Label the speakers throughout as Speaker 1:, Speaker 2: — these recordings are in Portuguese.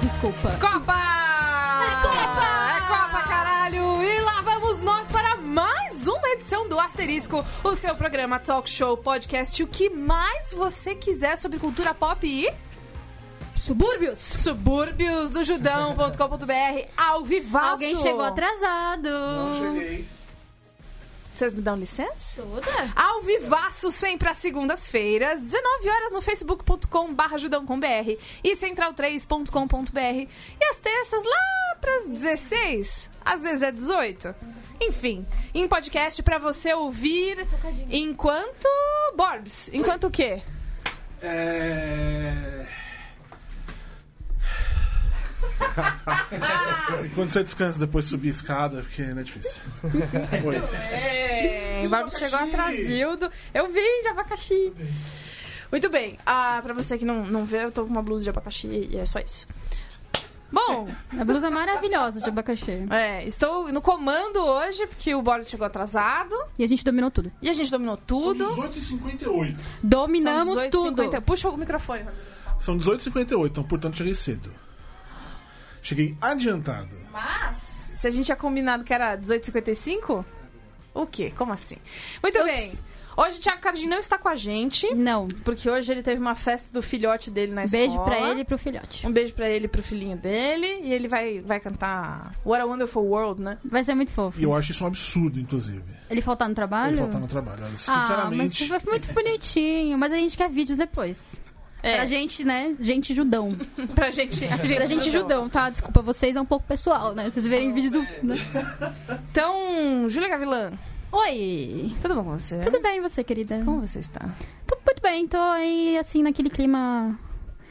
Speaker 1: desculpa.
Speaker 2: Uh! Copa! É
Speaker 1: Copa!
Speaker 2: É Copa, caralho! E lá vamos nós para mais uma edição do Asterisco, o seu programa talk show, podcast, o que mais você quiser sobre cultura pop e
Speaker 1: Subúrbios.
Speaker 2: subúrbios do judão.com.br ao vivaço.
Speaker 1: Alguém chegou atrasado.
Speaker 3: Não cheguei.
Speaker 2: Vocês me dão licença?
Speaker 1: Toda?
Speaker 2: Ao vivaço, sempre às segundas-feiras, 19 horas no facebook.com barra judão.com.br e central3.com.br. E às terças, lá pras 16, às vezes é 18. Enfim, em podcast pra você ouvir enquanto... Borbs, enquanto o quê?
Speaker 3: É... Quando você descansa depois de subir escada, porque não é difícil. Oi.
Speaker 2: É, o Borbs chegou atrasildo. Eu vi de abacaxi. Muito bem, ah, pra você que não, não vê, eu tô com uma blusa de abacaxi e é só isso. Bom...
Speaker 1: A blusa é maravilhosa de abacaxi.
Speaker 2: É, estou no comando hoje, porque o Boris chegou atrasado
Speaker 1: E a gente dominou tudo.
Speaker 2: e a gente dominou
Speaker 3: São
Speaker 2: tudo.
Speaker 3: 18h58.
Speaker 1: Dominamos
Speaker 2: São 18,
Speaker 1: tudo.
Speaker 2: 50. Puxa o microfone.
Speaker 3: São 18h58, então, portanto, cheguei cedo. Cheguei adiantado.
Speaker 2: Mas, se a gente tinha combinado que era 18h55, o quê? Como assim? Muito bem. Hoje o Thiago Cardi não está com a gente,
Speaker 1: Não.
Speaker 2: porque hoje ele teve uma festa do filhote dele na escola.
Speaker 1: Beijo pra ele e pro filhote.
Speaker 2: Um beijo pra ele e pro filhinho dele. E ele vai, vai cantar What a Wonderful World, né?
Speaker 1: Vai ser muito fofo.
Speaker 3: E eu acho isso um absurdo, inclusive.
Speaker 1: Ele faltar no trabalho?
Speaker 3: Ele faltar no trabalho. Olha,
Speaker 1: Ah, mas
Speaker 3: Sinceramente,
Speaker 1: foi muito bonitinho. Mas a gente quer vídeos depois.
Speaker 2: É,
Speaker 1: Pra gente, né? Gente judão.
Speaker 2: pra gente. A gente,
Speaker 1: Pra gente judão, tá? Desculpa, vocês é um pouco pessoal, né? Vocês verem vídeo do. né?
Speaker 2: Então, Júlia Gavilan,
Speaker 1: Oi!
Speaker 2: tudo bom com você?
Speaker 1: Tudo bem, você, querida?
Speaker 2: Como você está?
Speaker 1: Tô muito bem, tô aí, assim, naquele clima.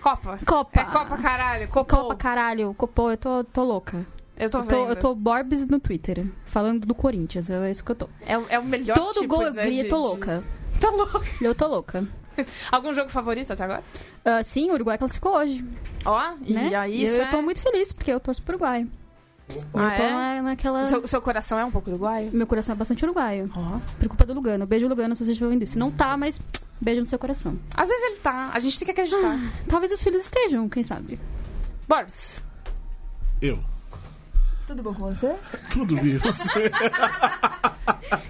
Speaker 2: Copa.
Speaker 1: Copa!
Speaker 2: É Copa, caralho. Copa.
Speaker 1: Copa, caralho, copô, eu tô, tô louca.
Speaker 2: Eu tô
Speaker 1: Eu tô,
Speaker 2: vendo.
Speaker 1: eu tô Borbs no Twitter, falando do Corinthians, é isso que eu tô.
Speaker 2: É, o- é o melhor
Speaker 1: Todo
Speaker 2: tipo,
Speaker 1: gol eu
Speaker 2: né,
Speaker 1: grito,
Speaker 2: de-
Speaker 1: tô louca.
Speaker 2: de- Tá louco.
Speaker 1: Eu tô louca.
Speaker 2: Algum jogo favorito até agora?
Speaker 1: Ah, sim, o Uruguai classificou hoje,
Speaker 2: Ó,
Speaker 1: né?
Speaker 2: e aí isso
Speaker 1: eu, eu tô
Speaker 2: é-
Speaker 1: muito feliz, porque eu torço pro Uruguai.
Speaker 2: Ah,
Speaker 1: eu tô
Speaker 2: é?
Speaker 1: na- naquela...
Speaker 2: Seu, seu coração é um pouco uruguaio?
Speaker 1: Meu coração é bastante uruguaio,
Speaker 2: Ó.
Speaker 1: por culpa do Lugano. Beijo, Lugano, se você estiver ouvindo isso. Não tá, mas beijo no seu coração.
Speaker 2: Às vezes ele tá. A gente tem que acreditar.
Speaker 1: Talvez os filhos estejam, quem sabe.
Speaker 2: Borbs.
Speaker 3: eu.
Speaker 2: Tudo bom com você?
Speaker 3: Tudo bem. Você.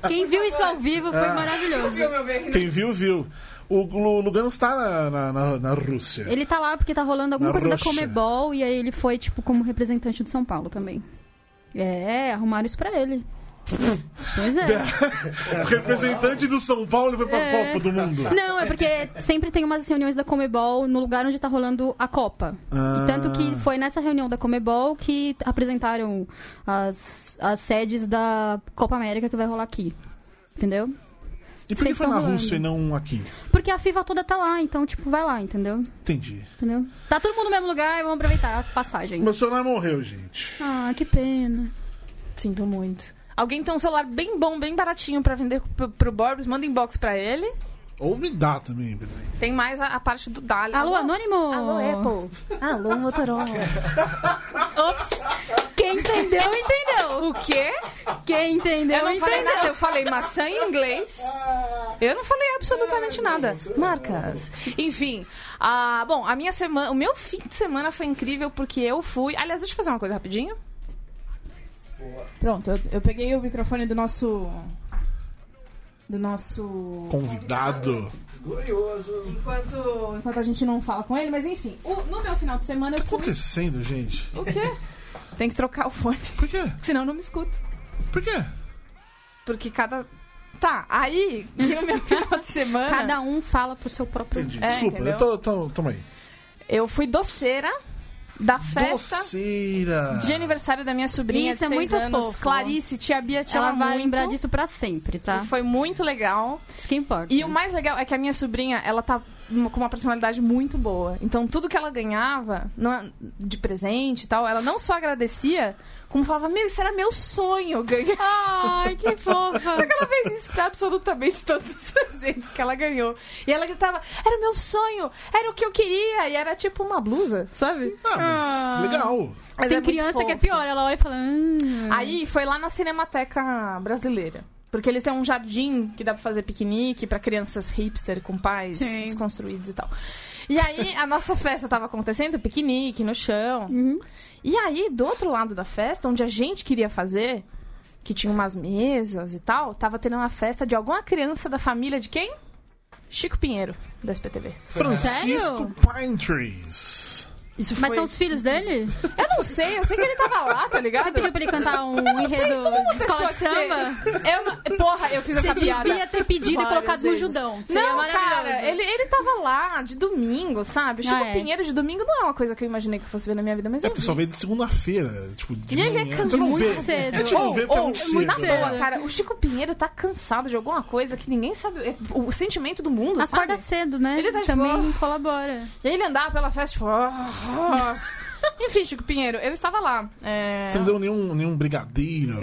Speaker 1: Quem viu isso ao vivo foi maravilhoso.
Speaker 2: Viu, meu bem?
Speaker 3: Quem viu, viu. O Lu- Lugano está na, na, na, na Rússia.
Speaker 1: Ele tá lá porque tá rolando alguma
Speaker 3: Na
Speaker 1: coisa da
Speaker 3: roxa.
Speaker 1: Comebol e aí ele foi, tipo, como representante do São Paulo também. É, arrumaram isso pra ele. pois é.
Speaker 3: O representante do São Paulo foi pra
Speaker 1: É.
Speaker 3: Copa do Mundo.
Speaker 1: Não, é porque sempre tem umas reuniões da Comebol no lugar onde tá rolando a Copa.
Speaker 3: Ah.
Speaker 1: E tanto que foi nessa reunião da Comebol que apresentaram as, as sedes da Copa América que vai rolar aqui. Entendeu?
Speaker 3: E por
Speaker 1: Sempre
Speaker 3: que foi
Speaker 1: tão
Speaker 2: tá
Speaker 3: na
Speaker 1: rolando.
Speaker 3: Rússia e não aqui?
Speaker 1: Porque a FIFA toda tá lá, então, tipo, vai lá, entendeu?
Speaker 3: Entendi.
Speaker 1: Entendeu? Tá todo mundo no mesmo lugar e vamos aproveitar a passagem.
Speaker 3: Meu celular morreu, gente.
Speaker 1: Ah, que pena.
Speaker 2: Sinto muito. Alguém tem um celular bem bom, bem baratinho pra vender pro, pro Borbs, manda inbox pra ele.
Speaker 3: Ou me dá também, Pedrinho.
Speaker 2: Tem mais a, a parte do Dali.
Speaker 1: Alô, Anônimo?
Speaker 2: Alô, é, Apple. Alô, Motorola. Ops.
Speaker 1: Quem entendeu, entendeu.
Speaker 2: O quê?
Speaker 1: Quem entendeu,
Speaker 2: Eu não falei
Speaker 1: entendeu.
Speaker 2: nada, eu falei maçã em inglês. Eu não falei absolutamente nada. Marcas. Enfim, ah, bom, a minha semana, o meu fim de semana foi incrível porque eu fui. Aliás, deixa eu fazer uma coisa rapidinho. Pronto, eu, eu peguei o microfone do nosso do nosso
Speaker 3: Convidado.
Speaker 2: enquanto enquanto a gente não fala com ele, mas enfim, o- no meu final de semana eu
Speaker 3: O que tá
Speaker 2: fui.
Speaker 3: acontecendo, gente?
Speaker 2: O quê? Tem que trocar o fone,
Speaker 3: Por quê?
Speaker 2: senão eu não me escuto.
Speaker 3: Por quê?
Speaker 2: Porque cada Tá, aí que no meu final de semana
Speaker 1: Cada um fala pro seu próprio...
Speaker 3: Entendi.
Speaker 2: É,
Speaker 3: Desculpa,
Speaker 2: entendeu?
Speaker 3: eu tô, tô, toma aí.
Speaker 2: Eu fui doceira da festa
Speaker 3: Doceira.
Speaker 2: de aniversário da minha sobrinha
Speaker 1: Isso é
Speaker 2: de seis
Speaker 1: muito
Speaker 2: anos,
Speaker 1: fofo.
Speaker 2: Clarice, tia Bia, te
Speaker 1: Ela
Speaker 2: ama
Speaker 1: vai
Speaker 2: muito.
Speaker 1: lembrar disso pra sempre, tá?
Speaker 2: E Foi muito legal.
Speaker 1: Isso que importa.
Speaker 2: E o mais legal é que a minha sobrinha, ela tá uma- com uma personalidade muito boa. Então, tudo que ela ganhava não- é, de presente e tal, ela não só agradecia, como falava, meu, isso era meu sonho ganhar.
Speaker 1: Ai, que fofa.
Speaker 2: Só que ela fez isso pra absolutamente todos os presentes que ela ganhou. E ela gritava, era meu sonho, era o que eu queria. E era tipo uma blusa, sabe?
Speaker 3: Ah, mas
Speaker 1: Ah.
Speaker 3: legal.
Speaker 2: Mas é
Speaker 1: Tem
Speaker 2: muito
Speaker 1: criança que é
Speaker 2: fofo.
Speaker 1: pior. Ela olha e fala... "Hum".
Speaker 2: Aí foi lá na Cinemateca Brasileira. Porque eles têm um jardim que dá pra fazer piquenique pra crianças hipster com pais
Speaker 1: Sim.
Speaker 2: desconstruídos e tal. E aí a nossa festa tava acontecendo, piquenique no chão.
Speaker 1: Uhum.
Speaker 2: E aí, do outro lado da festa, onde a gente queria fazer, que tinha umas mesas e tal, tava tendo uma festa de alguma criança da família de quem? Chico Pinheiro, do SPTV.
Speaker 3: Francisco
Speaker 1: Sério?
Speaker 3: Pine Trees.
Speaker 2: Isso
Speaker 1: Mas
Speaker 2: foi-
Speaker 1: são os filhos dele?
Speaker 2: Eu não sei, eu sei que ele tava lá, tá
Speaker 1: Você
Speaker 2: ligado?
Speaker 1: pediu pra ele cantar um enredo de escola de samba?
Speaker 2: Eu, não- porra, eu fiz
Speaker 1: Você
Speaker 2: essa piada.
Speaker 1: devia ter pedido e
Speaker 2: várias
Speaker 1: colocado no
Speaker 2: vezes.
Speaker 1: judão. Seria
Speaker 2: Não,
Speaker 1: maravilhoso.
Speaker 2: cara, ele, ele tava lá de domingo, sabe? Chico
Speaker 1: Ah, é.
Speaker 2: Pinheiro de domingo não é uma coisa que eu imaginei que eu fosse ver na minha vida, mas
Speaker 3: É
Speaker 2: eu
Speaker 3: porque
Speaker 2: vi.
Speaker 3: só vê de segunda-feira. Tipo, de
Speaker 2: E ele é
Speaker 3: manhã.
Speaker 2: canso
Speaker 3: Você não
Speaker 1: muito
Speaker 3: vê.
Speaker 1: cedo.
Speaker 3: A gente não
Speaker 2: Ou,
Speaker 3: vê porque é
Speaker 2: ou,
Speaker 3: muito cedo.
Speaker 2: na
Speaker 1: cedo.
Speaker 2: boa, cara, o Chico Pinheiro tá cansado de alguma coisa que ninguém sabe. é O sentimento do mundo,
Speaker 1: Acorda
Speaker 2: sabe?
Speaker 1: cedo, né?
Speaker 2: Ele tá de
Speaker 1: Também
Speaker 2: boa.
Speaker 1: colabora.
Speaker 2: E aí ele andava pela festa, tipo. ah, ah. Enfim, Chico Pinheiro, eu estava lá. É,
Speaker 3: Você não deu nenhum, nenhum brigadeiro.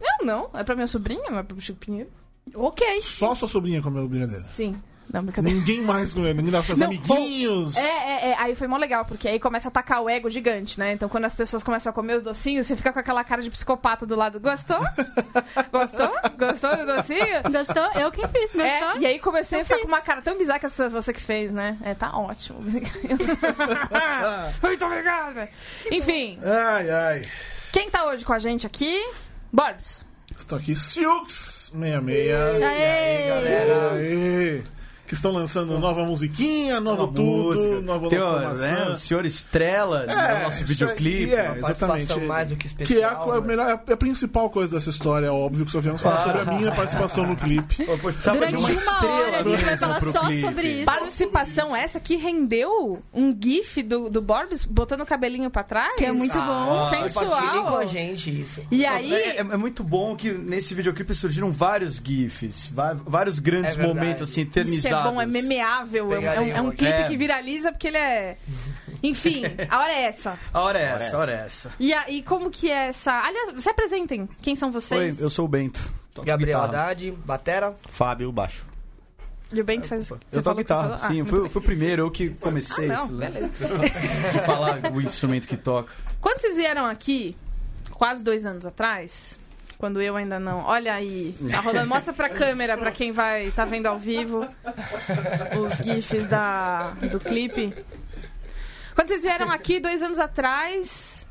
Speaker 2: Eu não, é pra minha sobrinha, não é pro Chico Pinheiro.
Speaker 1: Ok.
Speaker 3: Só sua sobrinha comeu brigadeiro.
Speaker 2: Sim. Não, brincadeira.
Speaker 3: Ninguém mais comeu. Ninguém dava os
Speaker 2: Não,
Speaker 3: amiguinhos.
Speaker 2: É, é, é, aí foi mó legal, porque aí começa a atacar o ego gigante, né? Então quando as pessoas começam a comer os docinhos, você fica com aquela cara de psicopata do lado. Gostou? Gostou? Gostou do docinho?
Speaker 1: Gostou? Eu quem fiz, gostou?
Speaker 2: É, e aí comecei
Speaker 1: Eu
Speaker 2: a ficar
Speaker 1: fiz.
Speaker 2: com uma cara tão bizarra que essa você que fez, né? É, tá ótimo. Muito obrigada. Enfim,
Speaker 3: Ai, ai.
Speaker 2: quem tá hoje com a gente aqui? Borbs.
Speaker 3: Estou aqui, Siux66.
Speaker 1: Aê!
Speaker 4: galera.
Speaker 3: Aê! Que estão lançando nova musiquinha, novo
Speaker 4: Nova
Speaker 3: tudo,
Speaker 4: música.
Speaker 3: nova
Speaker 4: Tem o, né,
Speaker 3: formação.
Speaker 4: o senhor Estrela
Speaker 3: É,
Speaker 4: no nosso
Speaker 3: isso
Speaker 4: videoclipe.
Speaker 3: aí, é,
Speaker 4: uma
Speaker 3: exatamente.
Speaker 4: participação mais do que especial. né?
Speaker 3: Que é a, co- a melhor, é a principal coisa dessa história, é óbvio, que só viemos falar sobre a minha participação no clipe.
Speaker 4: Pô, pois precisava
Speaker 1: Durante
Speaker 4: de uma,
Speaker 1: uma né,
Speaker 4: estrela
Speaker 1: hora a gente vai
Speaker 4: mesmo
Speaker 1: falar
Speaker 4: pro
Speaker 1: só
Speaker 4: clipe.
Speaker 1: sobre isso.
Speaker 2: Participação essa que rendeu um gif do, do Borbs botando o cabelinho pra trás.
Speaker 1: Que é muito bom.
Speaker 4: Ah,
Speaker 2: Sensual.
Speaker 5: Compartilhem com a gente isso.
Speaker 2: E aí...
Speaker 4: É, é- é muito bom que nesse videoclipe surgiram vários GIFs, va- vários grandes
Speaker 5: É verdade.
Speaker 4: momentos assim,
Speaker 2: Isso
Speaker 4: eternizados.
Speaker 2: é bom, é memeável. É um, é um- é um
Speaker 5: Pegadinha.
Speaker 2: clipe
Speaker 4: É.
Speaker 2: que viraliza porque ele é. Enfim, a hora é essa.
Speaker 4: A hora é essa, a hora é essa.
Speaker 2: E aí, como que é essa. Aliás, se apresentem. Quem são
Speaker 4: Oi,
Speaker 2: vocês?
Speaker 4: eu sou o Bento. Toco
Speaker 5: Gabriel
Speaker 4: guitarra.
Speaker 5: Haddad, Batera.
Speaker 6: Fábio Baixo.
Speaker 2: E o Bento faz. você
Speaker 4: Eu toco
Speaker 2: falou que
Speaker 4: guitarra,
Speaker 2: falou? Ah,
Speaker 4: sim. eu
Speaker 2: muito
Speaker 4: fui,
Speaker 2: bem.
Speaker 4: eu fui o primeiro, eu que comecei
Speaker 2: Ah,
Speaker 4: isso,
Speaker 2: não,
Speaker 4: né?
Speaker 2: beleza.
Speaker 4: De falar o instrumento que toca.
Speaker 2: Ah, Quando vocês vieram aqui, quase dois anos atrás, quando eu ainda não. Olha aí, tá rolando. Mostra pra câmera, pra quem vai tá vendo ao vivo os GIFs da, do clipe. Quando vocês vieram aqui dois anos atrás,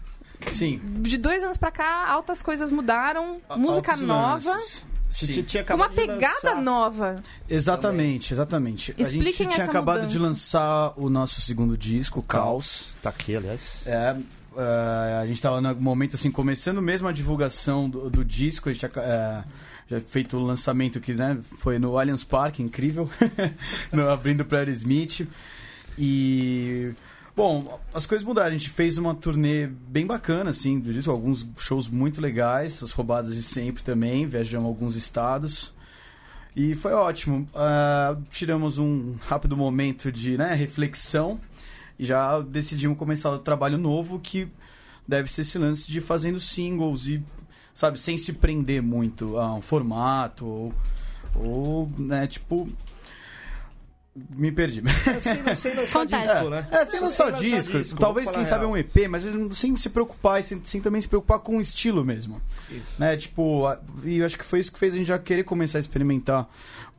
Speaker 4: Sim.
Speaker 2: de dois anos pra cá, altas coisas mudaram. música
Speaker 4: Altos
Speaker 2: nova.
Speaker 4: lances. Sim.
Speaker 6: Tinha acabado
Speaker 2: Uma
Speaker 6: de
Speaker 2: pegada
Speaker 6: lançar-
Speaker 2: nova.
Speaker 4: Exatamente, exatamente. a
Speaker 2: Expliquem
Speaker 4: gente tinha
Speaker 2: essa
Speaker 4: acabado
Speaker 2: mudança.
Speaker 4: de lançar o nosso segundo disco, Caos.
Speaker 6: Tá aqui, aliás.
Speaker 4: É, é, a gente estava no momento assim, começando mesmo a divulgação do, do disco, a gente tinha, é, já feito o lançamento que né, foi no Allianz Parque, incrível, no, abrindo para Aerosmith. E. Bom, as coisas mudaram. A gente fez uma turnê bem bacana, assim, do disco, alguns shows muito legais, as roubadas de sempre também, viajamos a alguns estados. E foi ótimo. Ah, tiramos um rápido momento de né, reflexão e já decidimos começar o trabalho novo que deve ser esse lance de fazendo singles e, sabe, sem se prender muito a um formato ou, ou né, tipo. Me perdi.
Speaker 6: Sem lançar
Speaker 1: Acontece.
Speaker 6: disco, né?
Speaker 4: É, sem lançar
Speaker 6: lançar
Speaker 4: disco.
Speaker 6: disco,
Speaker 4: Talvez,
Speaker 6: vamos
Speaker 4: quem
Speaker 6: falar
Speaker 4: sabe,
Speaker 6: real.
Speaker 4: um EP, mas sem se preocupar, sem, sem também se preocupar com o estilo mesmo. Né? Tipo, a- e eu acho que foi isso que fez a gente já querer começar a experimentar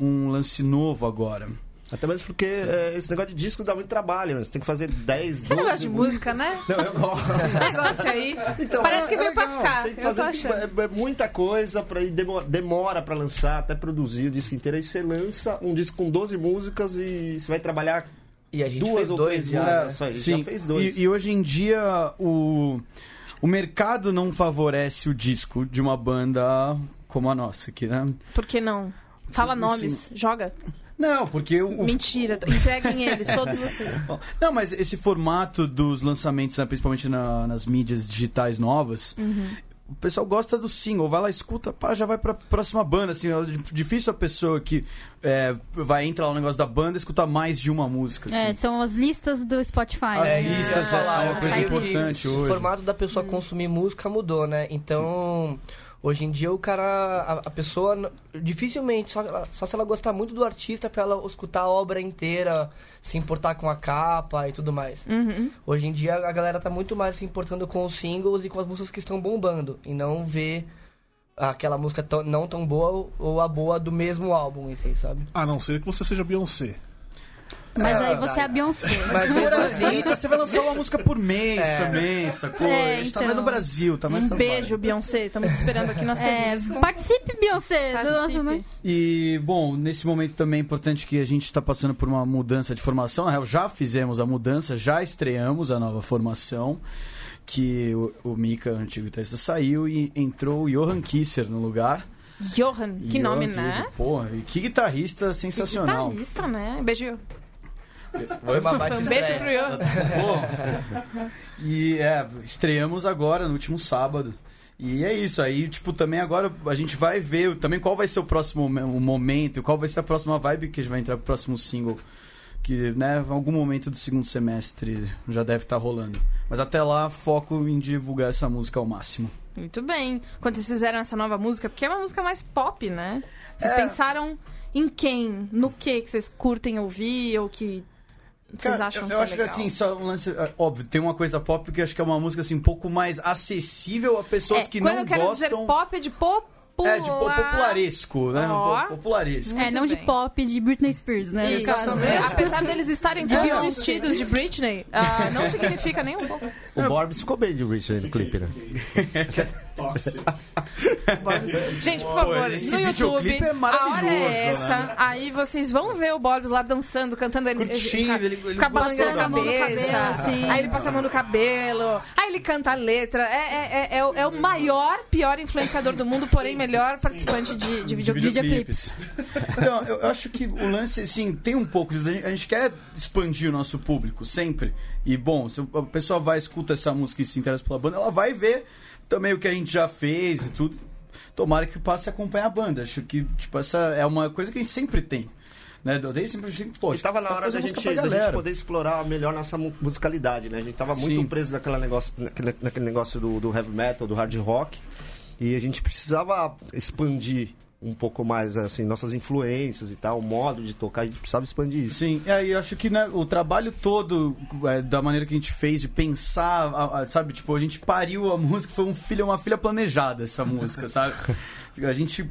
Speaker 4: um lance novo agora.
Speaker 6: Até mesmo porque é, esse negócio de disco dá muito trabalho, né? Você tem que fazer 10,
Speaker 2: Você não
Speaker 6: 12
Speaker 2: gosta de música, né?
Speaker 6: Não, eu gosto.
Speaker 2: Esse negócio aí.
Speaker 6: Então,
Speaker 2: Parece que
Speaker 6: é- é
Speaker 2: veio pra
Speaker 6: legal,
Speaker 2: ficar.
Speaker 6: tem que
Speaker 2: Eu tô
Speaker 6: fazer-
Speaker 2: achando.
Speaker 6: é- é muita coisa pra, e demora, demora pra lançar, até produzir o disco inteiro. Aí você lança um disco com 12 músicas e você vai trabalhar
Speaker 5: E a gente
Speaker 6: duas
Speaker 5: fez
Speaker 6: ou
Speaker 5: dois
Speaker 6: três
Speaker 5: já.
Speaker 6: músicas
Speaker 5: né?
Speaker 6: só aí.
Speaker 4: Sim.
Speaker 6: Já fez dois.
Speaker 4: E, e hoje em dia o, o mercado não favorece o disco de uma banda como a nossa, que né?
Speaker 6: é-
Speaker 2: Por que não? Fala
Speaker 4: Assim,
Speaker 2: nomes, joga.
Speaker 4: Não, porque o, o
Speaker 2: Mentira, t- entreguem eles, todos vocês.
Speaker 4: Bom, Não, mas esse formato dos lançamentos, né, principalmente na- nas mídias digitais novas,
Speaker 1: Uhum.
Speaker 4: o pessoal gosta do single. Vai lá, escuta, pá, já vai pra próxima banda. Assim, é difícil a pessoa que é, vai entrar no negócio da banda e escutar mais de uma música. Assim.
Speaker 1: É, são as listas do Spotify.
Speaker 4: As
Speaker 1: né?
Speaker 4: listas,
Speaker 5: eu ia falar,
Speaker 4: é
Speaker 5: eu
Speaker 4: uma coisa
Speaker 5: creio que
Speaker 4: importante
Speaker 5: O
Speaker 4: hoje.
Speaker 5: formato da pessoa consumir música mudou, né? Então, hoje em dia o cara, a, a pessoa, n- dificilmente, só, ela- só se ela gostar muito do artista pra ela escutar a obra inteira, se importar com a capa e tudo mais. Hoje em dia a galera tá muito mais se importando com os singles e com as músicas que estão bombando e não vê aquela música tão- não tão boa ou a boa do mesmo álbum, em si, sabe?
Speaker 3: A não ser que você seja Beyoncé.
Speaker 1: Mas aí você é a Beyoncé.
Speaker 5: Mas
Speaker 4: Primeiro,
Speaker 5: mesmo
Speaker 4: a
Speaker 5: assim,
Speaker 4: Anitta, você vai lançar uma música por mês
Speaker 5: É.
Speaker 4: também, sacou?
Speaker 1: É,
Speaker 4: a gente tá
Speaker 1: então.
Speaker 4: mais no Brasil, tá mais
Speaker 2: Um
Speaker 4: sambado.
Speaker 2: beijo, Beyoncé. Estamos te esperando aqui nas
Speaker 1: É,
Speaker 2: telinhas.
Speaker 1: participe, Beyoncé. do
Speaker 2: Participe.
Speaker 1: nosso, né?
Speaker 4: E, bom, nesse momento também é importante que a gente está passando por uma mudança de formação. Na real, já fizemos a mudança, já estreamos a nova formação. Que o, o Mika, antigo guitarrista, saiu e entrou o Johan Kisser no lugar.
Speaker 2: Johan, que
Speaker 4: Johan
Speaker 2: nome,
Speaker 4: Kisser,
Speaker 2: né?
Speaker 4: Porra, e que guitarrista sensacional.
Speaker 2: Guitarrista, né? Beijo.
Speaker 5: Foi uma baita
Speaker 2: Foi um beijo pro
Speaker 5: estreia.
Speaker 2: Johan.
Speaker 4: Bom, e é, estreamos agora, no último sábado. E é isso, aí, tipo, também agora a gente vai ver também qual vai ser o próximo mo- o momento, qual vai ser a próxima vibe que a gente vai entrar pro próximo single. Que, né, em algum momento do segundo semestre já deve estar rolando. Mas até lá, foco em divulgar essa música ao máximo.
Speaker 2: Muito bem. Quando vocês fizeram essa nova música, porque é uma música mais pop, né? Vocês
Speaker 4: É.
Speaker 2: pensaram em quem? No que que vocês curtem ouvir ou que vocês
Speaker 4: Cara,
Speaker 2: acham
Speaker 4: eu,
Speaker 2: que
Speaker 4: eu
Speaker 2: é
Speaker 4: acho que
Speaker 2: legal?
Speaker 4: assim, só um lance. é, Óbvio, tem uma coisa pop que eu acho que é uma música assim, um pouco mais acessível a
Speaker 2: É,
Speaker 4: pessoas que
Speaker 2: quando
Speaker 4: não
Speaker 2: eu quero
Speaker 4: gostam.
Speaker 2: dizer pop é de popular.
Speaker 4: É, tipo, popularesco, né?
Speaker 2: Ó.
Speaker 4: Popularesco.
Speaker 1: É, não de
Speaker 2: bem.
Speaker 1: pop, de Britney Spears, né? no
Speaker 2: Isso.
Speaker 1: caso.
Speaker 2: Apesar deles estarem todos vestidos de Britney, ah, não significa nem um pouco.
Speaker 6: O Borbs ficou bem de Richard no clipe, né?
Speaker 3: Tóxico.
Speaker 2: Gente, por favor,
Speaker 4: esse
Speaker 2: no YouTube,
Speaker 4: videoclipe é
Speaker 2: a hora
Speaker 4: maravilhoso,
Speaker 2: é essa.
Speaker 4: né?
Speaker 2: Aí vocês vão ver o Boris lá dançando, cantando. Ele,
Speaker 4: Curtindo, ele- ele
Speaker 2: fica balançando a
Speaker 1: gostou da
Speaker 2: cabeça.
Speaker 1: música. Ah, Sim.
Speaker 2: Aí ele passa a mão no cabelo. Aí ele canta a letra. É, é- é- é o- é o maior, pior influenciador do mundo, porém melhor participante de, de videoclipe.
Speaker 4: videoclipes. Então, eu eu acho que o lance, assim, tem um pouco. disso. A gente, a gente quer expandir o nosso público sempre. E, bom, se a pessoa vai, escuta essa música e se interessa pela banda, ela vai ver também o que a gente já fez e tudo. Tomara que passe a acompanhar a banda. Acho que, tipo, essa é uma coisa que a gente sempre tem. Né? Desde sempre a gente, poxa,
Speaker 6: Estava na
Speaker 4: tá
Speaker 6: hora da
Speaker 4: fazendo música
Speaker 6: gente,
Speaker 4: pra
Speaker 6: da gente
Speaker 4: galera.
Speaker 6: poder explorar melhor nossa mu- musicalidade, né? A gente tava muito
Speaker 4: Sim.
Speaker 6: preso naquela negócio, naquele, naquele negócio do, do heavy metal, do hard rock. E a gente precisava expandir um pouco mais, assim, nossas influências e tal, o modo de tocar. A gente precisava expandir isso.
Speaker 4: Sim, é, e eu acho que né, o trabalho todo, é, da maneira que a gente fez, de pensar, a- a- sabe? Tipo, a gente pariu a música, foi um filho, uma filha planejada essa música, sabe? A gente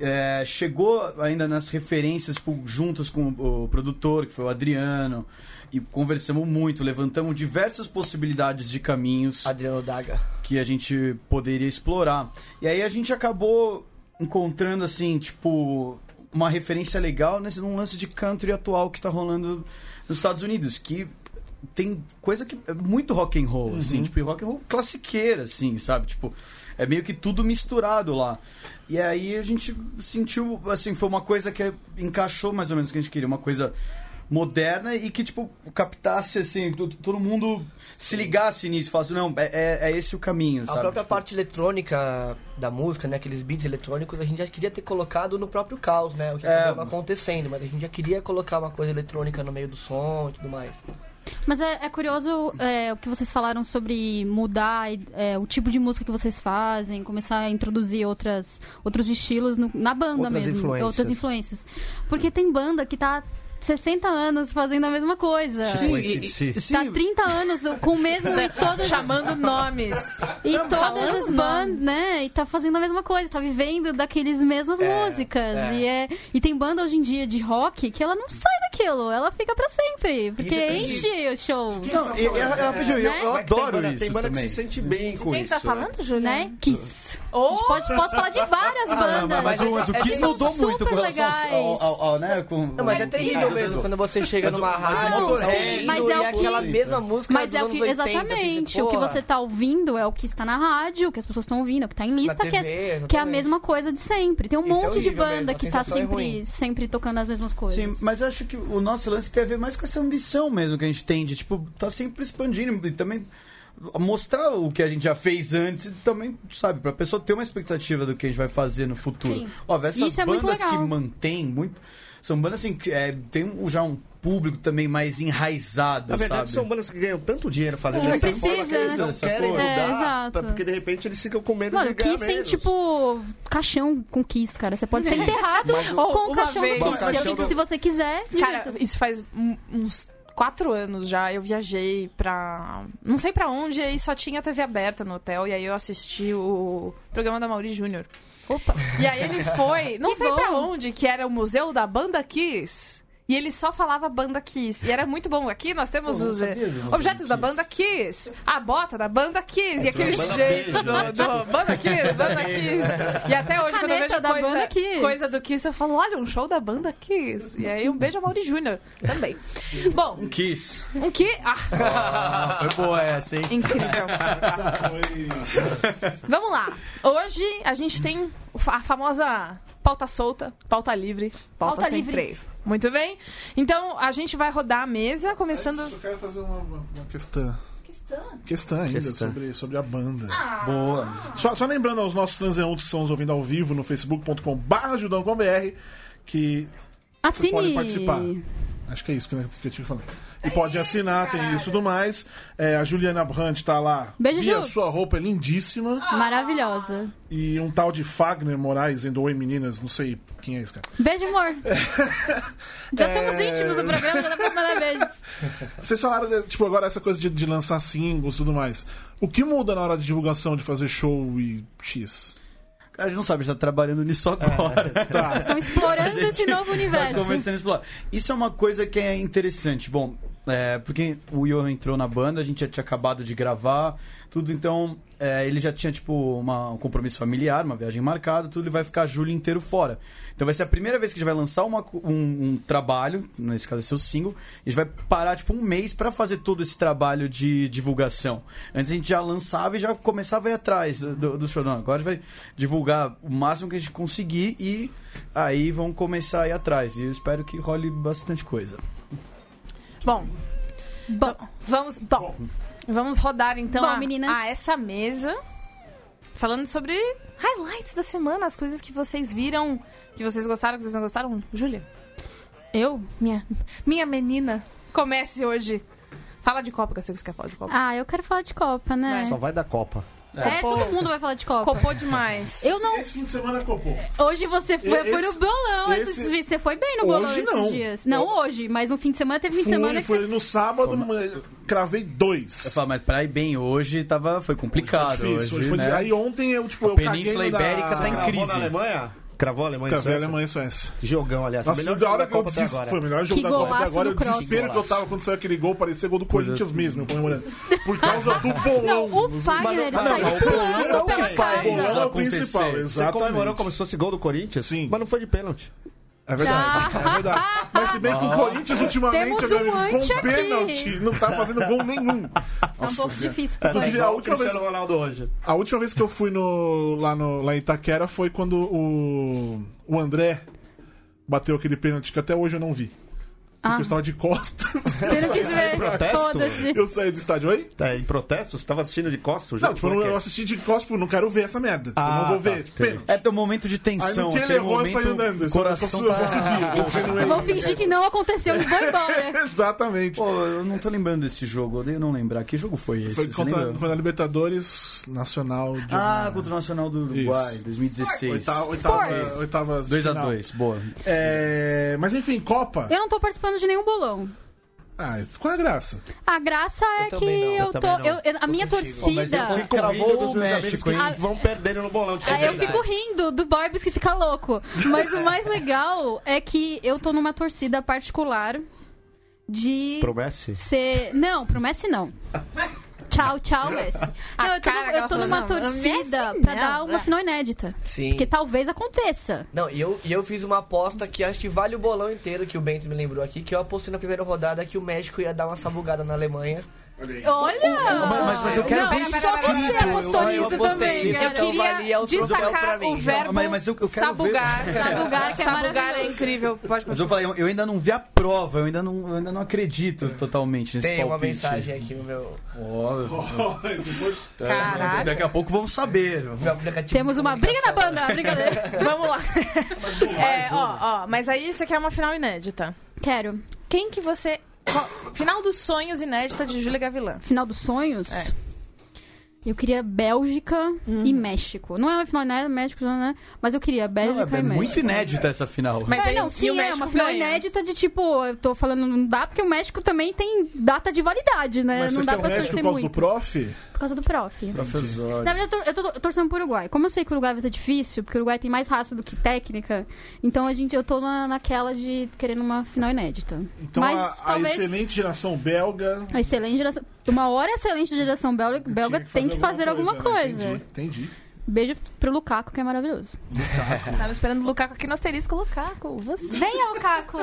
Speaker 4: é, chegou ainda nas referências tipo, juntos com o produtor, que foi o Adriano, e conversamos muito, levantamos diversas possibilidades de caminhos
Speaker 5: Adriano Daga.
Speaker 4: que a gente poderia explorar. E aí a gente acabou encontrando, assim, tipo, uma referência legal nesse, num lance de country atual que tá rolando nos Estados Unidos, que tem coisa que é muito rock and roll, assim, tipo, e rock and roll classiqueira, assim, sabe? Tipo, é meio que tudo misturado lá. E aí a gente sentiu, assim, foi uma coisa que encaixou mais ou menos o que a gente queria, uma coisa moderna e que, tipo, captasse, assim, to- todo mundo se ligasse nisso, falasse, não, é, é- é esse o caminho,
Speaker 5: A
Speaker 4: sabe?
Speaker 5: própria
Speaker 4: Tipo,
Speaker 5: parte eletrônica da música, né? Aqueles beats eletrônicos, a gente já queria ter colocado no próprio caos, né? O que
Speaker 4: É.
Speaker 5: estava acontecendo, mas a gente já queria colocar uma coisa eletrônica no meio do som e tudo mais.
Speaker 1: Mas é, é curioso é, o que vocês falaram sobre mudar é, o tipo de música que vocês fazem, começar a introduzir outras, outros estilos no- na banda
Speaker 6: Outras
Speaker 1: mesmo.
Speaker 6: influências.
Speaker 1: Outras influências. Porque tem banda que tá 60 anos fazendo a mesma coisa.
Speaker 4: Sim,
Speaker 6: Esse
Speaker 4: e-
Speaker 6: de
Speaker 4: e-
Speaker 6: si.
Speaker 4: sim,
Speaker 1: Tá 30 anos com o mesmo e todas
Speaker 2: Chamando nomes.
Speaker 1: E todas
Speaker 2: falando
Speaker 1: as bandas, né? E tá fazendo a mesma coisa, tá vivendo daqueles mesmas músicas. E, é, e tem banda hoje em dia de rock que ela
Speaker 5: Hum.
Speaker 1: não sai daquilo, ela fica pra sempre. Porque
Speaker 5: é
Speaker 6: Isso
Speaker 1: enche o show.
Speaker 4: Não, e- e- é, é, rapidinho, eu, eu
Speaker 6: Mas que tem
Speaker 4: adoro
Speaker 6: banda-
Speaker 4: isso
Speaker 6: Tem banda
Speaker 4: também.
Speaker 6: que se sente bem com
Speaker 2: Quem
Speaker 6: isso.
Speaker 2: tá
Speaker 6: né?
Speaker 2: falando, Juliana?
Speaker 5: é?
Speaker 1: Né? Kiss. A
Speaker 2: Ou
Speaker 1: gente pode, posso falar
Speaker 5: Ah,
Speaker 1: de várias bandas.
Speaker 4: Mas o, mas o
Speaker 3: É
Speaker 1: que
Speaker 4: Kiss
Speaker 1: são
Speaker 4: mudou muito com
Speaker 1: super
Speaker 4: relação ao-
Speaker 1: legais.
Speaker 4: ao, ao, ao, né, com-
Speaker 5: Não, mas é
Speaker 4: ao-
Speaker 5: terrível mesmo quando você chega
Speaker 4: Mas o-
Speaker 5: numa
Speaker 4: mas o
Speaker 5: rádio
Speaker 4: Motorhead-
Speaker 5: ouvindo,
Speaker 1: Mas é
Speaker 5: e
Speaker 1: o que-
Speaker 5: aquela mesma música
Speaker 1: Mas
Speaker 5: dos
Speaker 1: é o
Speaker 5: anos
Speaker 1: que,
Speaker 5: 80, assim,
Speaker 1: exatamente,
Speaker 5: tipo,
Speaker 1: o que
Speaker 5: porra,
Speaker 1: você tá ouvindo é o que está na rádio, o que as pessoas estão ouvindo, o que está em lista,
Speaker 5: Na
Speaker 1: que, é,
Speaker 5: TV,
Speaker 1: que é a
Speaker 5: exatamente.
Speaker 1: mesma coisa de sempre. Tem um
Speaker 5: Isso é
Speaker 1: monte de
Speaker 5: horrível
Speaker 1: banda
Speaker 5: mesmo, a
Speaker 1: que tá
Speaker 5: sensação é
Speaker 1: sempre,
Speaker 5: ruim.
Speaker 1: sempre tocando as mesmas coisas.
Speaker 4: Sim, mas eu acho que o nosso lance tem a ver mais com essa ambição mesmo que a gente tem de, tipo, tá sempre expandindo e também mostrar o que a gente já fez antes e também, sabe, pra pessoa ter uma expectativa do que a gente vai fazer no futuro.
Speaker 1: Sim.
Speaker 4: Ó, essas
Speaker 1: Isso é muito
Speaker 4: bandas que
Speaker 1: legal.
Speaker 4: mantêm muito... São bandas, assim, que é, tem um- já um público também mais enraizado,
Speaker 6: Na verdade,
Speaker 4: sabe?
Speaker 6: são bandas que ganham tanto dinheiro fazendo
Speaker 1: É,
Speaker 6: essa
Speaker 1: precisa,
Speaker 6: coisa que eles
Speaker 1: né?
Speaker 6: não
Speaker 4: Essa
Speaker 6: querem
Speaker 4: coisa.
Speaker 1: É,
Speaker 6: mudar,
Speaker 1: exato.
Speaker 6: pra- porque de repente eles ficam com medo
Speaker 1: Mano,
Speaker 6: de ganhar
Speaker 1: Kiss tem
Speaker 6: menos.
Speaker 1: tipo caixão com Kiss, cara. Você pode ser enterrado
Speaker 2: o-
Speaker 1: com
Speaker 2: uma
Speaker 1: o caixão
Speaker 2: vez-
Speaker 1: do Kiss.
Speaker 6: Uma
Speaker 1: Você
Speaker 6: caixão
Speaker 1: fica-
Speaker 6: do-
Speaker 1: Se você quiser,
Speaker 2: Cara,
Speaker 1: direto.
Speaker 2: isso faz um- uns quatro anos já. Eu viajei pra. Não sei pra onde, e só tinha TV aberta no hotel. E aí eu assisti o programa da Mauri Júnior.
Speaker 1: Opa.
Speaker 2: E aí ele foi, não
Speaker 1: Que
Speaker 2: sei pra
Speaker 1: bom.
Speaker 2: onde, que era o museu da banda Kiss. E ele só falava banda Kiss. E era muito bom. Aqui nós temos
Speaker 4: Eu não
Speaker 2: os
Speaker 4: sabia
Speaker 2: eh,
Speaker 4: de uma
Speaker 2: objetos da
Speaker 4: banda
Speaker 2: banda
Speaker 4: É,
Speaker 2: Kiss, a bota da banda Kiss, e aquele
Speaker 6: banda
Speaker 2: jeito
Speaker 6: Kiss,
Speaker 2: do,
Speaker 4: né?
Speaker 2: do- banda Kiss, banda Kiss. E até hoje, quando eu
Speaker 1: caneta
Speaker 2: vejo
Speaker 1: da banda Kiss.
Speaker 2: coisa, coisa do Kiss, eu falo: olha, um show da banda Kiss. E aí, um beijo a Mauri Júnior também. Bom,
Speaker 4: Kiss.
Speaker 2: um que. Ah,
Speaker 4: Foi boa essa, hein?
Speaker 2: incrível. Vamos lá. Hoje a gente tem a famosa pauta solta, pauta livre, pauta,
Speaker 1: Pauta
Speaker 2: sem
Speaker 1: livre.
Speaker 2: freio. Muito bem. Então a gente vai rodar a mesa,
Speaker 3: Eu
Speaker 2: começando.
Speaker 3: só quero fazer uma, uma- uma questão.
Speaker 2: Questão.
Speaker 3: Questão ainda
Speaker 6: Questão.
Speaker 3: Sobre, sobre a banda.
Speaker 4: Boa.
Speaker 3: Só, só lembrando aos nossos transeuntes que estão nos ouvindo ao vivo no facebook.com.br que
Speaker 1: Assine.
Speaker 3: podem participar. Acho que é isso que eu que eu tinha que falar. E pode
Speaker 1: É
Speaker 2: isso,
Speaker 3: assinar, tem
Speaker 2: caralho.
Speaker 3: isso e tudo mais. É, a Juliana Brandt tá lá.
Speaker 1: Beijo,
Speaker 3: e a
Speaker 1: Ju.
Speaker 3: sua roupa é lindíssima.
Speaker 1: Maravilhosa.
Speaker 3: E um tal de Fagner Moraes, indo oi meninas, não sei quem é esse cara.
Speaker 1: Beijo, amor. já estamos íntimos no programa, já dá pra mandar beijo.
Speaker 3: Vocês falaram, de, tipo, agora essa coisa de, de lançar singles e tudo mais. O que muda na hora de divulgação, de fazer show e X?
Speaker 4: A gente não sabe, a gente tá trabalhando nisso agora.
Speaker 1: Estão explorando esse novo
Speaker 4: Tá
Speaker 1: universo.
Speaker 4: começando a explorar. Isso é uma coisa que é interessante. Bom, é, porque o Johan entrou na banda, a gente já tinha acabado de gravar, tudo, então é, ele já tinha, tipo, uma- um compromisso familiar, uma viagem marcada, tudo, ele vai ficar julho inteiro fora. Então vai ser a primeira vez que a gente vai lançar uma co- um, um trabalho, nesse caso é seu single, e a gente vai parar, tipo, um mês pra fazer todo esse trabalho de divulgação. Antes a gente já lançava e já começava a ir atrás do, do show. Não, agora a gente vai divulgar o máximo que a gente conseguir e aí vão começar a ir atrás. E eu espero que role bastante coisa.
Speaker 2: Bom,
Speaker 1: Bom,
Speaker 2: vamos. Bom, vamos rodar então
Speaker 1: Bom,
Speaker 2: a,
Speaker 1: meninas.
Speaker 2: a essa mesa. Falando sobre highlights da semana, as coisas que vocês viram, que vocês gostaram, que vocês não gostaram. Júlia,
Speaker 1: eu?
Speaker 2: minha, minha menina, comece hoje. Fala de Copa, que eu sei que você quer falar de Copa.
Speaker 1: Ah, eu quero falar de Copa, né?
Speaker 6: Só vai da Copa.
Speaker 1: É,
Speaker 2: Copou.
Speaker 1: todo mundo vai falar de Copa.
Speaker 2: Copou demais.
Speaker 1: Eu não.
Speaker 3: Esse fim de semana copou.
Speaker 1: Hoje você foi,
Speaker 3: Esse-
Speaker 1: foi no bolão. esses
Speaker 3: esse-
Speaker 1: dias. você foi bem no bolão
Speaker 3: Hoje
Speaker 1: esses
Speaker 3: não.
Speaker 1: dias. Não
Speaker 3: Eu-
Speaker 1: hoje, mas no fim de semana teve fim de semana
Speaker 3: Fui,
Speaker 1: que você.
Speaker 3: fui no sábado, mas cravei dois.
Speaker 4: Eu falo, mas pra ir bem hoje tava, foi complicado.
Speaker 3: Foi É difícil, hoje foi
Speaker 4: né?
Speaker 3: difícil. Aí ontem eu, tipo, eu
Speaker 4: Península
Speaker 3: caguei no
Speaker 4: Ibérica
Speaker 3: da...
Speaker 4: tá em
Speaker 3: Cravei
Speaker 4: crise.
Speaker 6: Alemanha? Cravou a Alemanha? e
Speaker 3: a
Speaker 6: Suécia?
Speaker 3: Alemanha e Suécia.
Speaker 6: Jogão, aliás.
Speaker 3: Nossa,
Speaker 6: melhor
Speaker 3: da
Speaker 6: jogo
Speaker 3: hora que eu
Speaker 6: Copa até
Speaker 3: desisto.
Speaker 6: agora.
Speaker 3: Foi o melhor jogo
Speaker 1: Que
Speaker 3: da Copa até
Speaker 1: golaço
Speaker 3: agora.
Speaker 1: do
Speaker 3: O
Speaker 1: Kroos.
Speaker 3: desespero que eu tava quando saiu aquele gol parecia gol do Corinthians
Speaker 6: assim.
Speaker 3: mesmo, eu comemorando. Por causa do
Speaker 1: Não,
Speaker 3: bolão.
Speaker 1: o Fagner ele saiu pulando pela
Speaker 3: O bolão
Speaker 1: casa.
Speaker 3: é o
Speaker 4: acontecer.
Speaker 3: principal,
Speaker 6: Você comemorou como
Speaker 3: exatamente.
Speaker 6: se fosse gol do Corinthians?
Speaker 3: Sim.
Speaker 6: Mas não foi de pênalti.
Speaker 3: É verdade,
Speaker 1: Tá,
Speaker 3: é verdade. Mas se bem que o Corinthians ultimamente,
Speaker 1: Temos
Speaker 3: meu amigo,
Speaker 1: um ante
Speaker 3: com
Speaker 1: aqui.
Speaker 3: pênalti, não tá fazendo gol nenhum.
Speaker 1: É um pouco difícil.
Speaker 3: Inclusive,
Speaker 1: porque-
Speaker 3: a última vez-
Speaker 6: Cristiano Ronaldo hoje.
Speaker 3: A última vez que eu fui no, lá, no, lá em Itaquera foi quando o, o André bateu aquele pênalti que até hoje eu não vi.
Speaker 1: Ah.
Speaker 3: Porque eu estava de costas.
Speaker 1: Você não quis ver.
Speaker 6: protesto?
Speaker 1: Foda-se.
Speaker 3: Eu saí do estádio. Oi?
Speaker 6: Tá, em protesto? Você tava assistindo de costas? o
Speaker 3: Não,
Speaker 6: jogo?
Speaker 3: tipo, eu não-
Speaker 6: Como é que
Speaker 3: eu
Speaker 6: é?
Speaker 3: assisti de costas, tipo, não quero ver essa merda. Tipo,
Speaker 6: Ah,
Speaker 3: não vou
Speaker 6: tá,
Speaker 3: ver.
Speaker 6: entendi.
Speaker 3: Pênalti.
Speaker 4: É teu momento de
Speaker 3: Aí
Speaker 4: tensão.
Speaker 3: no que ele
Speaker 4: aquele
Speaker 3: errou, eu saí
Speaker 4: um momento,
Speaker 3: andando. Eu só-
Speaker 4: coração
Speaker 3: eu só, eu só
Speaker 4: tá-
Speaker 3: subi. Eu continuei.
Speaker 1: Vou fingir que não aconteceu e vou embora.
Speaker 3: Exatamente.
Speaker 4: Pô, eu não tô lembrando desse jogo, eu odeio não lembrar. Que jogo foi esse?
Speaker 3: Foi,
Speaker 4: Você
Speaker 3: contra,
Speaker 4: lembra?
Speaker 3: foi na Libertadores Nacional de
Speaker 4: Ah, contra o Nacional do Uruguai,
Speaker 3: Isso.
Speaker 4: 2016.
Speaker 3: oitava, oitava,
Speaker 1: Sports.
Speaker 3: oitavas de
Speaker 4: 2x2, boa.
Speaker 3: final. É, mas enfim, Copa.
Speaker 1: Eu não tô participando de nenhum bolão.
Speaker 3: Ah, qual é a graça?
Speaker 1: A graça é
Speaker 5: Eu
Speaker 1: que
Speaker 5: também não, eu
Speaker 1: eu tô.
Speaker 5: também não.
Speaker 1: eu- eu- a minha
Speaker 6: Mas eu fui
Speaker 1: torcida.
Speaker 4: Cravou
Speaker 6: convido dos
Speaker 4: o
Speaker 6: meus amigos
Speaker 4: México,
Speaker 6: que
Speaker 1: hein?
Speaker 6: vão perdendo no bolão. Tipo,
Speaker 1: Ah, eu
Speaker 6: verdade.
Speaker 1: fico rindo do Borbs que fica louco. Mas o mais legal é que eu tô numa torcida particular de
Speaker 6: Pro Messi?
Speaker 1: ser. Não, pro Messi não. Tchau, tchau, Messi.
Speaker 2: A
Speaker 1: Não, eu tô,
Speaker 2: cara
Speaker 1: eu
Speaker 2: que ela
Speaker 1: tô
Speaker 2: falou,
Speaker 1: numa
Speaker 2: não,
Speaker 1: torcida
Speaker 2: Messi
Speaker 1: pra
Speaker 2: não,
Speaker 1: dar uma
Speaker 2: né?
Speaker 1: final inédita.
Speaker 5: Sim.
Speaker 1: Porque talvez aconteça.
Speaker 5: Não, e eu, e eu fiz uma aposta que acho que vale o bolão inteiro, que o Bento me lembrou aqui, que eu apostei na primeira rodada que o México ia dar uma sabugada na Alemanha.
Speaker 1: Olha!
Speaker 4: Mas, mas, mas eu quero
Speaker 2: Não, é
Speaker 4: ver
Speaker 2: pera,
Speaker 4: isso
Speaker 2: pera, pera,
Speaker 1: Você
Speaker 2: pera, pera.
Speaker 1: apostou
Speaker 5: eu
Speaker 1: nisso
Speaker 5: apostei
Speaker 1: também,
Speaker 5: nisso,
Speaker 1: cara.
Speaker 2: Eu
Speaker 5: Então, vale, é
Speaker 2: queria
Speaker 5: o troféu pra
Speaker 2: destacar
Speaker 5: mim.
Speaker 2: o verbo
Speaker 4: Mas- mas eu- eu quero ver.
Speaker 1: Sabugar,
Speaker 2: sabugar.
Speaker 1: que é
Speaker 2: sabugar é
Speaker 1: maravilhoso.
Speaker 2: incrível. Pode
Speaker 4: Mas eu falei, eu ainda não vi a prova, eu ainda não, eu ainda não acredito totalmente nesse
Speaker 5: Tem uma
Speaker 4: palpite.
Speaker 5: mensagem aqui no meu,
Speaker 4: Ó,
Speaker 2: Caraca.
Speaker 4: daqui a pouco vamos saber.
Speaker 5: meu aplicativo.
Speaker 1: Temos
Speaker 5: de
Speaker 1: uma briga na banda, brincadeira.
Speaker 2: é Vamos lá. É, ó, ó, mas aí você quer uma final inédita.
Speaker 1: Quero.
Speaker 2: Quem que você. qual- Final dos sonhos inédita de Júlia Gavilã.
Speaker 1: Final dos sonhos?
Speaker 2: É. Uhum.
Speaker 1: Eu queria Bélgica e México. Não é uma final inédita, México, né? Mas eu queria
Speaker 4: Não,
Speaker 1: Bélgica
Speaker 4: é,
Speaker 1: e
Speaker 4: é
Speaker 1: México.
Speaker 4: muito inédita essa final.
Speaker 2: Mas
Speaker 1: É,
Speaker 2: aí
Speaker 1: não,
Speaker 2: e
Speaker 1: sim,
Speaker 2: o
Speaker 1: é
Speaker 2: México
Speaker 1: uma final
Speaker 2: ganha.
Speaker 1: inédita de tipo, eu tô falando não dá, porque o México também tem data de validade, né?
Speaker 3: Mas
Speaker 1: não
Speaker 3: você
Speaker 1: dá
Speaker 3: quer o
Speaker 1: pra
Speaker 3: México
Speaker 1: torcer
Speaker 3: por causa
Speaker 1: muito.
Speaker 3: do prof?
Speaker 1: Por por causa do prof.
Speaker 4: Professor.
Speaker 1: Na verdade, eu tô, eu tô- eu tô torcendo pro Uruguai. Como eu sei que o Uruguai vai ser difícil, porque o Uruguai tem mais raça do que técnica, então a gente, eu tô na, naquela de querendo uma final inédita.
Speaker 3: Então
Speaker 1: Mas
Speaker 3: a, a
Speaker 1: talvez.
Speaker 3: excelente geração belga.
Speaker 1: A excelente geração. Uma hora é excelente de geração belga, belga tem que fazer alguma coisa.
Speaker 3: né? Entendi. entendi.
Speaker 1: Beijo pro Lukaku, que é maravilhoso.
Speaker 2: Tava esperando o Lukaku aqui no asterisco. Lukaku, você.
Speaker 1: Venha, Lukaku!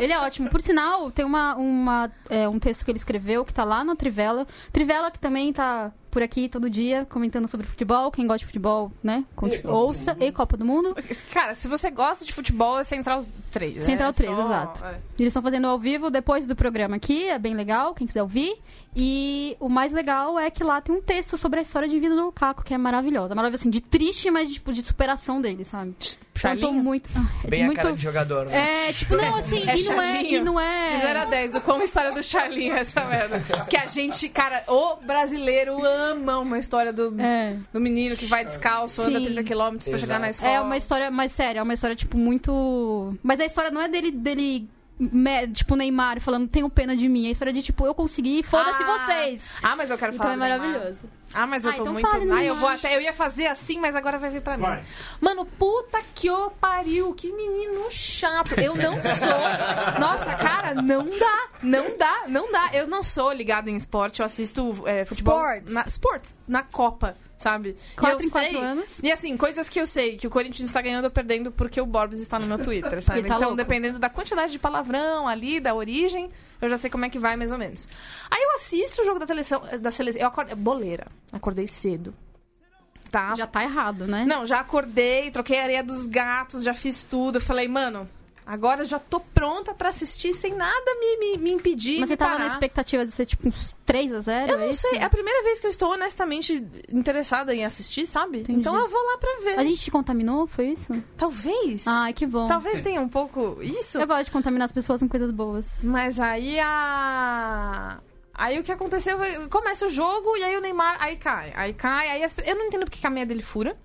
Speaker 1: Ele é ótimo. Por sinal, tem uma, uma, é, um texto que ele escreveu que tá lá na Trivela. Trivela que também tá por aqui todo dia comentando sobre futebol. Quem gosta de futebol, né? conti- ouça. E Copa do Mundo.
Speaker 2: Cara, se você gosta de futebol, é Central 3.
Speaker 1: Central
Speaker 2: é
Speaker 1: 3,
Speaker 2: só-
Speaker 1: exato.
Speaker 2: é.
Speaker 1: Eles estão fazendo ao vivo depois do programa aqui, é bem legal, quem quiser ouvir. E o mais legal é que lá tem um texto sobre a história de vida do Lukaku, que é maravilhosa. Maravilhosa, assim, de triste, mas tipo, de superação dele, sabe? Então, eu tô
Speaker 2: Charlinho?
Speaker 1: muito. ah, é
Speaker 5: Bem
Speaker 1: muito...
Speaker 5: a cara de jogador, né?
Speaker 1: É, tipo, não, assim,
Speaker 2: É
Speaker 1: e não é.
Speaker 2: Charlinho.
Speaker 1: E não é...
Speaker 2: De 0 a 10, eu como a história do Charlinho, é essa merda. Que a gente, cara, o brasileiro ama uma história do,
Speaker 1: É.
Speaker 2: do menino que vai descalço, anda
Speaker 1: Sim.
Speaker 2: 30 km pra chegar na escola.
Speaker 1: É uma história mais séria, é uma história, tipo, muito. Mas a história não é dele. dele... me- Tipo, Neymar falando, tenho pena de mim. É A história de tipo, eu consegui, foda-se
Speaker 2: Ah.
Speaker 1: vocês.
Speaker 2: Ah, mas eu quero
Speaker 1: Então
Speaker 2: falar.
Speaker 1: é
Speaker 2: do Neymar.
Speaker 1: maravilhoso.
Speaker 2: Ah, mas eu
Speaker 1: Ah,
Speaker 2: tô
Speaker 1: então
Speaker 2: muito.
Speaker 1: fala,
Speaker 2: Ah, eu
Speaker 1: Neymar.
Speaker 2: vou até. Eu ia fazer assim, mas agora vai vir pra mim.
Speaker 3: Vai.
Speaker 2: Mano, puta que ô pariu, que menino chato. Eu não sou. Nossa, cara, não dá. Não dá, não dá. Eu não sou ligado em esporte, eu assisto é, futebol.
Speaker 1: Sports.
Speaker 2: Na, sports, na Copa, sabe? E
Speaker 1: Quatro
Speaker 2: eu
Speaker 1: em quatro
Speaker 2: sei-
Speaker 1: anos.
Speaker 2: E assim, coisas que eu sei que o Corinthians está ganhando ou perdendo porque o Borbs está no meu Twitter, sabe?
Speaker 1: Ele tá
Speaker 2: então,
Speaker 1: louco.
Speaker 2: dependendo da quantidade de palavrão ali, da origem, eu já sei como é que vai mais ou menos. Aí eu assisto o jogo da seleção. eh, Da seleção eu acordei. Boleira. Acordei cedo. Tá?
Speaker 1: Já tá errado, né?
Speaker 2: Não, já acordei, troquei a areia dos gatos, já fiz tudo. Eu falei, mano, agora já tô pronta pra assistir sem nada me, me, me impedir.
Speaker 1: Mas
Speaker 2: me
Speaker 1: você tava
Speaker 2: parar.
Speaker 1: na expectativa de ser tipo uns 3 a 0
Speaker 2: Eu
Speaker 1: é
Speaker 2: não
Speaker 1: isso?
Speaker 2: sei, é a primeira vez que eu estou honestamente interessada em assistir, sabe? Então eu vou lá pra ver.
Speaker 1: A gente Ah, te contaminou, foi isso?
Speaker 2: Talvez.
Speaker 1: Ai, que bom.
Speaker 2: Talvez tenha um pouco isso.
Speaker 1: Eu gosto de contaminar as pessoas com coisas boas.
Speaker 2: Mas aí a. Aí o que aconteceu foi. Começa o jogo e aí o Neymar. Aí cai. Aí cai. Aí as pe- Eu não entendo porque que a meia dele fura.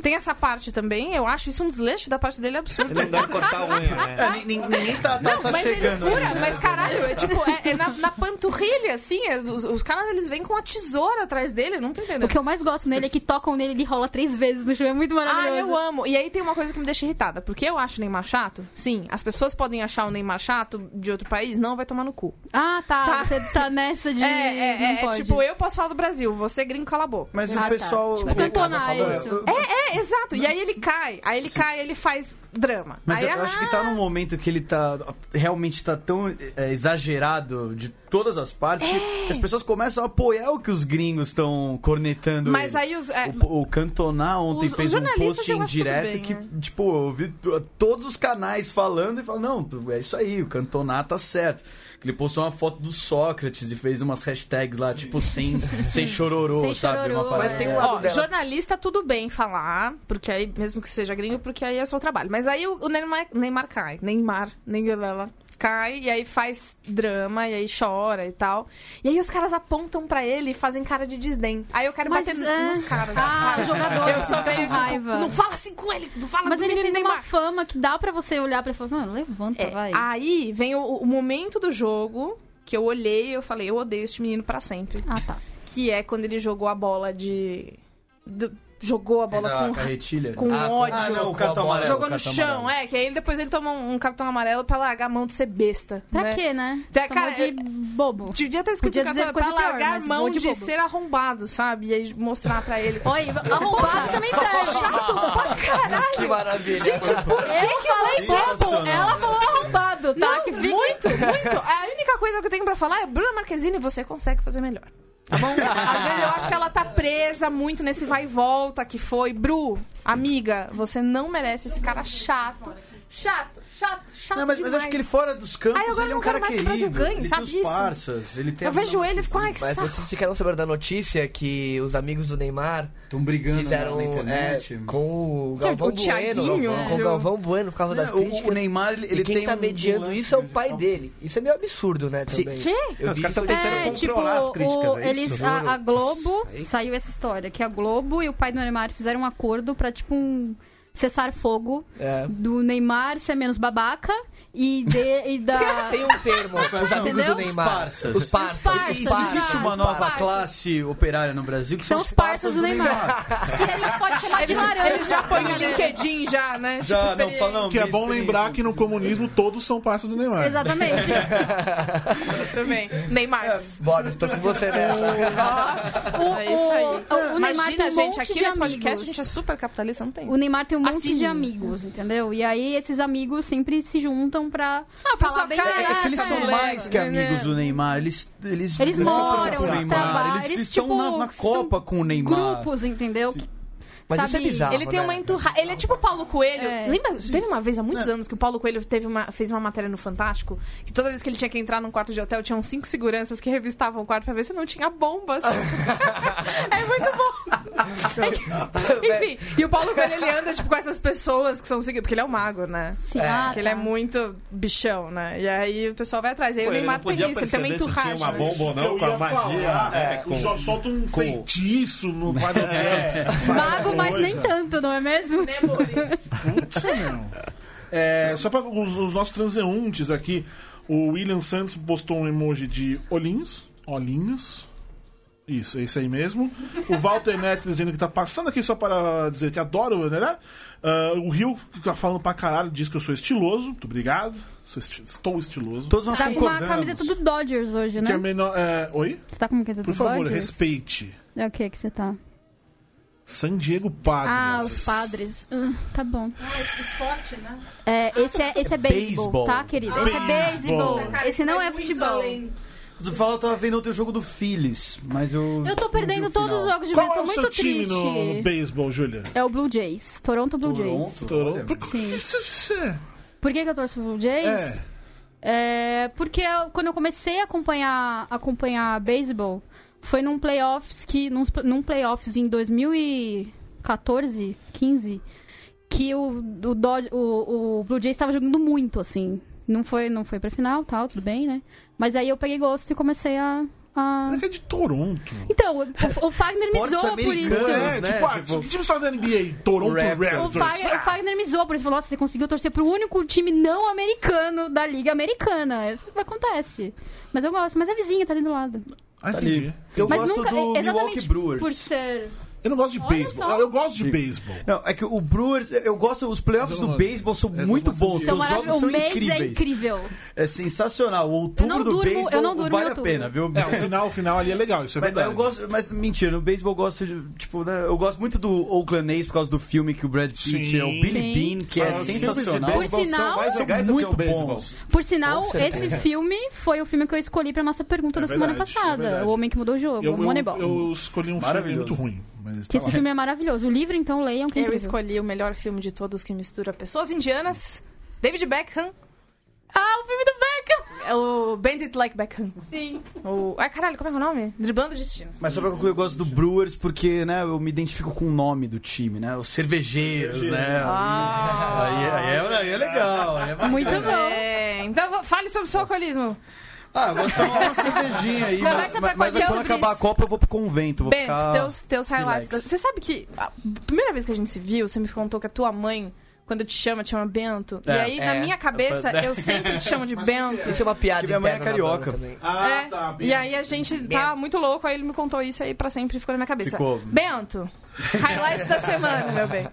Speaker 2: Tem essa parte também. Eu acho isso um desleixo da parte dele absurdo.
Speaker 6: Ele não deve cortar a unha, né?
Speaker 4: É, ni- ni- ninguém tá, tá, tá
Speaker 2: mas ele
Speaker 4: chegando.
Speaker 2: fura,
Speaker 4: ainda.
Speaker 2: mas caralho, é tipo, é, é na, na panturrilha, assim, é, os, os caras eles vêm com a tesoura atrás dele, eu não tô entendendo.
Speaker 1: O que eu mais gosto nele é que tocam nele, ele rola três vezes no chão, é muito
Speaker 2: Ah,
Speaker 1: maravilhoso.
Speaker 2: eu amo. E aí tem uma coisa que me deixa irritada, porque eu acho o Neymar chato. Sim, as pessoas podem achar o Neymar chato de outro país, não vai tomar no cu.
Speaker 1: Ah, tá,
Speaker 2: Tá.
Speaker 1: Você tá nessa de.
Speaker 2: É, é,
Speaker 1: não
Speaker 2: é, é
Speaker 1: pode.
Speaker 2: tipo, eu posso falar do Brasil, você gringo, cala a boca.
Speaker 4: Mas
Speaker 1: Ah,
Speaker 4: o
Speaker 1: tá.
Speaker 4: pessoal.
Speaker 1: Tipo,
Speaker 4: o que o Casa
Speaker 1: cantonar
Speaker 4: falou,
Speaker 1: isso.
Speaker 4: eu-
Speaker 2: É, é, exato. E aí ele cai, aí ele cai, ele faz drama.
Speaker 4: Mas
Speaker 2: aí,
Speaker 4: eu acho
Speaker 2: ah,
Speaker 4: que tá num momento que ele tá. Realmente tá tão é, exagerado de todas as partes que as pessoas começam a apoiar o que os gringos estão cornetando.
Speaker 2: Mas
Speaker 4: ele.
Speaker 2: aí os- é,
Speaker 4: tá o, o Cantona ontem
Speaker 2: os- os
Speaker 4: fez um
Speaker 2: jornalistas
Speaker 4: post
Speaker 2: eu acho
Speaker 4: indireto
Speaker 2: tudo
Speaker 4: que,
Speaker 2: bem, né?
Speaker 4: tipo, eu vi t- todos os canais falando e falando, não, é isso aí, o Cantona tá certo. Que Ele postou uma foto do Sócrates e fez umas hashtags lá, tipo, sem, sem chororô,
Speaker 1: Sem
Speaker 4: sabe?
Speaker 1: chororô,
Speaker 4: Uma parada
Speaker 2: é.
Speaker 1: Mas tem um
Speaker 4: dessa.
Speaker 2: Ó, jornalista, tudo bem falar, porque aí, mesmo que seja gringo, porque aí é só trabalho. Mas aí o, o Neymar, Neymar cai. Neymar, Neymar cai, e aí faz drama, e aí chora e tal. E aí os caras apontam pra ele e fazem cara de desdém. Aí eu quero
Speaker 1: Mas
Speaker 2: bater
Speaker 1: é.
Speaker 2: nos caras.
Speaker 1: Ah,
Speaker 2: sabe?
Speaker 1: jogador.
Speaker 2: Eu sou meio
Speaker 1: Com raiva.
Speaker 2: tipo, não fala assim com ele, não fala
Speaker 1: Mas
Speaker 2: do
Speaker 1: ele
Speaker 2: menino
Speaker 1: fez uma
Speaker 2: Neymar.
Speaker 1: fama que dá pra você olhar pra ele e falar, mano, levanta,
Speaker 2: É,
Speaker 1: vai.
Speaker 2: aí vem o, o momento do jogo que eu olhei e eu falei, eu odeio este menino pra sempre.
Speaker 1: Ah, tá.
Speaker 2: Que é quando ele jogou a bola de... do- jogou a
Speaker 4: Fez
Speaker 2: bola
Speaker 4: a
Speaker 2: com
Speaker 4: carretilha.
Speaker 2: com
Speaker 5: Ah,
Speaker 2: ódio.
Speaker 5: ah, não,
Speaker 4: o cartão amarelo.
Speaker 2: Jogou no
Speaker 4: cartão
Speaker 2: chão,
Speaker 4: amarelo.
Speaker 2: é. Que aí depois ele toma um, um cartão amarelo pra largar a mão de ser besta.
Speaker 1: Pra
Speaker 2: né?
Speaker 1: quê, né?
Speaker 2: Tá,
Speaker 1: Tomou
Speaker 2: cara,
Speaker 1: de bobo.
Speaker 2: Devia ter escrito
Speaker 1: Podia
Speaker 2: um cartão
Speaker 1: dizer
Speaker 2: pra
Speaker 1: coisa pior,
Speaker 2: largar
Speaker 1: mas
Speaker 2: a mão
Speaker 1: gol
Speaker 2: de,
Speaker 1: de bobo.
Speaker 2: ser arrombado, sabe? E aí mostrar pra ele.
Speaker 1: Oi, arrombado também serve.
Speaker 5: Que maravilha.
Speaker 1: Eu falei bobo,
Speaker 4: Sensacional.
Speaker 1: ela falou arrombado, tá?
Speaker 2: Não,
Speaker 1: que fique...
Speaker 2: muito, muito. É, A única coisa que eu tenho pra falar é Bruna Marquezine, você consegue fazer melhor. Tá bom? Às vezes eu acho que ela tá presa muito nesse vai e volta que foi. Bru, amiga, você não merece esse cara chato. Chato, chato, é chato.
Speaker 4: Não, mas, mas eu acho
Speaker 2: demais.
Speaker 4: que ele fora dos campos,
Speaker 2: Ai, agora
Speaker 4: ele é
Speaker 2: eu
Speaker 4: um
Speaker 2: não quero
Speaker 4: cara
Speaker 2: mais que o
Speaker 4: querido.
Speaker 2: Brasil ganhe,
Speaker 4: ele
Speaker 2: sabe
Speaker 4: tem os
Speaker 2: isso?
Speaker 4: parças, ele tem né?
Speaker 2: Eu vejo ele e fico, ai, que
Speaker 5: Mas
Speaker 2: saco.
Speaker 5: vocês ficaram sabendo da notícia que os amigos do Neymar
Speaker 4: Estão brigando né,
Speaker 5: fizeram
Speaker 4: na
Speaker 5: é,
Speaker 4: internet.
Speaker 5: com o Galvão
Speaker 2: o
Speaker 5: Bueno.
Speaker 2: Thiaguinho,
Speaker 5: Com o
Speaker 2: né?
Speaker 5: Galvão Bueno por causa das
Speaker 4: Não, o-
Speaker 5: críticas.
Speaker 4: o Neymar, ele-
Speaker 5: E
Speaker 4: ele
Speaker 5: quem
Speaker 4: tem
Speaker 5: tá
Speaker 4: um- um
Speaker 5: mediando
Speaker 4: lance
Speaker 5: isso é o
Speaker 4: de-
Speaker 5: pai dele. Isso é meio absurdo, né? Também.
Speaker 2: Quê?
Speaker 5: Eu
Speaker 6: Os
Speaker 5: vi
Speaker 6: caras
Speaker 5: isso
Speaker 6: tão tentando
Speaker 1: É,
Speaker 6: controlar
Speaker 1: tipo,
Speaker 6: as críticas,
Speaker 1: o-
Speaker 6: é isso?
Speaker 1: eles, a, a
Speaker 6: Juro.
Speaker 1: Globo, saiu essa história, que a Globo e o pai do Neymar fizeram um acordo pra, tipo, um, cessar fogo,
Speaker 5: É.
Speaker 1: do Neymar ser menos babaca e, de- e da.
Speaker 5: Tem um termo
Speaker 4: Mas não,
Speaker 5: usado
Speaker 1: entendeu?
Speaker 5: do Neymar.
Speaker 4: Os parças.
Speaker 5: Os
Speaker 1: Os
Speaker 5: parças.
Speaker 1: parças,
Speaker 5: Os
Speaker 4: Existe
Speaker 1: exato.
Speaker 4: uma
Speaker 1: os
Speaker 4: nova
Speaker 1: parças.
Speaker 4: classe operária no Brasil que
Speaker 1: são
Speaker 4: são,
Speaker 1: os parças do Neymar. e aí pode chamar de
Speaker 2: Eles,
Speaker 1: laranja.
Speaker 2: eles já põem no
Speaker 1: brincadeira.
Speaker 2: LinkedIn já, né?
Speaker 4: Já,
Speaker 2: Tipo,
Speaker 4: não, fala, não,
Speaker 3: Que é
Speaker 4: minha
Speaker 3: bom lembrar
Speaker 4: experiência.
Speaker 3: que no comunismo todos são parças do Neymar.
Speaker 1: Exatamente.
Speaker 2: experiência também. Neymar.
Speaker 5: Bora, estou com você nessa.
Speaker 1: O,
Speaker 2: É isso aí.
Speaker 1: o- o- o Neymar tem
Speaker 2: Imagina,
Speaker 1: um
Speaker 2: gente,
Speaker 1: monte
Speaker 2: aqui
Speaker 1: de
Speaker 2: nesse podcast
Speaker 1: amigos.
Speaker 2: a gente é super capitalista, não tem.
Speaker 1: O Neymar tem um monte
Speaker 2: Assim.
Speaker 1: de amigos, entendeu? E aí esses amigos sempre se juntam pra
Speaker 2: Ah, pessoal,
Speaker 1: falar bem
Speaker 2: cara,
Speaker 1: dele. né?
Speaker 2: é
Speaker 4: que eles são
Speaker 2: É,
Speaker 4: mais que
Speaker 2: né?
Speaker 4: amigos do Neymar. Eles, eles,
Speaker 1: Eles
Speaker 4: são
Speaker 1: moram,
Speaker 4: parceiro do
Speaker 1: eles
Speaker 4: Neymar,
Speaker 1: trabalham,
Speaker 4: Eles,
Speaker 1: eles,
Speaker 4: estão
Speaker 1: tipo,
Speaker 4: na, na
Speaker 1: são
Speaker 4: Copa com o Neymar.
Speaker 1: Grupos, entendeu?
Speaker 4: Sim.
Speaker 5: Mas isso é
Speaker 6: Tá,
Speaker 5: bizarro.
Speaker 2: Ele tem
Speaker 5: né?
Speaker 2: uma enturra... Ele é tipo o Paulo Coelho.
Speaker 1: É.
Speaker 2: Lembra? Teve uma vez, há muitos anos, que o Paulo Coelho teve uma... fez uma matéria no Fantástico, que toda vez que ele tinha que entrar num quarto de hotel, tinham cinco seguranças que revistavam o quarto pra ver se não tinha bombas. é muito bom. É que- Enfim, e o Paulo Coelho, ele anda, tipo, com essas pessoas que são... segui- Porque ele é um mago, né?
Speaker 1: Sim,
Speaker 5: É,
Speaker 1: ah,
Speaker 2: Porque ele é
Speaker 1: tá.
Speaker 2: muito bichão, né? E aí o pessoal vai atrás. E aí
Speaker 6: Pô,
Speaker 2: o
Speaker 6: ele
Speaker 2: Neymar
Speaker 6: não
Speaker 2: tem
Speaker 6: podia
Speaker 2: isso, ele tem uma
Speaker 6: perceber se tinha
Speaker 2: enturragem.
Speaker 6: uma bomba ou
Speaker 3: Eu
Speaker 6: não, com a
Speaker 3: ia
Speaker 6: magia.
Speaker 3: falar,
Speaker 6: né,
Speaker 3: é,
Speaker 6: com-
Speaker 3: Só solta um
Speaker 6: com- É.
Speaker 3: feitiço no quadro dela.
Speaker 1: Mago, mas nem tanto, não é mesmo?
Speaker 2: Memores.
Speaker 3: É, só para os, os nossos transeuntes aqui, o William Santos postou um emoji de olhinhos. Olhinhos. Isso, é isso aí mesmo. O Walter Neto dizendo que tá passando aqui só para dizer que adoro, né? Ah, o Rio, que tá falando pra caralho, diz que eu sou estiloso. Muito obrigado. Sou esti- estou estiloso.
Speaker 4: Todos nós
Speaker 1: Tá com uma
Speaker 4: concordamos.
Speaker 1: camiseta do Dodgers hoje,
Speaker 3: Que é
Speaker 1: né?
Speaker 3: menor, é, oi?
Speaker 1: Você tá com uma camiseta
Speaker 3: Por
Speaker 1: do
Speaker 3: favor,
Speaker 1: Dodgers?
Speaker 3: respeite.
Speaker 1: É o que que você tá?
Speaker 3: San Diego Padres.
Speaker 1: Ah, os padres. Hum, tá bom.
Speaker 2: Esporte, né?
Speaker 1: É, esse é, esse é beisebol,
Speaker 4: Beisebol.
Speaker 1: tá, querida? Esse é
Speaker 3: Beisebol.
Speaker 1: beisebol. Esse não é futebol.
Speaker 4: Você fala, eu tava vendo ontem o jogo do Phillies, mas eu.
Speaker 1: Eu tô perdendo todos os jogos de vez,
Speaker 3: Qual é
Speaker 1: tô
Speaker 3: o
Speaker 1: muito
Speaker 3: seu time
Speaker 1: triste.
Speaker 3: no, no beisebol, Júlia?
Speaker 1: É o Blue Jays. Toronto Blue Jays.
Speaker 3: Toronto. Por que
Speaker 1: Sim.
Speaker 3: isso é?
Speaker 1: Por que, que eu torço pro Blue Jays?
Speaker 3: É.
Speaker 1: É, porque eu- quando eu comecei a acompanhar, acompanhar beisebol, foi num playoffs que. Num, num playoffs em 2014, 15, que o, o, Dod- o, o Blue Jays estava jogando muito, assim. Não foi, não foi pra final, tal, tudo bem, né? Mas aí eu peguei gosto e comecei a. a-
Speaker 3: Mas é que é de Toronto.
Speaker 1: Então, o, o Fagner me
Speaker 4: Esportes
Speaker 1: zoa por isso.
Speaker 4: americanos,
Speaker 3: É,
Speaker 4: né?
Speaker 3: tipo, ah,
Speaker 4: Tipo-
Speaker 3: que time você tá na NBA? Toronto
Speaker 4: Raptors.
Speaker 1: O
Speaker 3: Raptors.
Speaker 1: Fagner, o Fagner me zoou, por isso falou: Nossa, você conseguiu torcer pro único time não americano da Liga Americana. Eu falei, Acontece. Mas eu gosto, mas é vizinha, tá ali do lado.
Speaker 3: Ah, entendi.
Speaker 4: ali. Eu
Speaker 1: mas
Speaker 4: gosto
Speaker 1: nunca.
Speaker 4: do
Speaker 1: é-
Speaker 4: Milwaukee
Speaker 1: exatamente
Speaker 4: Brewers.
Speaker 1: Por ser.
Speaker 3: Eu não gosto de
Speaker 1: Olha
Speaker 3: beisebol.
Speaker 1: só.
Speaker 3: Eu gosto de
Speaker 4: Sim.
Speaker 3: beisebol.
Speaker 4: Não, é que o Brewers, eu gosto, os playoffs
Speaker 3: Eu não
Speaker 4: do
Speaker 3: gosto.
Speaker 4: beisebol são
Speaker 3: Eu não
Speaker 4: muito
Speaker 3: gosto de-
Speaker 4: bons, os
Speaker 1: São
Speaker 4: jogos
Speaker 1: maravilhosos.
Speaker 4: são
Speaker 1: O mês é
Speaker 4: incríveis.
Speaker 1: incrível.
Speaker 4: É sensacional. O outubro
Speaker 1: Eu não
Speaker 4: do
Speaker 1: durmo-
Speaker 4: beisebol
Speaker 1: eu não durmo em
Speaker 4: vale a
Speaker 1: outubro.
Speaker 4: pena, viu?
Speaker 3: É, o final, o final ali é legal, isso é
Speaker 4: Mas,
Speaker 3: verdade.
Speaker 4: eu gosto, mas mentira, no beisebol eu gosto de, tipo, né, eu gosto muito do Oakland A's por causa do filme que o Brad Pitt
Speaker 3: Sim.
Speaker 4: é o Billy
Speaker 1: Sim.
Speaker 4: Bean, que é
Speaker 6: Ah, os filmes de
Speaker 4: sensacional.
Speaker 1: Por
Speaker 6: beisebol são
Speaker 1: sinal,
Speaker 6: mais
Speaker 4: São
Speaker 6: legais do que
Speaker 4: muito
Speaker 6: o beisebol.
Speaker 4: bons.
Speaker 1: Por sinal,
Speaker 5: Com certeza.
Speaker 1: esse filme foi o filme que eu escolhi pra nossa pergunta
Speaker 3: É
Speaker 1: da semana
Speaker 3: verdade, é
Speaker 1: passada:
Speaker 3: verdade.
Speaker 1: O Homem que Mudou o Jogo,
Speaker 3: Eu, eu,
Speaker 1: Moneyball.
Speaker 3: eu escolhi um filme
Speaker 4: Maravilhoso.
Speaker 3: muito ruim. Mas
Speaker 1: Que
Speaker 3: tá
Speaker 1: esse
Speaker 3: lá.
Speaker 1: filme é maravilhoso. O livro, então, leiam que é
Speaker 2: Eu
Speaker 1: incrível.
Speaker 2: escolhi o melhor filme de todos que mistura pessoas indianas, David Beckham. Ah, o filme do Beckham! É o Bandit Like Beckham.
Speaker 1: Sim.
Speaker 2: O... Ai, caralho, como é que é o nome? Driblando o Destino.
Speaker 4: Mas só pra concluir, eu gosto do Brewers porque, né, eu me identifico com o nome do time, né? Os cervejeiros, né?
Speaker 1: Ah.
Speaker 4: Aí, aí é, aí é legal. Aí é bacana.
Speaker 1: Muito bom.
Speaker 2: É, então fale sobre o seu alcoolismo.
Speaker 4: Ah, eu vou tomar uma cervejinha aí,
Speaker 1: Conversa pra
Speaker 4: mas, mas, mas
Speaker 1: qualquer
Speaker 4: quando
Speaker 1: um
Speaker 4: acabar
Speaker 1: sobre
Speaker 4: a Copa eu vou pro convento. Vou
Speaker 2: Bento,
Speaker 4: ficar...
Speaker 2: teus, teus highlights.
Speaker 4: relax.
Speaker 2: da- Você sabe que a primeira vez que a gente se viu, você me contou que a tua mãe, quando te chama, te chama Bento. e
Speaker 4: É,
Speaker 2: aí,
Speaker 4: é.
Speaker 2: na minha cabeça, eu sempre te chamo de Bento.
Speaker 5: Isso é uma piada
Speaker 4: Que minha mãe é
Speaker 5: interna na banda
Speaker 4: carioca.
Speaker 5: também.
Speaker 3: Ah,
Speaker 2: É,
Speaker 3: tá. bem.
Speaker 2: e aí a gente tá muito louco, aí ele me contou isso aí pra sempre ficou na minha cabeça.
Speaker 4: Ficou.
Speaker 2: Bento, highlights da semana, meu bem.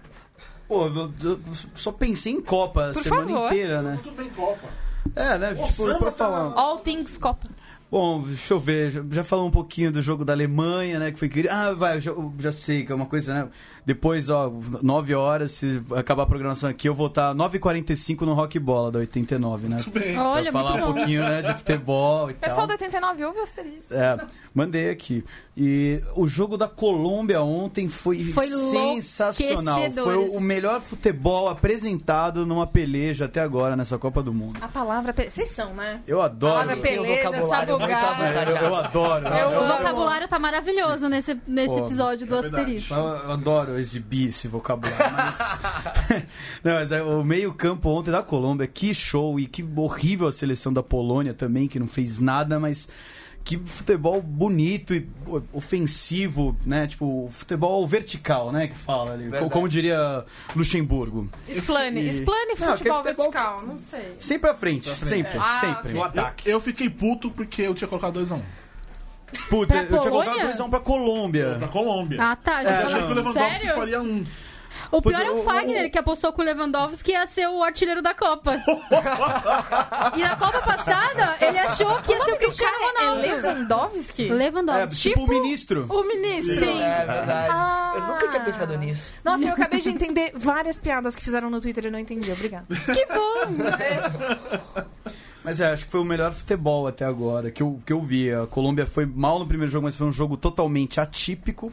Speaker 4: Pô, eu, eu só pensei em Copa a
Speaker 2: Por
Speaker 4: semana
Speaker 2: favor.
Speaker 4: inteira, né?
Speaker 3: Tudo bem, Copa.
Speaker 4: É, né? Tipo,
Speaker 3: samba
Speaker 4: pra
Speaker 3: tá
Speaker 4: falar.
Speaker 2: All Things Copa.
Speaker 4: Bom, deixa eu ver. Já, já falou um pouquinho do jogo da Alemanha, né? Que foi querido. Ah, vai, eu já, eu já sei, que é uma coisa, né? Depois, ó, 9 horas, se acabar a programação aqui, eu vou tá estar 9h45 no Rock Bola da 89, né?
Speaker 3: Tudo bem.
Speaker 2: Olha,
Speaker 4: pra falar Então.
Speaker 2: muito
Speaker 4: um
Speaker 2: bom.
Speaker 4: pouquinho, né, de futebol e
Speaker 2: Pessoal do
Speaker 4: tal.
Speaker 2: 89, ouve o asterisco.
Speaker 4: É, mandei aqui. E o jogo da Colômbia ontem foi,
Speaker 1: Foi
Speaker 4: sensacional.
Speaker 1: enlouquecedor,
Speaker 4: Foi o-
Speaker 1: assim.
Speaker 4: o melhor futebol apresentado numa peleja até agora nessa Copa do Mundo.
Speaker 2: A palavra... pe- Vocês são, né?
Speaker 4: Eu
Speaker 2: A
Speaker 4: adoro.
Speaker 2: palavra
Speaker 5: Tem o
Speaker 2: peleja,
Speaker 5: vocabulário muito à
Speaker 2: sabugada.
Speaker 5: vontade.
Speaker 4: Eu, eu adoro.
Speaker 2: Eu
Speaker 1: O
Speaker 2: amo.
Speaker 1: vocabulário tá maravilhoso nesse, nesse
Speaker 4: Pô,
Speaker 1: episódio do
Speaker 3: é verdade.
Speaker 1: Asterisco.
Speaker 4: Eu, eu adoro exibir esse vocabulário, mas. Não, mas é, o meio-campo ontem da Colômbia, que show! E que horrível a seleção da Polônia também, que não fez nada, mas. que futebol bonito e ofensivo, né? Tipo, futebol vertical, né? Que fala ali. Co- Como diria Luxemburgo.
Speaker 2: Explane.
Speaker 4: E-
Speaker 2: Explane
Speaker 4: Não, aquele
Speaker 2: futebol
Speaker 4: futebol
Speaker 2: vertical. Não sei.
Speaker 4: Sempre à frente, sempre,
Speaker 2: Ah,
Speaker 4: sempre.
Speaker 2: ok.
Speaker 6: No ataque.
Speaker 3: Eu, eu fiquei puto porque eu tinha colocado 2x1.
Speaker 1: Tá,
Speaker 4: Puta,
Speaker 1: Pra
Speaker 4: eu tinha
Speaker 1: Polônia?
Speaker 4: colocado 2 a 1 pra Colômbia.
Speaker 3: Pra Colômbia.
Speaker 1: Ah, tá.
Speaker 3: Eu
Speaker 1: Já
Speaker 3: achei É, que o
Speaker 1: falava-
Speaker 3: Lewandowski
Speaker 1: Sério?
Speaker 3: faria um.
Speaker 1: O
Speaker 4: Pois
Speaker 1: pior é
Speaker 4: é,
Speaker 1: o
Speaker 4: o-
Speaker 1: Fagner, que apostou com o Lewandowski ia ser o artilheiro da Copa. e na Copa passada, ele achou que ia ser o Cristiano
Speaker 2: É
Speaker 1: Ronaldo.
Speaker 2: Lewandowski?
Speaker 4: É,
Speaker 1: Lewandowski.
Speaker 4: tipo, o ministro.
Speaker 2: O ministro.
Speaker 1: Sim.
Speaker 5: É verdade.
Speaker 2: Ah.
Speaker 5: Eu nunca tinha pensado nisso.
Speaker 2: Nossa, eu acabei de entender várias piadas que fizeram no Twitter e não entendi. Obrigada.
Speaker 1: Que bom!
Speaker 4: Mas é, acho que foi o melhor futebol até agora que eu, que eu vi. A Colômbia foi mal no primeiro jogo, mas foi um jogo totalmente atípico.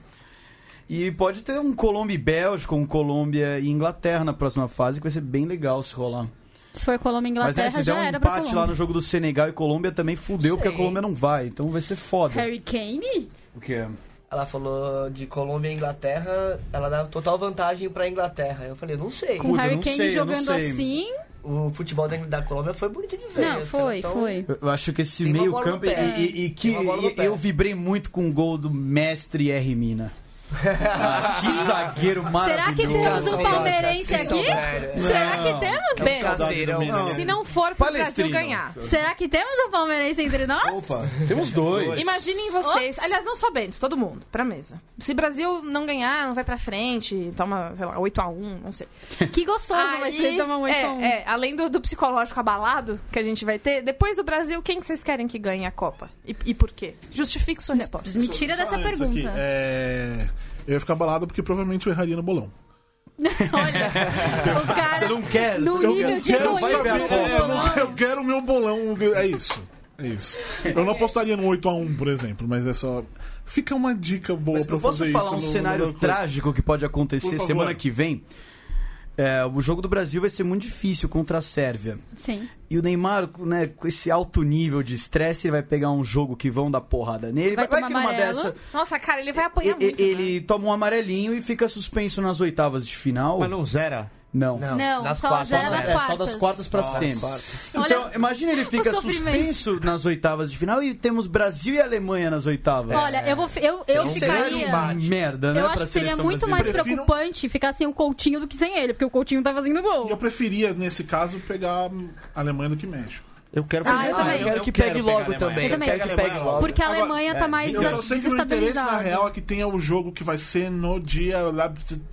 Speaker 4: E pode ter um Colômbia e Bélgica, um Colômbia e Inglaterra na próxima fase, que vai ser bem legal se rolar.
Speaker 1: Se for Colômbia e
Speaker 4: mas né,
Speaker 1: Inglaterra,
Speaker 4: se der
Speaker 1: já
Speaker 4: um
Speaker 1: era pra
Speaker 4: empate
Speaker 1: Colômbia.
Speaker 4: lá no jogo do Senegal e Colômbia também fudeu, porque a
Speaker 2: Sei.
Speaker 4: Colômbia não vai. Então vai ser foda.
Speaker 1: Harry Kane?
Speaker 4: O quê?
Speaker 5: Ela falou de Colômbia e Inglaterra, ela dava total vantagem pra Inglaterra. Eu falei, eu não sei.
Speaker 1: Com
Speaker 4: Puta, eu
Speaker 1: Harry
Speaker 4: não
Speaker 1: Kane
Speaker 4: sei, eu não
Speaker 1: jogando
Speaker 4: sei.
Speaker 1: assim?
Speaker 5: O futebol da, da Colômbia foi bonito de ver.
Speaker 1: Não,
Speaker 5: Os caras
Speaker 1: foi,
Speaker 5: tão-
Speaker 1: foi.
Speaker 4: Eu- Eu acho que esse
Speaker 5: Tem uma
Speaker 4: meio
Speaker 5: bola
Speaker 4: campo.
Speaker 5: no
Speaker 4: E,
Speaker 5: pé.
Speaker 4: e- e que
Speaker 5: Tem uma bola no
Speaker 4: e-
Speaker 5: pé.
Speaker 4: eu vibrei muito com o gol do mestre R. Mina. Ah, que zagueiro
Speaker 1: Será
Speaker 4: maravilhoso.
Speaker 1: que temos um
Speaker 5: Saudade,
Speaker 1: palmeirense
Speaker 5: acho que
Speaker 1: aqui?
Speaker 5: saudade.
Speaker 1: Será
Speaker 4: Não.
Speaker 1: que temos?
Speaker 5: É um
Speaker 1: Bem,
Speaker 5: caseirão.
Speaker 4: Não.
Speaker 2: Se não for pro Brasil
Speaker 4: Palestrino.
Speaker 2: ganhar.
Speaker 1: será que temos um palmeirense entre nós?
Speaker 4: Opa, temos dois.
Speaker 2: Imaginem vocês, aliás, não só Bento, todo mundo, pra mesa. Se Brasil não ganhar, não vai pra frente, toma, sei lá, 8x1, não sei.
Speaker 1: Que gostoso vai
Speaker 2: Aí,
Speaker 1: ser tomar um
Speaker 2: é,
Speaker 1: 8
Speaker 2: é, além do, do psicológico abalado que a gente vai ter, depois do Brasil, quem que vocês querem que ganhe a Copa? E, e por quê? Justifique sua resposta.
Speaker 1: Me tira
Speaker 3: Só
Speaker 1: dessa
Speaker 3: antes Ah, aqui,
Speaker 1: pergunta.
Speaker 3: é, Eu ia ficar abalado porque provavelmente eu erraria no bolão.
Speaker 1: Olha, o
Speaker 4: Você
Speaker 1: cara
Speaker 4: não quer?
Speaker 1: no
Speaker 4: você não
Speaker 1: nível
Speaker 4: quer.
Speaker 1: de
Speaker 4: Quero
Speaker 1: egoísmo
Speaker 4: vai ver a
Speaker 1: do
Speaker 4: Copa.
Speaker 3: é, eu não-
Speaker 1: bolão.
Speaker 3: eu quero o meu bolão. É isso. É isso. Eu não apostaria no 8x1, por exemplo, mas é só. Fica uma dica boa
Speaker 4: Mas
Speaker 3: pra
Speaker 4: eu
Speaker 3: eu
Speaker 4: posso
Speaker 3: fazer
Speaker 4: falar
Speaker 3: isso.
Speaker 4: um
Speaker 3: no-
Speaker 4: cenário
Speaker 3: no- no-
Speaker 4: trágico que pode
Speaker 3: Por
Speaker 4: acontecer
Speaker 3: favor.
Speaker 4: semana que vem? É, o jogo do Brasil vai ser muito difícil contra a Sérvia.
Speaker 1: Sim.
Speaker 4: E o Neymar, né, com esse alto nível de estresse, ele vai pegar um jogo que vão dar porrada nele.
Speaker 1: Vai
Speaker 4: Vai, vai
Speaker 1: tomar
Speaker 4: que numa
Speaker 1: amarelo.
Speaker 4: dessa.
Speaker 2: Nossa, cara, ele vai apanhar
Speaker 4: e- e-
Speaker 2: muito. né?
Speaker 4: ele toma um amarelinho e fica suspenso nas oitavas de final.
Speaker 6: Mas não zera.
Speaker 4: Não.
Speaker 1: Não,
Speaker 5: nas
Speaker 1: só
Speaker 5: quartas,
Speaker 1: zero
Speaker 5: né?
Speaker 1: nas
Speaker 4: É, só das quartas pra cima. Então,
Speaker 1: Olha-
Speaker 4: imagina ele fica
Speaker 1: O sofrimento.
Speaker 4: suspenso nas oitavas de final e temos Brasil e Alemanha nas oitavas.
Speaker 1: Olha, eu, vou, eu, eu
Speaker 4: Um cenário
Speaker 1: ficaria...
Speaker 4: uma merda, né?
Speaker 1: Eu
Speaker 4: pra
Speaker 1: acho que seria
Speaker 4: seleção
Speaker 1: muito mais
Speaker 4: brasileira.
Speaker 3: Prefiro-
Speaker 1: preocupante ficar sem o Coutinho do que sem ele, porque o Coutinho tá fazendo
Speaker 3: E eu
Speaker 1: gol.
Speaker 3: preferia, nesse caso, pegar hum, Alemanha do que México.
Speaker 6: Eu quero
Speaker 1: Ah, eu também.
Speaker 5: Eu quero que pegue
Speaker 4: né,
Speaker 5: logo também.
Speaker 1: Eu também.
Speaker 5: quero que pegue logo.
Speaker 1: Porque a Alemanha tá mais
Speaker 3: Eu
Speaker 2: é
Speaker 3: só sei que o interesse, na
Speaker 1: desestabilizada.
Speaker 3: real, é que tenha o jogo que vai ser no dia. lá-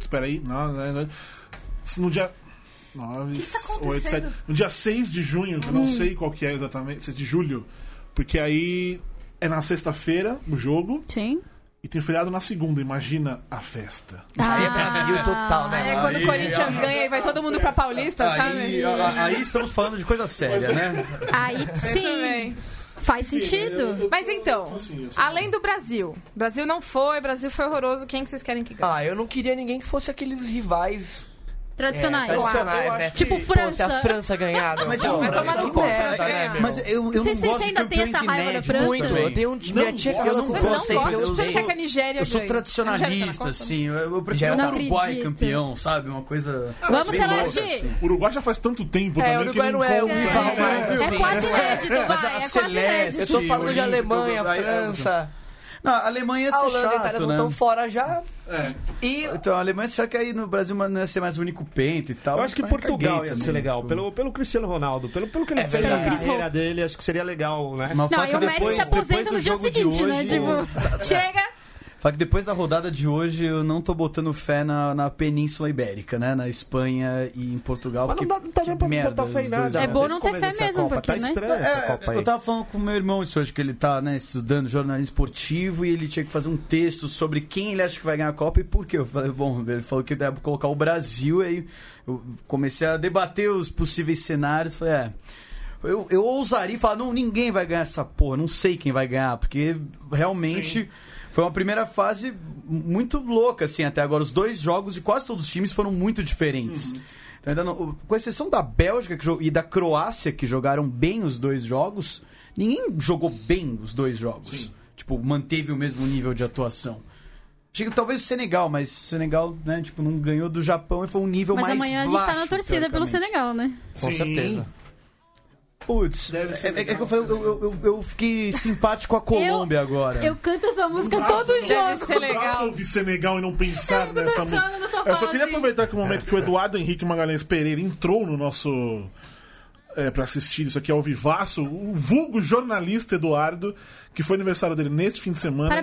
Speaker 3: Peraí, não, não, não. Se No dia. 9,
Speaker 2: que tá
Speaker 3: 8, 7.
Speaker 2: acontecendo? Hum.
Speaker 3: No dia 6 de junho, eu não sei qual que é exatamente, 6 de julho. Porque aí é na sexta-feira o jogo
Speaker 1: Sim.
Speaker 3: e tem feriado na segunda. Imagina a festa.
Speaker 1: Ah,
Speaker 5: Aí é Brasil total, né?
Speaker 2: É, quando o
Speaker 4: Aí,
Speaker 2: Corinthians ganha e vai todo mundo pra Paulista,
Speaker 1: tá,
Speaker 3: tá
Speaker 4: Aí,
Speaker 2: sabe?
Speaker 4: a- aí estamos falando de coisa séria, né?
Speaker 1: Aí
Speaker 2: Eu também.
Speaker 1: sim, faz sentido.
Speaker 2: Mas então,
Speaker 3: assim, eu sou-
Speaker 2: além do Brasil. Brasil não foi, Brasil foi horroroso. Quem que vocês querem que ganhe?
Speaker 5: Ah, eu não queria ninguém que fosse aqueles rivais é,
Speaker 1: Tradicionais.
Speaker 5: tradicionais, né?
Speaker 1: Tipo
Speaker 5: Pô, se
Speaker 1: França.
Speaker 5: a França ganhar, meu,
Speaker 4: Mas
Speaker 5: pô,
Speaker 4: eu-
Speaker 5: a
Speaker 4: Vai
Speaker 5: França
Speaker 2: tomar no
Speaker 5: que
Speaker 2: cu,
Speaker 5: merda,
Speaker 2: França,
Speaker 5: né,
Speaker 2: cara.
Speaker 5: meu?
Speaker 4: Mas é, eu, eu não
Speaker 1: Vocês- vocês
Speaker 4: gosto de
Speaker 1: ainda têm essa
Speaker 4: campeões
Speaker 1: raiva da
Speaker 4: inéditos.
Speaker 1: França?
Speaker 5: Muito, eu tenho um
Speaker 3: Não
Speaker 5: minha tia que
Speaker 3: gosto.
Speaker 5: ela
Speaker 4: Eu não
Speaker 5: foi-
Speaker 2: Você não
Speaker 4: gosto,
Speaker 5: sempre
Speaker 2: gosta?
Speaker 5: eu
Speaker 2: Você não
Speaker 5: dei.
Speaker 2: quer que a Nigéria
Speaker 4: Eu sou
Speaker 2: ganhe? Nigéria tá
Speaker 4: tradicionalista,
Speaker 2: na Copa?
Speaker 4: assim. Eu, eu prefiro
Speaker 5: Não
Speaker 4: o Uruguai
Speaker 1: acredito.
Speaker 4: campeão, sabe? Uma coisa.
Speaker 1: Vamos,
Speaker 4: bem
Speaker 1: Celeste!
Speaker 4: louca, assim.
Speaker 3: O Uruguai já faz tanto tempo
Speaker 5: É,
Speaker 3: também
Speaker 5: o
Speaker 3: que né?
Speaker 5: Uruguai não é um rival mais.
Speaker 1: É
Speaker 5: assim.
Speaker 1: quase inédito, vai.
Speaker 4: Mas a
Speaker 1: é quase
Speaker 4: Celeste-
Speaker 5: Eu
Speaker 1: inédito.
Speaker 5: tô falando de
Speaker 4: Olímpico,
Speaker 5: Alemanha,
Speaker 4: aí, aí,
Speaker 5: França.
Speaker 4: Não, a Alemanha ia
Speaker 5: A
Speaker 4: ser
Speaker 5: Holanda e a
Speaker 4: chato,
Speaker 5: Itália não
Speaker 4: né?
Speaker 5: estão fora já.
Speaker 3: É.
Speaker 5: E
Speaker 4: Então, a Alemanha achar que aí no Brasil não ia ser mais o único penta e tal.
Speaker 6: Eu acho que
Speaker 4: Mas
Speaker 6: Portugal
Speaker 4: caguei
Speaker 6: ia
Speaker 4: também,
Speaker 6: ser legal.
Speaker 4: tipo.
Speaker 6: Pelo, pelo Cristiano Ronaldo, pelo, pelo que ele fez
Speaker 1: verdade.
Speaker 6: na
Speaker 1: Pelo Cris
Speaker 6: carreira dele, acho que seria legal, né?
Speaker 4: Mas
Speaker 1: Não,
Speaker 4: fala
Speaker 1: e
Speaker 4: que
Speaker 1: o Messi
Speaker 4: depois-
Speaker 1: se
Speaker 4: depois
Speaker 1: aposenta
Speaker 4: do
Speaker 1: no dia
Speaker 4: jogo de
Speaker 1: seguinte, né?
Speaker 4: hoje,
Speaker 1: Tipo, chega.
Speaker 4: Fala que depois da rodada de hoje eu não tô botando fé na, na Península Ibérica, né? Na Espanha e em Portugal.
Speaker 6: Mas não
Speaker 4: porque,
Speaker 6: dá- não tá
Speaker 4: que
Speaker 6: nem pra
Speaker 4: merda,
Speaker 6: botar fé em
Speaker 4: os dois
Speaker 6: nada.
Speaker 4: jogos. É,
Speaker 1: É
Speaker 6: né?
Speaker 1: bom
Speaker 6: Desde
Speaker 1: não
Speaker 6: o
Speaker 1: ter
Speaker 6: começo
Speaker 1: fé
Speaker 6: dessa
Speaker 1: mesmo,
Speaker 6: Copa.
Speaker 1: porque,
Speaker 6: tá
Speaker 1: né?
Speaker 6: estranha essa Copa aí.
Speaker 4: Eu tava falando com o meu irmão isso hoje, que ele tá, né, estudando jornalismo esportivo e ele tinha que fazer um texto sobre quem ele acha que vai ganhar a Copa e por quê. Eu falei, bom, ele falou que deve colocar o Brasil, aí eu comecei a debater os possíveis cenários, falei, é. Eu, eu ousaria falar, não, ninguém vai ganhar essa porra, não sei quem vai ganhar, porque realmente foi uma primeira fase muito louca, assim, até agora. Os dois jogos de quase todos os times foram muito diferentes. Então, ainda não- com exceção da Bélgica que jo- e da Croácia, que jogaram bem os dois jogos, ninguém jogou bem os dois jogos. Tipo, manteve o mesmo nível de atuação. Acho que talvez o Senegal, mas o Senegal, né, tipo, não ganhou do Japão e foi um nível
Speaker 1: Mas
Speaker 4: mais
Speaker 1: amanhã a gente tá na
Speaker 4: baixo,
Speaker 1: torcida pelo
Speaker 4: teoricamente.
Speaker 5: É
Speaker 1: Senegal, né?
Speaker 5: Com certeza.
Speaker 4: Putz,
Speaker 3: Deve ser
Speaker 4: é, é
Speaker 3: legal,
Speaker 4: que eu, falei, eu, eu- eu- eu fiquei simpático com a Colômbia agora.
Speaker 1: Eu canto essa música
Speaker 3: Não dá
Speaker 1: todo
Speaker 3: pra-
Speaker 1: jogo.
Speaker 2: ser
Speaker 3: Não dá pra
Speaker 2: legal.
Speaker 3: ouvir Senegal e não pensar
Speaker 1: Eu fico
Speaker 3: nessa
Speaker 1: dançando,
Speaker 3: música. É,
Speaker 1: eu só
Speaker 3: Eu
Speaker 1: falo
Speaker 3: só queria
Speaker 1: assim.
Speaker 3: aproveitar que o momento que o Eduardo Henrique Magalhães Pereira entrou no nosso. É, para assistir isso aqui ao vivaço, o vulgo jornalista Eduardo, que foi aniversário dele neste fim de semana e eu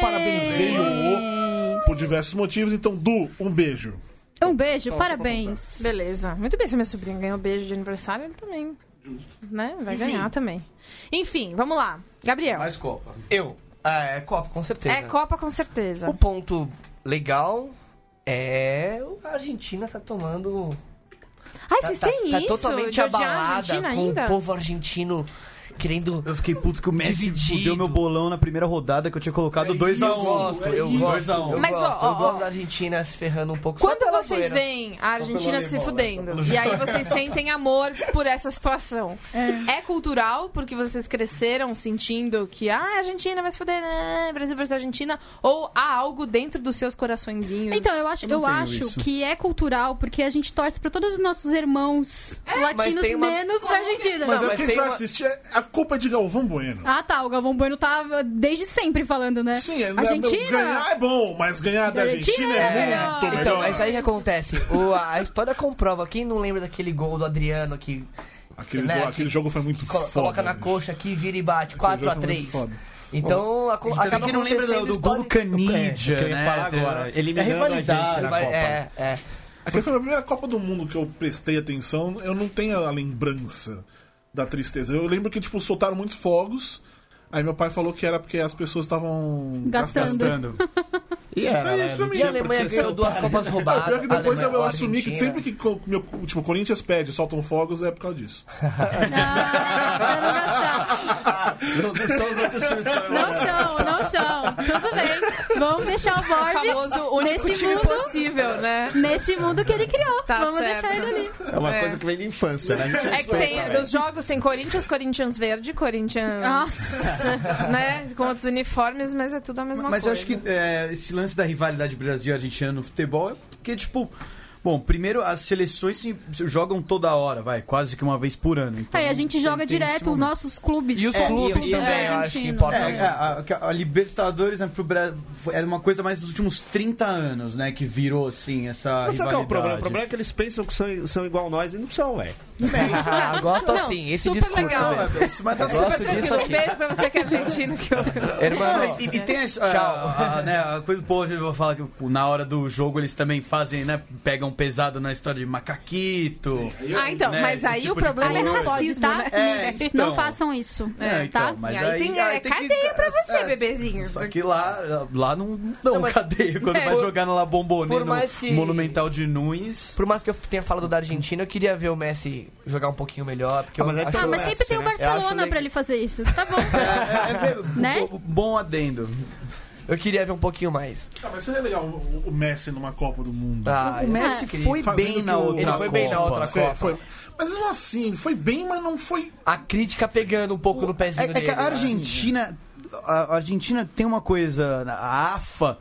Speaker 1: Parabéns!
Speaker 3: parabenizei o por diversos motivos. Então, Du, um beijo.
Speaker 1: Um beijo,
Speaker 3: Só- só pra
Speaker 1: parabéns.
Speaker 2: Beleza. Muito bem, se minha sobrinha ganhou beijo de aniversário, ele também. Né? Vai
Speaker 3: Enfim.
Speaker 2: ganhar também. Enfim, vamos lá. Gabriel.
Speaker 4: Mais Copa.
Speaker 5: É. Eu. Ah, é Copa, com certeza.
Speaker 2: É Copa com certeza.
Speaker 5: O ponto legal é a Argentina tá tomando.
Speaker 2: Ai,
Speaker 5: tá-
Speaker 2: vocês
Speaker 5: tá,
Speaker 2: têm
Speaker 5: tá
Speaker 2: isso? de
Speaker 5: totalmente
Speaker 2: odiar a
Speaker 5: abalada com
Speaker 2: Argentina ainda?
Speaker 5: o povo argentino querendo.
Speaker 4: Eu fiquei puto que o Messi
Speaker 5: Dividido.
Speaker 4: fudeu meu bolão na primeira rodada que eu tinha colocado 2x1.
Speaker 5: Eu gosto, eu
Speaker 4: É isso. um.
Speaker 5: gosto.
Speaker 4: Dois a um.
Speaker 5: Eu
Speaker 2: Mas, ó,
Speaker 5: gosto,
Speaker 2: ó,
Speaker 5: eu gosto
Speaker 2: ó.
Speaker 5: da Argentina se ferrando um pouco. só
Speaker 2: Quando
Speaker 5: pela
Speaker 2: vocês
Speaker 5: zoeira.
Speaker 2: veem a Argentina se
Speaker 6: alemão, né?
Speaker 2: fudendo, e aí vocês sentem amor por essa situação, é. cultural, porque vocês cresceram sentindo que ah, a Argentina vai se fuder, né? Brasil versus Argentina, ou há algo dentro dos seus coraçõezinhos?
Speaker 1: Então, eu acho, eu
Speaker 4: tenho
Speaker 1: acho
Speaker 4: isso.
Speaker 1: que é cultural, porque a gente torce pra todos os nossos irmãos latinos,
Speaker 5: É, mas tem uma-
Speaker 1: menos pra Argentina.
Speaker 3: Mas
Speaker 5: Não,
Speaker 3: é o que a
Speaker 5: mas
Speaker 3: gente
Speaker 5: tem
Speaker 3: vai
Speaker 5: uma-
Speaker 3: assistir. é- A culpa é de Galvão Bueno.
Speaker 1: Ah, tá. O Galvão Bueno tá desde sempre falando, né?
Speaker 3: Sim, é,
Speaker 1: Argentina.
Speaker 3: ganhar é bom, mas ganhar da Argentina,
Speaker 1: Argentina
Speaker 3: é,
Speaker 1: é
Speaker 3: muito melhor.
Speaker 1: melhor.
Speaker 5: Então, mas aí o que acontece? O- a a história comprova. Quem não lembra daquele gol do Adriano que
Speaker 3: Aquele,
Speaker 5: né,
Speaker 3: gol- aquele jogo foi muito
Speaker 5: co-
Speaker 3: foda.
Speaker 5: coloca na
Speaker 3: né?
Speaker 5: coxa aqui, vira e bate,
Speaker 3: jogo foi
Speaker 5: 4x3?
Speaker 3: muito foda.
Speaker 5: Então, a, co- acaba
Speaker 4: Quem não lembra do,
Speaker 5: acontecendo
Speaker 4: do gol do
Speaker 5: história-
Speaker 4: Canidia,
Speaker 7: É, o que eu ia
Speaker 4: né?
Speaker 7: falar
Speaker 4: Tem-
Speaker 7: agora,
Speaker 4: é
Speaker 7: eliminando a
Speaker 4: rivalidade.
Speaker 7: gente, né?
Speaker 5: Vai-
Speaker 7: Copa.
Speaker 5: é, é.
Speaker 3: Aquela foi a primeira Copa do Mundo que eu prestei atenção. Eu não tenho a lembrança da tristeza. Eu lembro que, tipo, soltaram muitos fogos. Aí meu pai falou que era porque as pessoas estavam
Speaker 1: Gastando.
Speaker 4: Gastando.
Speaker 7: E era, né? Não
Speaker 5: E
Speaker 7: tinha
Speaker 5: a Alemanha
Speaker 7: porque
Speaker 5: ganhou duas Copas
Speaker 3: Não, pior
Speaker 5: roubadas.
Speaker 3: que depois eu
Speaker 5: Alemanha,
Speaker 3: assumi que
Speaker 5: Argentina.
Speaker 3: sempre que co- meu, tipo, Corinthians pede, soltam fogos, é por causa disso.
Speaker 1: Ah,
Speaker 4: Não, Só os outros times
Speaker 1: não, não, são, não são. Tudo bem. Vamos deixar o
Speaker 2: É O
Speaker 1: Borges
Speaker 2: famoso único
Speaker 1: Nesse
Speaker 2: time
Speaker 1: mundo-
Speaker 2: possível, né?
Speaker 1: nesse mundo que ele criou.
Speaker 2: Tá
Speaker 1: Vamos
Speaker 2: certo.
Speaker 1: deixar ele ali.
Speaker 6: É uma
Speaker 2: É.
Speaker 6: coisa que vem de infância, né? A gente
Speaker 2: É que tem, dos jogos tem Corinthians, Corinthians verde, Corinthians,
Speaker 1: Nossa.
Speaker 2: né, com outros uniformes, mas é tudo a mesma
Speaker 4: Mas eu
Speaker 2: coisa.
Speaker 4: acho que é, esse lance da rivalidade Brasil-Argentina no futebol é porque, tipo. Bom, primeiro as seleções se se jogam toda hora, vai, quase que uma vez por ano. Então,
Speaker 1: Aí Tá, É, a gente
Speaker 4: tem-
Speaker 1: joga
Speaker 4: tem esse
Speaker 1: direto os
Speaker 4: momento.
Speaker 1: nossos clubes.
Speaker 4: E os
Speaker 1: É,
Speaker 4: clubes
Speaker 1: clubes
Speaker 5: também, eu acho que
Speaker 1: argentinos.
Speaker 5: importa.
Speaker 4: É, a, a- a Libertadores né, pro Brasil era uma coisa mais dos últimos 30 anos, né? Que virou, assim, essa
Speaker 6: Mas sabe
Speaker 4: rivalidade.
Speaker 6: qual é o problema? O problema é que eles pensam que são, são igual nós e não são, velho.
Speaker 5: Ah, gosto
Speaker 2: Não,
Speaker 5: assim, esse
Speaker 2: super
Speaker 5: discurso.
Speaker 2: legal.
Speaker 5: velho.
Speaker 4: é isso, mas tá
Speaker 5: Eu
Speaker 4: super
Speaker 5: gosto
Speaker 2: Super tranquilo.
Speaker 5: disso
Speaker 2: Um
Speaker 5: aqui.
Speaker 2: beijo pra você que é argentino. Que eu...
Speaker 5: Hermano,
Speaker 4: E, e tem a, a- a- né, a coisa boa, eu vou falar que pô, na hora do jogo eles também fazem, né? Pegam pesado na história de macaquito.
Speaker 2: Ah, então,
Speaker 4: Né,
Speaker 2: mas
Speaker 4: esse
Speaker 2: aí
Speaker 4: tipo
Speaker 2: o
Speaker 4: de
Speaker 2: problema é
Speaker 1: coisa.
Speaker 2: racismo,
Speaker 1: Pode,
Speaker 2: né?
Speaker 1: tá?
Speaker 4: É, então.
Speaker 1: Não façam isso.
Speaker 4: É, então,
Speaker 1: tá?
Speaker 4: mas
Speaker 2: E aí tem, é,
Speaker 4: que-
Speaker 2: cadeia pra você,
Speaker 4: é,
Speaker 2: bebezinho.
Speaker 4: Só que lá, lá não dão
Speaker 5: mas-
Speaker 4: cadeia. Quando
Speaker 2: É.
Speaker 4: vai
Speaker 5: Por-
Speaker 4: jogar na La Bombonê,
Speaker 5: por
Speaker 4: no
Speaker 5: mais que-
Speaker 4: Monumental de Nunes...
Speaker 5: por mais que eu tenha falado da Argentina, eu queria ver o Messi jogar um pouquinho melhor. Porque
Speaker 6: Ah, mas
Speaker 5: eu
Speaker 6: é
Speaker 5: acho né?
Speaker 1: Ah, mas sempre tem o
Speaker 5: Eu acho
Speaker 1: Barcelona
Speaker 5: le-
Speaker 1: pra ele fazer isso. Tá bom.
Speaker 5: É,
Speaker 4: Bo-
Speaker 1: Né?
Speaker 5: um
Speaker 4: Bom adendo.
Speaker 5: Eu queria ver um pouquinho mais.
Speaker 3: Ah, mas seria legal o, o Messi numa Copa do Mundo.
Speaker 5: Ah,
Speaker 4: o Messi
Speaker 5: eu
Speaker 4: foi
Speaker 5: queria.
Speaker 4: bem
Speaker 3: Fazendo
Speaker 4: na
Speaker 3: que o-
Speaker 4: outra
Speaker 5: Ele foi bem na
Speaker 4: Copa.
Speaker 5: outra
Speaker 3: Foi-
Speaker 5: Copa.
Speaker 3: foi- mas não assim, foi bem, mas não foi.
Speaker 5: A crítica pegando um pouco no pezinho
Speaker 4: É, é
Speaker 5: dele.
Speaker 4: que a
Speaker 5: né?
Speaker 4: Argentina, a Argentina tem uma coisa, a AFA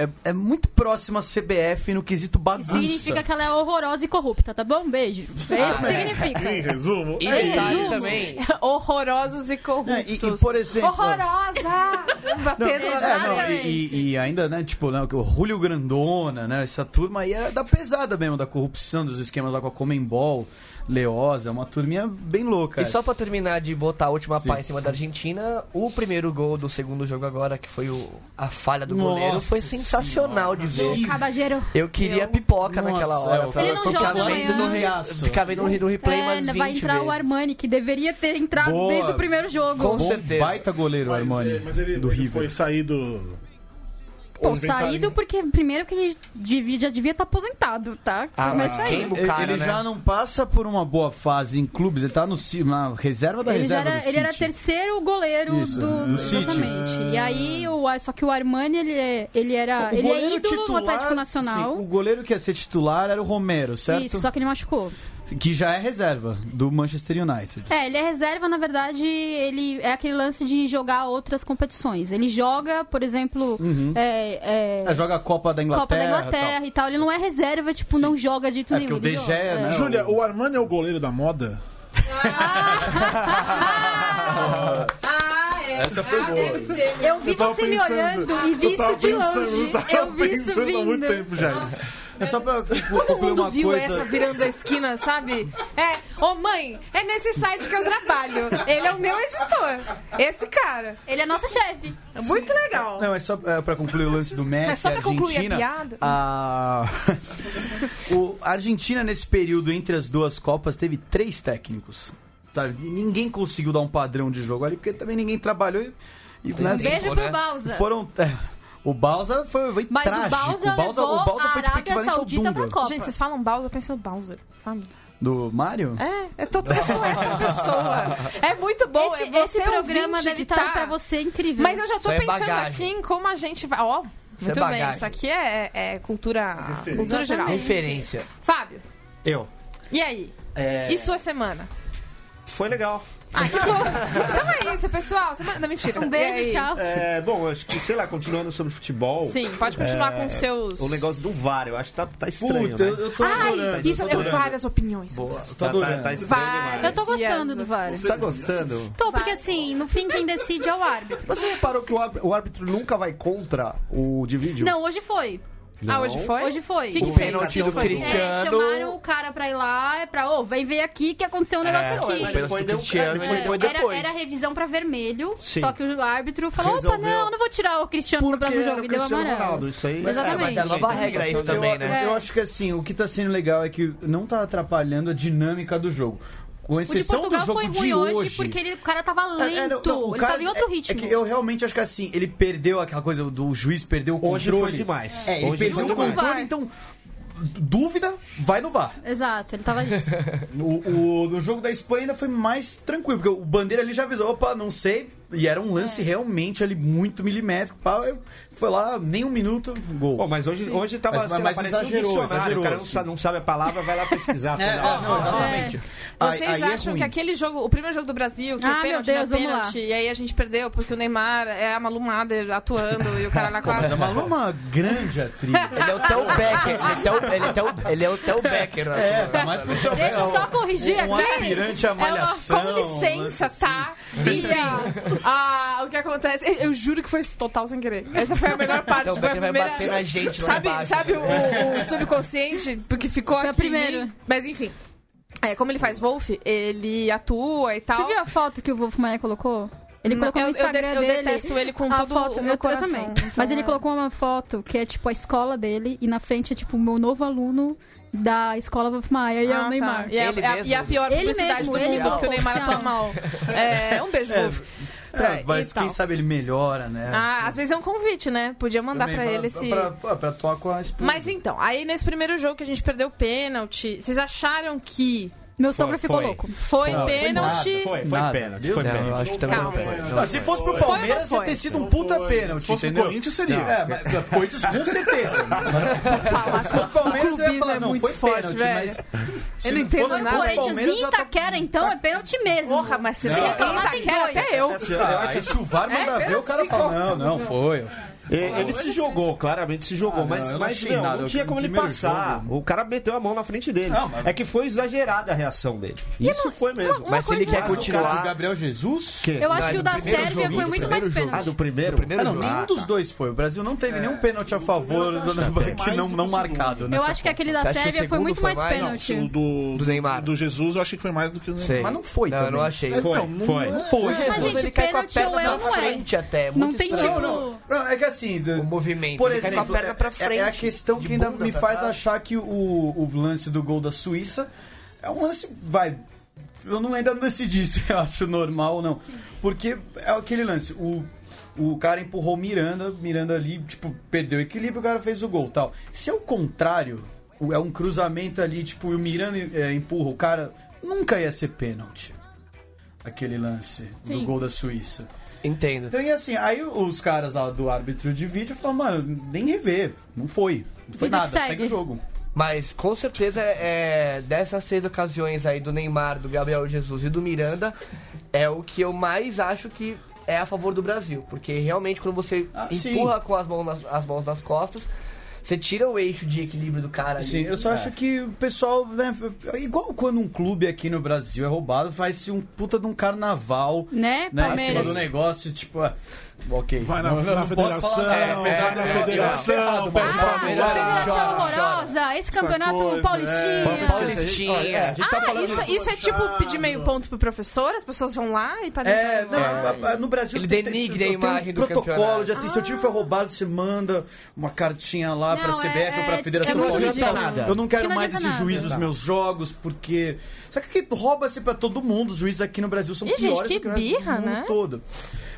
Speaker 4: é, é muito próxima à CBF no quesito bagunça.
Speaker 1: Significa que ela é horrorosa e corrupta, tá bom? Beijo. É
Speaker 5: Ah,
Speaker 1: isso que significa.
Speaker 3: Em resumo,
Speaker 5: E
Speaker 1: Ei,
Speaker 5: detalhe
Speaker 1: Jesus.
Speaker 5: também.
Speaker 2: Horrorosos e
Speaker 4: É,
Speaker 2: corruptos.
Speaker 4: e, e, por exemplo,
Speaker 2: Horrorosa! Batendo
Speaker 4: É,
Speaker 2: na
Speaker 4: não,
Speaker 2: cara.
Speaker 4: e, e- e ainda, né, tipo, né, o Julio Grandona, né, essa turma aí era da pesada mesmo, da corrupção, dos esquemas lá com a Comembol, Leosa, uma turminha bem louca.
Speaker 5: E só pra terminar de botar a última
Speaker 4: Sim.
Speaker 5: pá em cima da Argentina, o primeiro gol do segundo jogo agora, que foi o, a falha do
Speaker 4: Nossa
Speaker 5: goleiro, foi sensacional de ver.
Speaker 1: Cabageiro.
Speaker 5: Eu queria pipoca
Speaker 4: Nossa,
Speaker 5: naquela
Speaker 4: é,
Speaker 5: hora.
Speaker 4: o
Speaker 5: pra
Speaker 1: Ele não
Speaker 5: ficar
Speaker 1: joga
Speaker 5: vendo
Speaker 1: amanhã.
Speaker 5: no re-
Speaker 4: Jogaço.
Speaker 5: Ficar vendo no re- no replay mais
Speaker 1: É,
Speaker 5: 20
Speaker 1: vai entrar o
Speaker 5: vezes.
Speaker 1: Armani, que deveria ter entrado
Speaker 4: Boa.
Speaker 1: desde o primeiro jogo.
Speaker 5: Com
Speaker 4: Bom,
Speaker 5: certeza.
Speaker 4: Baita goleiro,
Speaker 3: mas,
Speaker 4: Armani,
Speaker 3: é, mas ele,
Speaker 4: do
Speaker 3: ele
Speaker 4: River.
Speaker 3: foi saído.
Speaker 1: Pô, saído porque primeiro que ele devia- já devia estar aposentado, tá?
Speaker 5: Ah, mas
Speaker 1: Começa aí.
Speaker 5: quem-
Speaker 4: Ele,
Speaker 5: cara,
Speaker 4: ele
Speaker 5: né?
Speaker 4: já não passa por uma boa fase em clubes, ele tá no, Ci- na reserva da
Speaker 1: Ele, já
Speaker 4: reserva do
Speaker 1: era, ele era
Speaker 4: City.
Speaker 1: terceiro goleiro
Speaker 4: Isso,
Speaker 1: do,
Speaker 4: do City.
Speaker 1: Exatamente. E aí, o, só que o Armani, ele, é- ele era.
Speaker 4: O
Speaker 1: ele é
Speaker 4: goleiro
Speaker 1: ídolo do Atlético Nacional.
Speaker 4: sim, o goleiro que ia ser titular era o Romero, certo?
Speaker 1: Isso, só que ele machucou.
Speaker 4: Que já é reserva do Manchester United.
Speaker 1: É, ele é reserva, na verdade, ele é aquele lance de jogar outras competições. Ele joga, por exemplo, é, é,
Speaker 4: Uhum. É, joga a Copa da Inglaterra.
Speaker 1: Copa da Inglaterra e tal. Ele não é reserva, tipo, não joga dito
Speaker 4: É,
Speaker 1: nenhum.
Speaker 4: que o
Speaker 1: ele
Speaker 4: De
Speaker 1: joga.
Speaker 4: Gea, né?
Speaker 3: Júlia, o Armani é o goleiro da moda?
Speaker 2: Ah, é.
Speaker 7: Essa foi
Speaker 2: ah,
Speaker 7: boa.
Speaker 2: deve ser.
Speaker 1: Eu vi
Speaker 3: Eu tava
Speaker 1: você me
Speaker 3: pensando-
Speaker 1: olhando e vi
Speaker 3: eu tava
Speaker 1: isso de
Speaker 3: pensando,
Speaker 1: longe.
Speaker 3: tava
Speaker 1: Eu vi isso
Speaker 3: pensando há muito
Speaker 1: vindo.
Speaker 3: tempo já.
Speaker 4: É só pra
Speaker 2: Todo
Speaker 4: concluir
Speaker 2: mundo
Speaker 4: uma
Speaker 2: viu
Speaker 4: coisa.
Speaker 2: essa virando a esquina, sabe? É, ô mãe, é nesse site que eu trabalho. Ele é o meu editor. Esse cara.
Speaker 1: Ele é nosso chefe.
Speaker 2: É muito legal.
Speaker 4: Não, é só é, pra concluir o lance do Messi,
Speaker 2: Mas só pra
Speaker 4: a
Speaker 2: concluir a
Speaker 4: Argentina.
Speaker 2: piada?
Speaker 4: a- o, a Argentina, nesse período entre as duas Copas, teve três técnicos. Sabe? E Ninguém conseguiu dar um padrão de jogo ali, porque também ninguém trabalhou. E, e, né,
Speaker 1: Um
Speaker 4: assim,
Speaker 1: beijo
Speaker 7: for,
Speaker 1: pro
Speaker 7: né?
Speaker 1: Balsa.
Speaker 4: foram. é, o Balsa foi, foi
Speaker 1: Mas
Speaker 4: trágico.
Speaker 1: o Balsa levou
Speaker 4: o Balsa
Speaker 1: a
Speaker 4: foi tipo
Speaker 1: Arábia
Speaker 4: equivalente ao
Speaker 1: Saudita pra
Speaker 4: Dunga.
Speaker 1: Copa.
Speaker 2: Gente, vocês falam Bowser, eu penso no Bowser, sabe?
Speaker 4: Do Mário?
Speaker 2: É, eu, tô, eu sou essa pessoa. É muito bom.
Speaker 1: esse,
Speaker 2: é você
Speaker 1: esse programa
Speaker 2: ouvinte
Speaker 1: deve
Speaker 2: que
Speaker 1: estar
Speaker 2: tá-
Speaker 1: pra você né? incrível.
Speaker 2: Mas eu já tô
Speaker 5: Isso é
Speaker 2: pensando aqui
Speaker 5: bagagem.
Speaker 2: em como a gente vai. Ó,
Speaker 5: é
Speaker 2: muito bem,
Speaker 5: bagagem.
Speaker 2: isso aqui é, é cultura,
Speaker 3: Referência.
Speaker 2: cultura geral.
Speaker 1: Exatamente.
Speaker 5: É Referência.
Speaker 2: Fábio,
Speaker 6: Eu.
Speaker 2: e aí?
Speaker 6: É,
Speaker 2: E sua semana?
Speaker 6: Foi legal.
Speaker 2: Ah, que bom. Então é isso, pessoal. Semana... Não, mentira.
Speaker 1: Um
Speaker 2: E aí?
Speaker 1: beijo, tchau.
Speaker 6: É, bom, acho que, sei lá, continuando sobre futebol.
Speaker 2: Sim, pode continuar com os seus.
Speaker 6: O negócio do VAR, eu acho que tá, tá estranho.
Speaker 4: Puta,
Speaker 6: né?
Speaker 4: eu, eu tô
Speaker 2: Ai,
Speaker 4: adorando.
Speaker 2: isso eu
Speaker 6: tô
Speaker 2: tenho
Speaker 6: adorando.
Speaker 2: várias opiniões.
Speaker 4: Boa, tô
Speaker 6: Tá, tá,
Speaker 4: adorando.
Speaker 6: tá estranho
Speaker 2: Várias.
Speaker 6: demais.
Speaker 1: Eu tô gostando do VAR.
Speaker 6: Você tá gostando?
Speaker 1: Tô, porque assim, no fim quem decide é o árbitro.
Speaker 6: Você reparou que o árbitro, o árbitro nunca vai contra o de vídeo?
Speaker 1: Não, hoje foi.
Speaker 2: Ah, hoje foi?
Speaker 1: Hoje foi.
Speaker 2: Que que
Speaker 5: O
Speaker 2: fez?
Speaker 5: pênalti
Speaker 2: Que
Speaker 5: do
Speaker 2: foi?
Speaker 1: É,
Speaker 5: Cristiano.
Speaker 1: chamaram o cara pra ir lá, é pra, ô, vem ver aqui que aconteceu um negócio
Speaker 5: É,
Speaker 1: aqui.
Speaker 5: o pênalti
Speaker 6: Foi
Speaker 5: do
Speaker 6: deu-
Speaker 5: Cristiano
Speaker 1: É,
Speaker 5: foi, foi
Speaker 1: era-
Speaker 5: depois.
Speaker 1: Era, revisão pra vermelho,
Speaker 6: Sim.
Speaker 1: só que o árbitro falou: opa,
Speaker 6: Resolveu.
Speaker 1: não, não vou tirar o Cristiano do
Speaker 6: Porque
Speaker 1: próximo
Speaker 6: era
Speaker 1: jogo,
Speaker 6: o
Speaker 1: e deu
Speaker 6: Cristiano
Speaker 1: amarelo.
Speaker 6: Ronaldo, isso aí.
Speaker 1: Exatamente.
Speaker 5: É, mas é nova regra isso também,
Speaker 4: eu,
Speaker 5: né?
Speaker 1: É.
Speaker 4: eu acho que assim, o que tá sendo legal é que não tá atrapalhando a dinâmica do jogo. Com
Speaker 1: O de
Speaker 4: exceção do
Speaker 1: Portugal
Speaker 4: jogo
Speaker 1: foi
Speaker 4: de
Speaker 1: ruim hoje,
Speaker 4: hoje
Speaker 1: porque ele, o cara tava
Speaker 4: É,
Speaker 1: lento,
Speaker 4: é, não, não, o
Speaker 1: ele
Speaker 4: cara-
Speaker 1: tava em outro
Speaker 4: é-
Speaker 1: ritmo.
Speaker 4: É que eu realmente acho que assim, ele perdeu aquela coisa do juiz, perdeu o
Speaker 6: Hoje
Speaker 4: controle.
Speaker 6: foi demais.
Speaker 4: É, ele
Speaker 6: Hoje
Speaker 4: perdeu
Speaker 1: foi
Speaker 4: o
Speaker 1: demais.
Speaker 4: controle, então dúvida, vai no VAR.
Speaker 1: Exato, ele tava isso.
Speaker 4: O, o- no jogo da Espanha ainda foi mais tranquilo, porque o Bandeira ali já avisou, opa, não sei, e era um
Speaker 1: É.
Speaker 4: lance realmente ali muito milimétrico, pá, eu- foi lá, nem um minuto, gol.
Speaker 6: Pô, mas hoje, hoje tava
Speaker 4: Mas-
Speaker 6: sei lá,
Speaker 4: mas
Speaker 6: parecia
Speaker 4: exagerou,
Speaker 6: um dicionário.
Speaker 4: exagerou,
Speaker 6: o cara não
Speaker 4: sim.
Speaker 6: sa- não sabe a palavra, vai lá pesquisar.
Speaker 4: É,
Speaker 6: toda
Speaker 4: é,
Speaker 6: hora.
Speaker 4: não, exatamente. Aí-
Speaker 2: Vocês
Speaker 4: aí é
Speaker 2: acham
Speaker 4: ruim.
Speaker 2: que aquele jogo, o primeiro jogo do Brasil, que
Speaker 1: Ah,
Speaker 2: o
Speaker 1: meu
Speaker 2: pênalti
Speaker 1: Deus,
Speaker 2: não é
Speaker 1: vamos lá.
Speaker 2: pênalti, e aí a gente perdeu porque o Neymar é a Malu Mader atuando e o cara lá
Speaker 4: Pô, mas
Speaker 2: quase.
Speaker 4: a Malu é uma grande atriz.
Speaker 5: Ele é o Theo Becker. Ele é, Theo- ele é Theo- ele é o Theo Becker. né?
Speaker 4: É, tá mais pro seu
Speaker 1: Deixa eu só corrigir
Speaker 4: um, um
Speaker 1: aqui.
Speaker 4: aspirante à
Speaker 2: É uma,
Speaker 4: malhação.
Speaker 2: com licença,
Speaker 4: um lance
Speaker 2: tá? Enfim, ah, o que acontece? Eu juro que foi total sem querer. Essa foi a melhor parte.
Speaker 5: Theo
Speaker 2: Foi a
Speaker 5: Becker vai
Speaker 2: primeira...
Speaker 5: bater na gente lá
Speaker 2: Sabe,
Speaker 5: embaixo.
Speaker 2: sabe o, o- o subconsciente? Porque ficou
Speaker 1: Foi a
Speaker 2: aqui. em
Speaker 1: primeira.
Speaker 2: mim. Mas enfim. É, como ele faz Wolf, ele atua e tal. Ah,
Speaker 1: Você viu a foto que o Wolf Maia colocou? Ele
Speaker 2: Não,
Speaker 1: colocou
Speaker 2: eu-
Speaker 1: no
Speaker 2: eu
Speaker 1: Instagram
Speaker 2: de- eu
Speaker 1: dele.
Speaker 2: detesto ele com
Speaker 1: a
Speaker 2: todo o
Speaker 1: foto,
Speaker 2: meu
Speaker 1: eu, eu
Speaker 2: coração,
Speaker 1: também.
Speaker 2: então
Speaker 1: Mas ele
Speaker 2: é.
Speaker 1: colocou uma foto que é tipo a escola dele e na frente é tipo o meu novo aluno da escola Wolf Maia e
Speaker 2: Ah,
Speaker 1: é o
Speaker 2: tá.
Speaker 1: Neymar.
Speaker 2: E, é-
Speaker 5: Ele
Speaker 2: é a,
Speaker 5: mesmo.
Speaker 2: e a pior
Speaker 1: Ele
Speaker 2: publicidade
Speaker 1: mesmo,
Speaker 2: do
Speaker 1: ele
Speaker 2: mundo, porque o Neymar
Speaker 1: colocou. assim,
Speaker 2: atua mal. É, um beijo, Wolf.
Speaker 4: É,
Speaker 2: Pra-
Speaker 4: mas
Speaker 2: e
Speaker 4: quem
Speaker 2: tal.
Speaker 4: sabe ele melhora, né?
Speaker 2: então. Ah, às vezes é um convite, né? Podia mandar
Speaker 4: Também
Speaker 2: pra ele esse.
Speaker 4: Pra, pra, pra atuar com a esposa.
Speaker 2: Mas então, aí nesse primeiro jogo que a gente perdeu o pênalti, vocês acharam que
Speaker 1: Meu sogro
Speaker 6: Foi,
Speaker 1: ficou
Speaker 6: foi.
Speaker 1: louco.
Speaker 2: foi
Speaker 4: Não, foi
Speaker 2: pênalti?
Speaker 6: Foi, foi
Speaker 4: Nada,
Speaker 6: pênalti.
Speaker 4: viu?
Speaker 6: Foi
Speaker 5: Não, eu
Speaker 6: pênalti.
Speaker 5: acho que também
Speaker 2: Calma.
Speaker 5: foi. Não,
Speaker 4: Ah, se fosse pro
Speaker 2: Foi,
Speaker 4: Palmeiras,
Speaker 2: não
Speaker 4: ia
Speaker 2: foi.
Speaker 4: ter sido um puta
Speaker 3: Foi.
Speaker 4: pênalti.
Speaker 3: Se fosse pro
Speaker 4: entendeu?
Speaker 3: Corinthians, seria.
Speaker 4: É, mas, mas Corinthians com certeza.
Speaker 2: Falar sobre
Speaker 4: O Palmeiras eu
Speaker 2: clubismo
Speaker 4: ia falar,
Speaker 2: é
Speaker 4: não,
Speaker 2: muito
Speaker 4: foi
Speaker 2: forte,
Speaker 4: pênalti,
Speaker 2: velho.
Speaker 4: mas. se
Speaker 2: Eu não
Speaker 4: não
Speaker 2: entendo
Speaker 4: fosse
Speaker 1: Quando
Speaker 2: nada.
Speaker 1: o
Speaker 4: pro
Speaker 1: Corinthians
Speaker 4: Palmeiras,
Speaker 1: e
Speaker 4: já tá-
Speaker 1: Itaquera, então, é pênalti mesmo.
Speaker 2: Porra, mas se
Speaker 1: Não,
Speaker 2: você
Speaker 1: não,
Speaker 2: reclamar,
Speaker 1: tem
Speaker 2: quer
Speaker 1: dois.
Speaker 2: até eu.
Speaker 4: Ah, aí se o VAR
Speaker 2: É,
Speaker 4: manda ver, o cara
Speaker 2: pênalti,
Speaker 4: fala, não, não, foi.
Speaker 6: E- é, Ele se jogou, claramente se jogou,
Speaker 4: Ah,
Speaker 6: mas,
Speaker 4: não, eu não
Speaker 6: mas
Speaker 4: achei
Speaker 6: não,
Speaker 4: nada.
Speaker 6: não tinha
Speaker 4: No
Speaker 6: como ele
Speaker 4: primeiro
Speaker 6: passar.
Speaker 4: jogo-
Speaker 6: O cara meteu a mão na frente dele.
Speaker 4: Não, mas-
Speaker 6: É que foi exagerada a reação dele. Isso foi mesmo.
Speaker 5: Mas se ele
Speaker 2: coisa-
Speaker 5: quer
Speaker 4: Cara, o
Speaker 5: continuar...
Speaker 4: Gabriel Jesus?
Speaker 6: Que-
Speaker 1: Eu acho
Speaker 5: Não,
Speaker 1: que o
Speaker 5: no
Speaker 1: da
Speaker 5: primeiro
Speaker 1: Sérvia
Speaker 5: jogo,
Speaker 1: foi
Speaker 5: no
Speaker 1: muito mais
Speaker 5: primeiro
Speaker 1: pênalti.
Speaker 6: Ah, do primeiro?
Speaker 5: primeiro
Speaker 4: Ah, não,
Speaker 5: jogo.
Speaker 4: nenhum
Speaker 6: Ah,
Speaker 4: dos
Speaker 6: tá.
Speaker 4: dois foi. O Brasil não teve nenhum pênalti a favor
Speaker 3: primeiro
Speaker 4: do,
Speaker 3: eu acho que
Speaker 4: que
Speaker 3: mais
Speaker 4: não,
Speaker 3: do
Speaker 4: não
Speaker 3: que o
Speaker 4: marcado.
Speaker 1: Eu
Speaker 4: nessa
Speaker 1: acho que é aquele da
Speaker 5: Você acha que o
Speaker 1: Sérvia foi
Speaker 5: segundo
Speaker 1: muito
Speaker 5: foi
Speaker 1: mais
Speaker 5: mais? Não,
Speaker 1: pênalti.
Speaker 3: O do,
Speaker 5: Do Neymar.
Speaker 3: Do Jesus, eu achei que foi mais do que o Neymar.
Speaker 5: Sei.
Speaker 4: Mas não foi
Speaker 5: Não, eu
Speaker 4: também.
Speaker 5: não achei.
Speaker 6: Foi, foi.
Speaker 4: Não foi.
Speaker 1: É Mas,
Speaker 5: Quando
Speaker 1: gente,
Speaker 5: ele cai com a
Speaker 1: pênalti
Speaker 5: perna
Speaker 1: ou eu
Speaker 5: pra
Speaker 1: não é?
Speaker 5: frente até. é
Speaker 1: Não
Speaker 5: muito
Speaker 1: tem
Speaker 5: estranho.
Speaker 1: tipo-
Speaker 4: Não, é que assim...
Speaker 5: O movimento.
Speaker 4: Por
Speaker 5: ele
Speaker 4: exemplo,
Speaker 5: cai com a perna pra
Speaker 4: é-
Speaker 5: frente.
Speaker 4: é a questão
Speaker 5: de
Speaker 4: que ainda
Speaker 5: bunda
Speaker 4: me
Speaker 5: pra
Speaker 4: faz
Speaker 5: trás.
Speaker 4: achar que o, o lance do gol da Suíça é um lance, vai... Eu não ainda não decidi se eu acho normal ou não. Porque é aquele lance, o, o cara empurrou o Miranda, Miranda ali, tipo, perdeu o equilíbrio, o cara fez o gol tal. Se é o contrário, o- é um cruzamento ali, tipo, e o Miranda é, empurra o cara, nunca ia ser pênalti. Aquele lance do
Speaker 1: Sim.
Speaker 4: gol da Suíça.
Speaker 5: Entendo.
Speaker 4: Então, e assim, aí os caras lá do árbitro de vídeo falaram, mano, nem rever, não foi. Não foi
Speaker 1: Vida
Speaker 4: nada,
Speaker 1: que
Speaker 4: segue.
Speaker 1: segue.
Speaker 4: o jogo.
Speaker 5: Mas com certeza é, dessas três ocasiões aí do Neymar, do Gabriel Jesus e do Miranda é o que eu mais acho que é a favor do Brasil, porque realmente quando você
Speaker 4: Ah, sim.
Speaker 5: empurra com as mãos nas, as mãos nas costas Você tira o eixo de equilíbrio do cara. ali.
Speaker 4: Sim, eu só
Speaker 5: É.
Speaker 4: acho que o pessoal, né, igual quando um clube aqui no Brasil é roubado, faz-se um puta de um carnaval,
Speaker 1: Né,
Speaker 4: né, em cima
Speaker 1: Palmeiras?
Speaker 4: do negócio, tipo, ah, ok.
Speaker 3: Vai na, na federação, vai na
Speaker 4: é,
Speaker 3: federação,
Speaker 4: é, é,
Speaker 3: pede
Speaker 4: é,
Speaker 3: pra
Speaker 1: Ah,
Speaker 4: Palmeiras,
Speaker 1: essa
Speaker 4: chora,
Speaker 1: federação horrorosa! Esse campeonato
Speaker 3: coisa,
Speaker 1: paulistinha!
Speaker 5: Paulistinha.
Speaker 6: Olha, a gente tá
Speaker 2: Ah,
Speaker 6: falando
Speaker 2: isso,
Speaker 6: de-
Speaker 2: isso é tipo pedir meio ponto pro professor, as pessoas vão lá e tá param.
Speaker 4: É, não, a- a- no Brasil
Speaker 5: Ele
Speaker 4: tem- tem-
Speaker 5: denigra
Speaker 4: tem
Speaker 5: a imagem
Speaker 4: um
Speaker 5: do
Speaker 4: protocolo
Speaker 5: campeonato.
Speaker 4: de assim, se o time foi roubado, você manda uma cartinha lá pra
Speaker 1: Não, é-
Speaker 4: CBF ou pra
Speaker 1: é-
Speaker 4: Federação
Speaker 1: é muito
Speaker 4: Paulista.
Speaker 1: ridículo.
Speaker 6: nada.
Speaker 4: Eu não
Speaker 1: Que
Speaker 4: quero
Speaker 1: não
Speaker 4: mais esse
Speaker 1: adianta
Speaker 4: juiz
Speaker 1: nada.
Speaker 4: nos meus jogos, porque. Só que rouba-se pra todo mundo, os juízes aqui no Brasil são
Speaker 2: Ih, gente,
Speaker 4: piores
Speaker 2: que
Speaker 4: do que o resto do
Speaker 2: birra,
Speaker 4: mundo
Speaker 2: né?
Speaker 4: todo.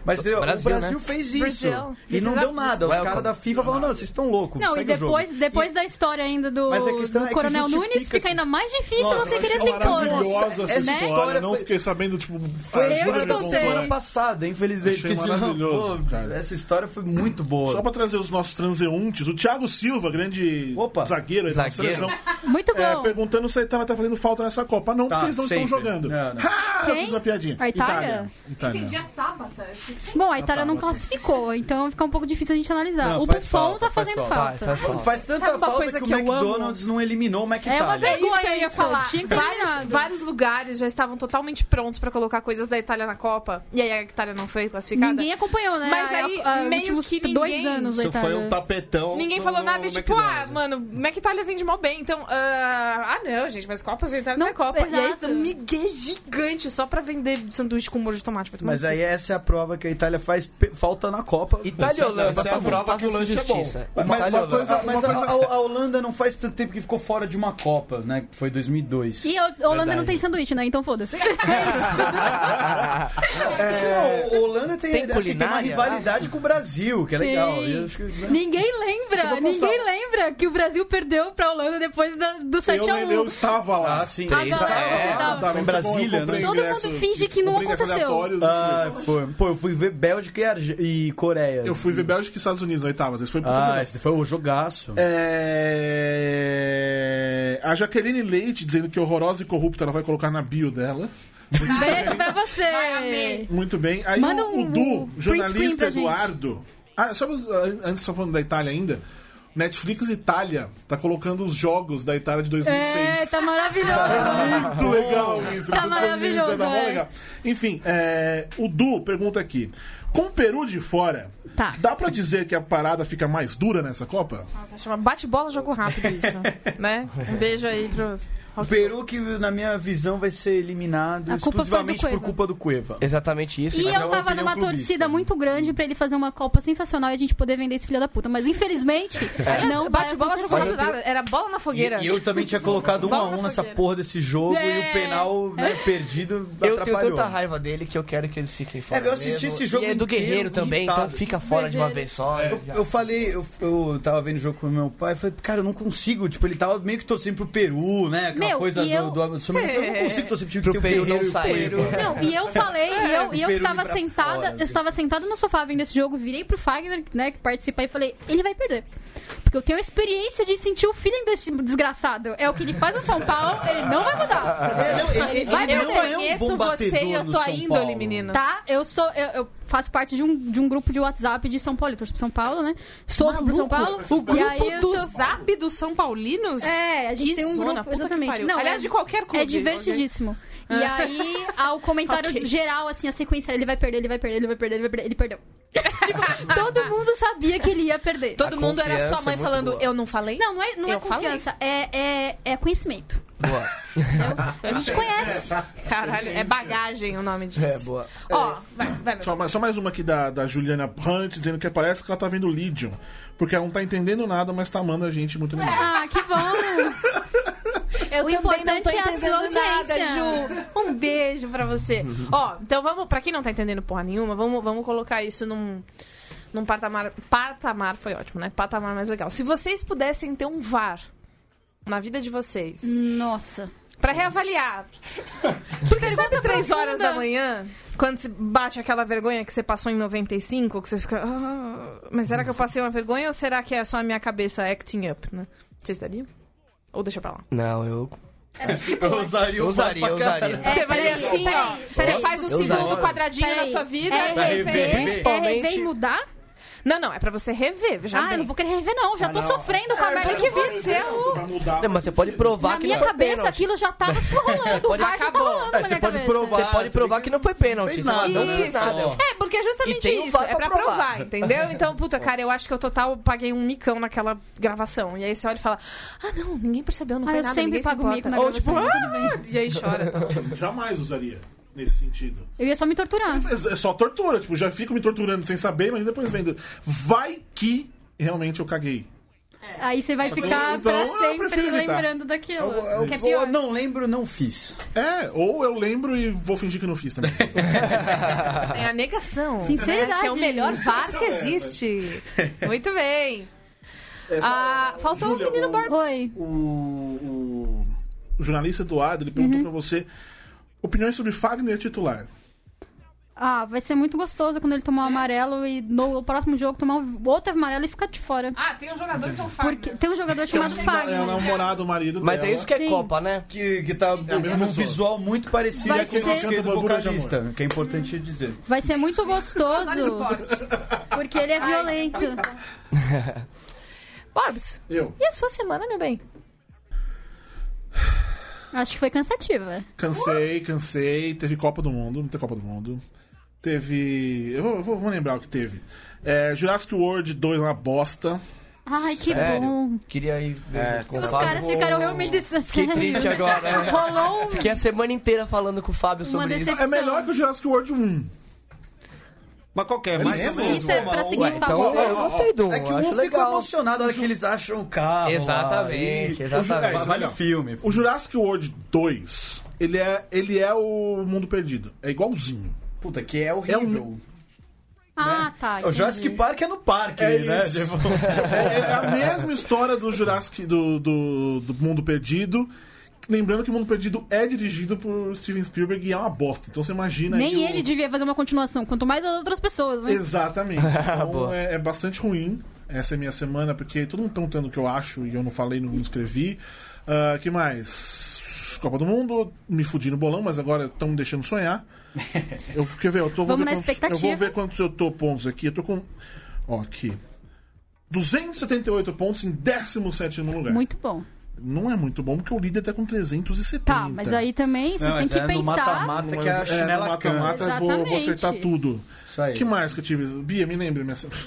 Speaker 4: Mas entendeu? o
Speaker 5: Brasil, né?
Speaker 4: Brasil fez isso.
Speaker 2: Brasil.
Speaker 4: E não
Speaker 2: Brasil.
Speaker 4: deu nada. Os
Speaker 5: Welcome.
Speaker 4: caras da FIFA falaram, não, vocês estão loucos.
Speaker 1: Não, e
Speaker 4: segue o jogo.
Speaker 1: depois, depois
Speaker 4: E-
Speaker 1: da história ainda do,
Speaker 4: Mas a questão
Speaker 1: do
Speaker 4: é que
Speaker 1: Coronel
Speaker 4: justifica
Speaker 1: Nunes, fica
Speaker 4: esse-
Speaker 1: ainda mais difícil
Speaker 4: Nossa, é
Speaker 1: você
Speaker 4: eu
Speaker 1: querer
Speaker 4: achei
Speaker 1: ser todos.
Speaker 3: Maravilhosa essa
Speaker 1: né?
Speaker 3: história, eu não
Speaker 4: Foi-
Speaker 3: fiquei sabendo, tipo,
Speaker 4: Foi
Speaker 3: as
Speaker 4: a história
Speaker 3: horas
Speaker 4: da
Speaker 3: que eu
Speaker 4: semana
Speaker 3: comprei.
Speaker 4: passada, infelizmente.
Speaker 3: Achei
Speaker 4: porque senão,
Speaker 3: maravilhoso,
Speaker 4: pô,
Speaker 3: cara.
Speaker 4: Essa história foi muito boa.
Speaker 3: Só pra trazer os nossos transeuntes, o Thiago Silva, grande
Speaker 4: Opa.
Speaker 3: zagueiro aí da nossa
Speaker 5: Zagueiro.
Speaker 3: seleção,
Speaker 1: Muito Tá bom.
Speaker 3: é, perguntando se a Itália tá fazendo falta nessa Copa. Não,
Speaker 4: Tá,
Speaker 3: porque eles não
Speaker 4: sempre. É.
Speaker 3: estão jogando.
Speaker 4: Não, não.
Speaker 3: Ah, eu
Speaker 1: Quem?
Speaker 3: fiz uma piadinha.
Speaker 1: A Itália?
Speaker 3: Itália.
Speaker 2: Entendi a Tabata.
Speaker 1: Bom, a Itália não classificou, então fica um pouco difícil a gente analisar.
Speaker 4: Ah, tá, Não,
Speaker 1: o
Speaker 4: faz
Speaker 1: Buffon
Speaker 4: falta,
Speaker 1: tá
Speaker 4: faz
Speaker 1: fazendo
Speaker 4: falta.
Speaker 1: falta.
Speaker 4: Faz tanta
Speaker 2: Sabe uma
Speaker 4: falta
Speaker 2: coisa
Speaker 4: que,
Speaker 2: que
Speaker 4: o
Speaker 2: eu amo?
Speaker 4: McDonald's não eliminou o
Speaker 1: É uma
Speaker 2: É
Speaker 4: McTalha.
Speaker 2: isso que eu
Speaker 1: vergonha
Speaker 2: ia
Speaker 1: isso,
Speaker 2: falar.
Speaker 1: tinha que ter eliminado.
Speaker 2: Vários, vários lugares já estavam totalmente prontos pra colocar coisas da Itália na Copa. E aí a Itália não foi classificada.
Speaker 1: Ninguém acompanhou, né?
Speaker 2: Mas
Speaker 1: a-
Speaker 2: aí,
Speaker 1: a- a-
Speaker 2: meio
Speaker 1: últimos
Speaker 2: que ninguém-
Speaker 1: dois anos da
Speaker 6: Isso foi
Speaker 1: Itália.
Speaker 6: um tapetão. é
Speaker 2: Ninguém
Speaker 6: no-
Speaker 2: falou
Speaker 6: no
Speaker 2: nada, e tipo, ah,
Speaker 6: McDonald's.
Speaker 2: mano, McTalha vende mal bem, então. ah, ah, não, gente, mas Copas entraram
Speaker 1: Não,
Speaker 2: na Copa. E aí,
Speaker 1: exato.
Speaker 2: um migué gigante só pra vender sanduíche com molho de tomate. Vai tomar
Speaker 4: Mas
Speaker 2: no cu.
Speaker 4: aí essa é a prova que a Itália faz pe- falta na Copa.
Speaker 5: Itália e Holanda,
Speaker 6: Isso é a prova que o lanche é bom.
Speaker 5: Mas
Speaker 4: Mas, uma
Speaker 5: Itália, e Holanda.
Speaker 4: coisa, mas a, a- a Holanda não faz tanto tempo que ficou fora de uma Copa, né? Que Foi 2002.
Speaker 1: E a Holanda não
Speaker 4: Verdade.
Speaker 1: tem sanduíche, né? Então foda-se.
Speaker 4: Não, a Holanda tem,
Speaker 5: Tem
Speaker 4: assim, tem uma
Speaker 5: culinária?
Speaker 4: rivalidade com o Brasil, que é legal.
Speaker 1: Sim.
Speaker 4: Eu acho que, né?
Speaker 1: ninguém lembra, ninguém lembra que o Brasil perdeu pra Holanda depois da- do
Speaker 3: Eu,
Speaker 1: 7x1.
Speaker 3: eu estava lá. um,
Speaker 4: Ah, sim.
Speaker 1: Ah, tá, é,
Speaker 4: é,
Speaker 1: tá.
Speaker 4: tava em Brasília, né?
Speaker 1: Todo mundo finge que não aconteceu.
Speaker 4: Ah,
Speaker 3: Ah,
Speaker 4: foi. Pô, eu fui ver Bélgica e, Arge- e Coreia.
Speaker 3: eu fui ver Bélgica e Estados Unidos, oitavas. Esse foi pro
Speaker 4: Ah, esse foi o jogaço.
Speaker 3: É... A Jaqueline Leite dizendo que horrorosa e corrupta ela vai colocar na bio dela.
Speaker 1: Beijo pra você.
Speaker 2: Vai, amém.
Speaker 3: Muito bem. Aí
Speaker 1: Manda
Speaker 3: o, o
Speaker 1: um- um
Speaker 3: Du,
Speaker 1: print screen
Speaker 3: jornalista
Speaker 1: pra gente.
Speaker 3: Eduardo. Ah, só, an- antes, só falando da Itália ainda. Netflix Itália tá colocando os jogos da Itália de 2006.
Speaker 1: É, tá maravilhoso. né?
Speaker 3: Muito legal isso.
Speaker 1: Tá
Speaker 3: Essa
Speaker 1: maravilhoso,
Speaker 3: disponibilização tá mó
Speaker 1: é.
Speaker 3: legal. Enfim, é, o Du pergunta aqui. Com o Peru de fora,
Speaker 1: Tá.
Speaker 3: dá pra dizer que a parada fica mais dura nessa Copa?
Speaker 2: Nossa, chama bate-bola, jogo rápido isso. né? Um beijo aí pro.
Speaker 4: O Peru que, na minha visão, vai ser eliminado
Speaker 1: A culpa foi do
Speaker 4: exclusivamente por
Speaker 1: Cueva.
Speaker 4: culpa do Cueva.
Speaker 5: Exatamente isso.
Speaker 1: E
Speaker 4: Mas é
Speaker 1: eu
Speaker 4: uma
Speaker 1: tava
Speaker 4: opinião
Speaker 1: numa
Speaker 4: clubista. né?
Speaker 1: torcida muito grande pra ele fazer uma Copa sensacional e a gente poder vender esse filho da puta. Mas infelizmente,
Speaker 4: É.
Speaker 1: não vai
Speaker 2: Bate-bola, jogo
Speaker 1: acontecer.
Speaker 2: rápido, nada. Era bola na
Speaker 4: E,
Speaker 2: fogueira.
Speaker 4: e eu também tinha colocado um a
Speaker 2: Bola na
Speaker 4: um nessa
Speaker 2: fogueira.
Speaker 4: porra desse jogo e
Speaker 1: É.
Speaker 4: o penal né, perdido
Speaker 5: Eu tenho
Speaker 4: atrapalhou.
Speaker 5: tanta raiva dele que eu quero que eles fiquem fora.
Speaker 4: É, eu assisti
Speaker 5: mesmo.
Speaker 4: esse jogo
Speaker 5: E é do
Speaker 4: inteiro,
Speaker 5: Guerreiro também,
Speaker 4: irritado. É.
Speaker 5: então fica fora de uma vez só. é,
Speaker 4: Eu, eu falei, eu, eu tava vendo o jogo com meu pai, eu falei, cara, eu não consigo. Tipo, ele tava meio que torcendo pro Peru, né? Aquela
Speaker 1: Meu,
Speaker 4: coisa
Speaker 1: e
Speaker 4: do,
Speaker 1: eu- É.
Speaker 4: do, do Sul-Americano. Eu não consigo torcer pro time que
Speaker 5: Pro
Speaker 4: tem o Peru, não
Speaker 5: Pereira
Speaker 4: o
Speaker 5: sair.
Speaker 4: Peru.
Speaker 1: Não, e eu falei, e eu, e eu que
Speaker 4: Peru
Speaker 1: tava
Speaker 4: pra
Speaker 1: sentada,
Speaker 4: fora, assim.
Speaker 1: eu estava sentada no sofá vendo esse jogo, virei pro Fagner, né, que participa, e falei, ele vai perder. Porque eu tenho a experiência de sentir o feeling desse desgraçado. É o que ele faz no São Paulo, ele não vai mudar.
Speaker 4: É, Não, ele- ele
Speaker 1: Vai,
Speaker 2: eu
Speaker 1: não
Speaker 4: é um
Speaker 2: conheço
Speaker 4: bom
Speaker 2: você e
Speaker 4: batedor
Speaker 2: eu
Speaker 4: no
Speaker 2: tô
Speaker 4: São
Speaker 2: a
Speaker 4: Paulo.
Speaker 2: índole, menino.
Speaker 1: Tá? Eu sou. Eu, eu faço parte de um, de um grupo de WhatsApp de São Paulo. Eu torço pro São Paulo, né? Sou pro São Paulo.
Speaker 2: O
Speaker 1: e
Speaker 2: grupo
Speaker 1: aí eu
Speaker 2: do
Speaker 1: sou-
Speaker 2: Zap dos São Paulinos?
Speaker 1: É, a gente
Speaker 2: Que
Speaker 1: tem um
Speaker 2: zona,
Speaker 1: grupo,
Speaker 2: puta que
Speaker 1: exatamente.
Speaker 2: pariu. Aliás, de qualquer clube,
Speaker 1: É divertidíssimo. E aí, ao comentário
Speaker 2: Ok.
Speaker 1: geral, assim, a sequência, ele vai perder, ele vai perder, ele vai perder, ele vai perder, ele perdeu. tipo, todo mundo sabia que ele ia perder.
Speaker 2: Todo
Speaker 5: A
Speaker 2: mundo era sua
Speaker 5: confiança é
Speaker 2: mãe
Speaker 5: muito
Speaker 2: falando,
Speaker 5: boa.
Speaker 2: eu não falei?
Speaker 1: Não, não é, não é
Speaker 2: Eu falei.
Speaker 1: confiança, é, é, é conhecimento.
Speaker 5: Boa.
Speaker 1: A gente conhece.
Speaker 2: Caralho, é bagagem o nome disso.
Speaker 5: É, boa.
Speaker 2: Ó, vai, vai, meu.
Speaker 3: Só, mais- só mais uma aqui da, da Juliana Brandt dizendo que parece que ela tá vendo Legion. Porque ela não tá entendendo nada, mas tá amando a gente muito animado.
Speaker 1: Ah, que bom.
Speaker 2: Eu
Speaker 1: O
Speaker 2: também
Speaker 1: importante
Speaker 2: não tô
Speaker 1: é a sua
Speaker 2: entendendo nada,
Speaker 1: audiência.
Speaker 2: Ju. Um beijo pra você. Ó, então vamos, pra quem não tá entendendo porra nenhuma, vamos, vamos colocar isso num num patamar, patamar foi ótimo, né? Patamar mais legal. Se vocês pudessem ter um VAR na vida de vocês,
Speaker 1: Hum. Nossa.
Speaker 2: Pra reavaliar. Porque sabe três horas da manhã, quando se bate aquela vergonha que você passou em 95, que você fica. "Ah, mas será que eu passei uma vergonha ou será que é só a minha cabeça acting up, né? Vocês dariam? Ou deixa pra lá.
Speaker 5: Não, eu.
Speaker 4: Eu usaria
Speaker 5: Eu
Speaker 4: o
Speaker 5: usaria, eu usaria.
Speaker 1: É,
Speaker 2: você vai
Speaker 1: peraí,
Speaker 2: assim, ó.
Speaker 1: peraí,
Speaker 2: Você
Speaker 1: peraí.
Speaker 2: faz o
Speaker 5: Eu usaria.
Speaker 2: segundo quadradinho
Speaker 1: Peraí.
Speaker 2: na sua vida.
Speaker 1: É
Speaker 2: e aí
Speaker 1: rever,
Speaker 2: vem-
Speaker 1: é rever e
Speaker 5: Principalmente-
Speaker 1: mudar?
Speaker 2: Não, não, é pra você rever, veja
Speaker 1: Ah, eu
Speaker 2: bem.
Speaker 1: não vou querer rever, não. Já tô sofrendo
Speaker 2: Ah,
Speaker 1: com a
Speaker 3: Então
Speaker 1: merda que vi.
Speaker 2: Você é o...
Speaker 3: Pra mudar.
Speaker 5: Não, mas você pode provar
Speaker 1: Na
Speaker 5: que
Speaker 1: minha
Speaker 5: não foi
Speaker 1: cabeça
Speaker 5: pênalti.
Speaker 1: aquilo já tava rolando. O
Speaker 5: Pode-
Speaker 1: VAR já tá
Speaker 2: acabou.
Speaker 1: rolando
Speaker 4: É,
Speaker 1: na
Speaker 4: você
Speaker 1: minha
Speaker 4: pode
Speaker 1: cabeça.
Speaker 4: provar.
Speaker 5: Você pode provar que não foi pênalti.
Speaker 4: Fez nada,
Speaker 5: não
Speaker 4: né?
Speaker 5: fez nada.
Speaker 4: Só.
Speaker 2: É, porque é
Speaker 5: E
Speaker 2: justamente
Speaker 5: tem um
Speaker 2: isso.
Speaker 5: VAR
Speaker 2: É pra
Speaker 5: pra
Speaker 2: provar.
Speaker 5: provar,
Speaker 2: entendeu? Então, puta, cara, eu acho que eu total paguei um micão naquela gravação. E aí você olha e fala: Ah, não, ninguém percebeu, não
Speaker 1: Ah,
Speaker 2: foi
Speaker 1: eu
Speaker 2: nada.
Speaker 1: sempre
Speaker 2: ninguém se
Speaker 1: pago
Speaker 2: importa."
Speaker 1: mico na
Speaker 2: Ou tipo,
Speaker 1: gravação,
Speaker 2: ah! E aí chora. tá?
Speaker 3: Jamais usaria nesse sentido.
Speaker 1: Eu ia só me torturar.
Speaker 3: É só tortura, tipo, já fico me torturando sem saber, mas depois vendo. Vai que realmente eu caguei.
Speaker 1: Aí você vai ficar
Speaker 5: um
Speaker 3: Então,
Speaker 1: pra
Speaker 5: Ah,
Speaker 3: eu prefiro
Speaker 1: sempre
Speaker 3: evitar.
Speaker 1: lembrando daquilo.
Speaker 4: Eu,
Speaker 1: que é
Speaker 4: eu- eu
Speaker 1: pior.
Speaker 4: não lembro, não fiz.
Speaker 3: É, ou eu lembro e vou fingir que não fiz também.
Speaker 2: É a negação.
Speaker 1: Sinceridade.
Speaker 2: né? Que é o melhor VAR que existe. Muito bem.
Speaker 3: É só-
Speaker 2: Ah, faltou
Speaker 3: Júlia,
Speaker 2: o menino Barbie.
Speaker 1: Oi.
Speaker 3: O, o- o jornalista Eduardo, ele
Speaker 2: Uhum.
Speaker 3: perguntou pra você opiniões sobre Fagner titular.
Speaker 1: Ah, vai ser muito gostoso quando ele tomar o amarelo e no próximo jogo tomar o- outro amarelo e ficar de fora.
Speaker 2: Ah, tem um jogador que é um Fagner.
Speaker 1: Porque tem um jogador chamado
Speaker 2: Ah,
Speaker 3: É o
Speaker 1: Fagner.
Speaker 3: namorado, o marido
Speaker 5: Mas
Speaker 3: dela.
Speaker 5: é isso que é
Speaker 1: Sim.
Speaker 5: Copa, né?
Speaker 4: Que, que tá
Speaker 3: a mesma
Speaker 4: um
Speaker 3: pessoa.
Speaker 4: visual muito parecido
Speaker 1: Vai
Speaker 4: com o
Speaker 1: ser-
Speaker 4: nosso querido vocalista, que é importante dizer.
Speaker 1: Vai ser muito
Speaker 2: é
Speaker 1: gostoso porque ele é
Speaker 2: Ai,
Speaker 1: violento.
Speaker 2: Barbs,
Speaker 3: Eu,
Speaker 2: e a sua semana, meu bem?
Speaker 1: Acho que foi cansativa.
Speaker 3: cansei, cansei. Teve Copa do Mundo, não teve Copa do Mundo. Teve... Eu vou, eu vou- vou lembrar o que teve. É, Jurassic World 2 uma bosta.
Speaker 1: Ai, que
Speaker 5: Sério?
Speaker 1: bom.
Speaker 5: Queria ir ver
Speaker 4: É,
Speaker 5: junto com o
Speaker 1: Os
Speaker 5: Fábio.
Speaker 1: caras ficaram realmente decepcionados.
Speaker 5: Que triste agora, né?
Speaker 1: Rolou um-
Speaker 5: Fiquei a semana inteira falando com o Fábio
Speaker 1: uma
Speaker 5: sobre isso.
Speaker 1: decepção.
Speaker 3: É melhor que o Jurassic World 1.
Speaker 6: Mas qualquer, mas
Speaker 4: Isso
Speaker 1: Isso é pra
Speaker 5: Ué,
Speaker 1: significar
Speaker 5: então
Speaker 1: o
Speaker 5: eu gostei do um,
Speaker 4: É que
Speaker 5: acho
Speaker 4: um fica
Speaker 5: legal.
Speaker 4: emocionado na hora que eles acham o carro. lá,
Speaker 5: Exatamente,
Speaker 3: É, isso
Speaker 5: exatamente.
Speaker 3: é
Speaker 4: Vale
Speaker 3: legal.
Speaker 4: o filme.
Speaker 3: O Jurassic World 2, ele é, ele é o Mundo Perdido. É igualzinho.
Speaker 4: Puta, que é horrível.
Speaker 1: Ah, tá.
Speaker 4: O
Speaker 1: entendi.
Speaker 5: Uhum.
Speaker 4: Jurassic Park é no parque,
Speaker 3: É
Speaker 4: né?
Speaker 3: isso.
Speaker 4: Tipo,
Speaker 3: É, é a mesma história do Jurassic do, do, do Mundo Perdido. Lembrando que o Mundo Perdido é dirigido por Steven Spielberg e é uma bosta. Então você imagina aí
Speaker 1: Nem
Speaker 3: o-
Speaker 1: ele devia fazer uma continuação, quanto mais as outras pessoas, né?
Speaker 3: Exatamente. Então
Speaker 5: Boa.
Speaker 3: é, é bastante ruim essa é minha semana, porque todo mundo perguntando o que eu acho e eu não falei, não escrevi. Ah, que mais? Copa do Mundo, me fudi no bolão, mas agora estão me deixando sonhar. Eu, quer ver, eu tô, vou,
Speaker 1: Vamos
Speaker 3: ver
Speaker 1: na
Speaker 3: quantos, eu
Speaker 1: expectativa.
Speaker 3: vou ver quantos eu tô pontos aqui. Eu tô com. Ó, aqui. 278 pontos em 17 lugar.
Speaker 1: Muito bom.
Speaker 3: Não é muito bom, porque o líder tá com 370.
Speaker 1: Tá, mas aí também você
Speaker 4: Não,
Speaker 1: tem
Speaker 4: mas
Speaker 1: que
Speaker 4: é no
Speaker 1: pensar.
Speaker 4: mata-mata
Speaker 3: Mas,
Speaker 4: que a
Speaker 3: é, no
Speaker 4: chinela canta.
Speaker 3: mata-mata eu vou, eu vou acertar
Speaker 1: Exatamente.
Speaker 3: tudo.
Speaker 4: Isso aí.
Speaker 3: que mais que eu tive? Bia, me lembra minha semana.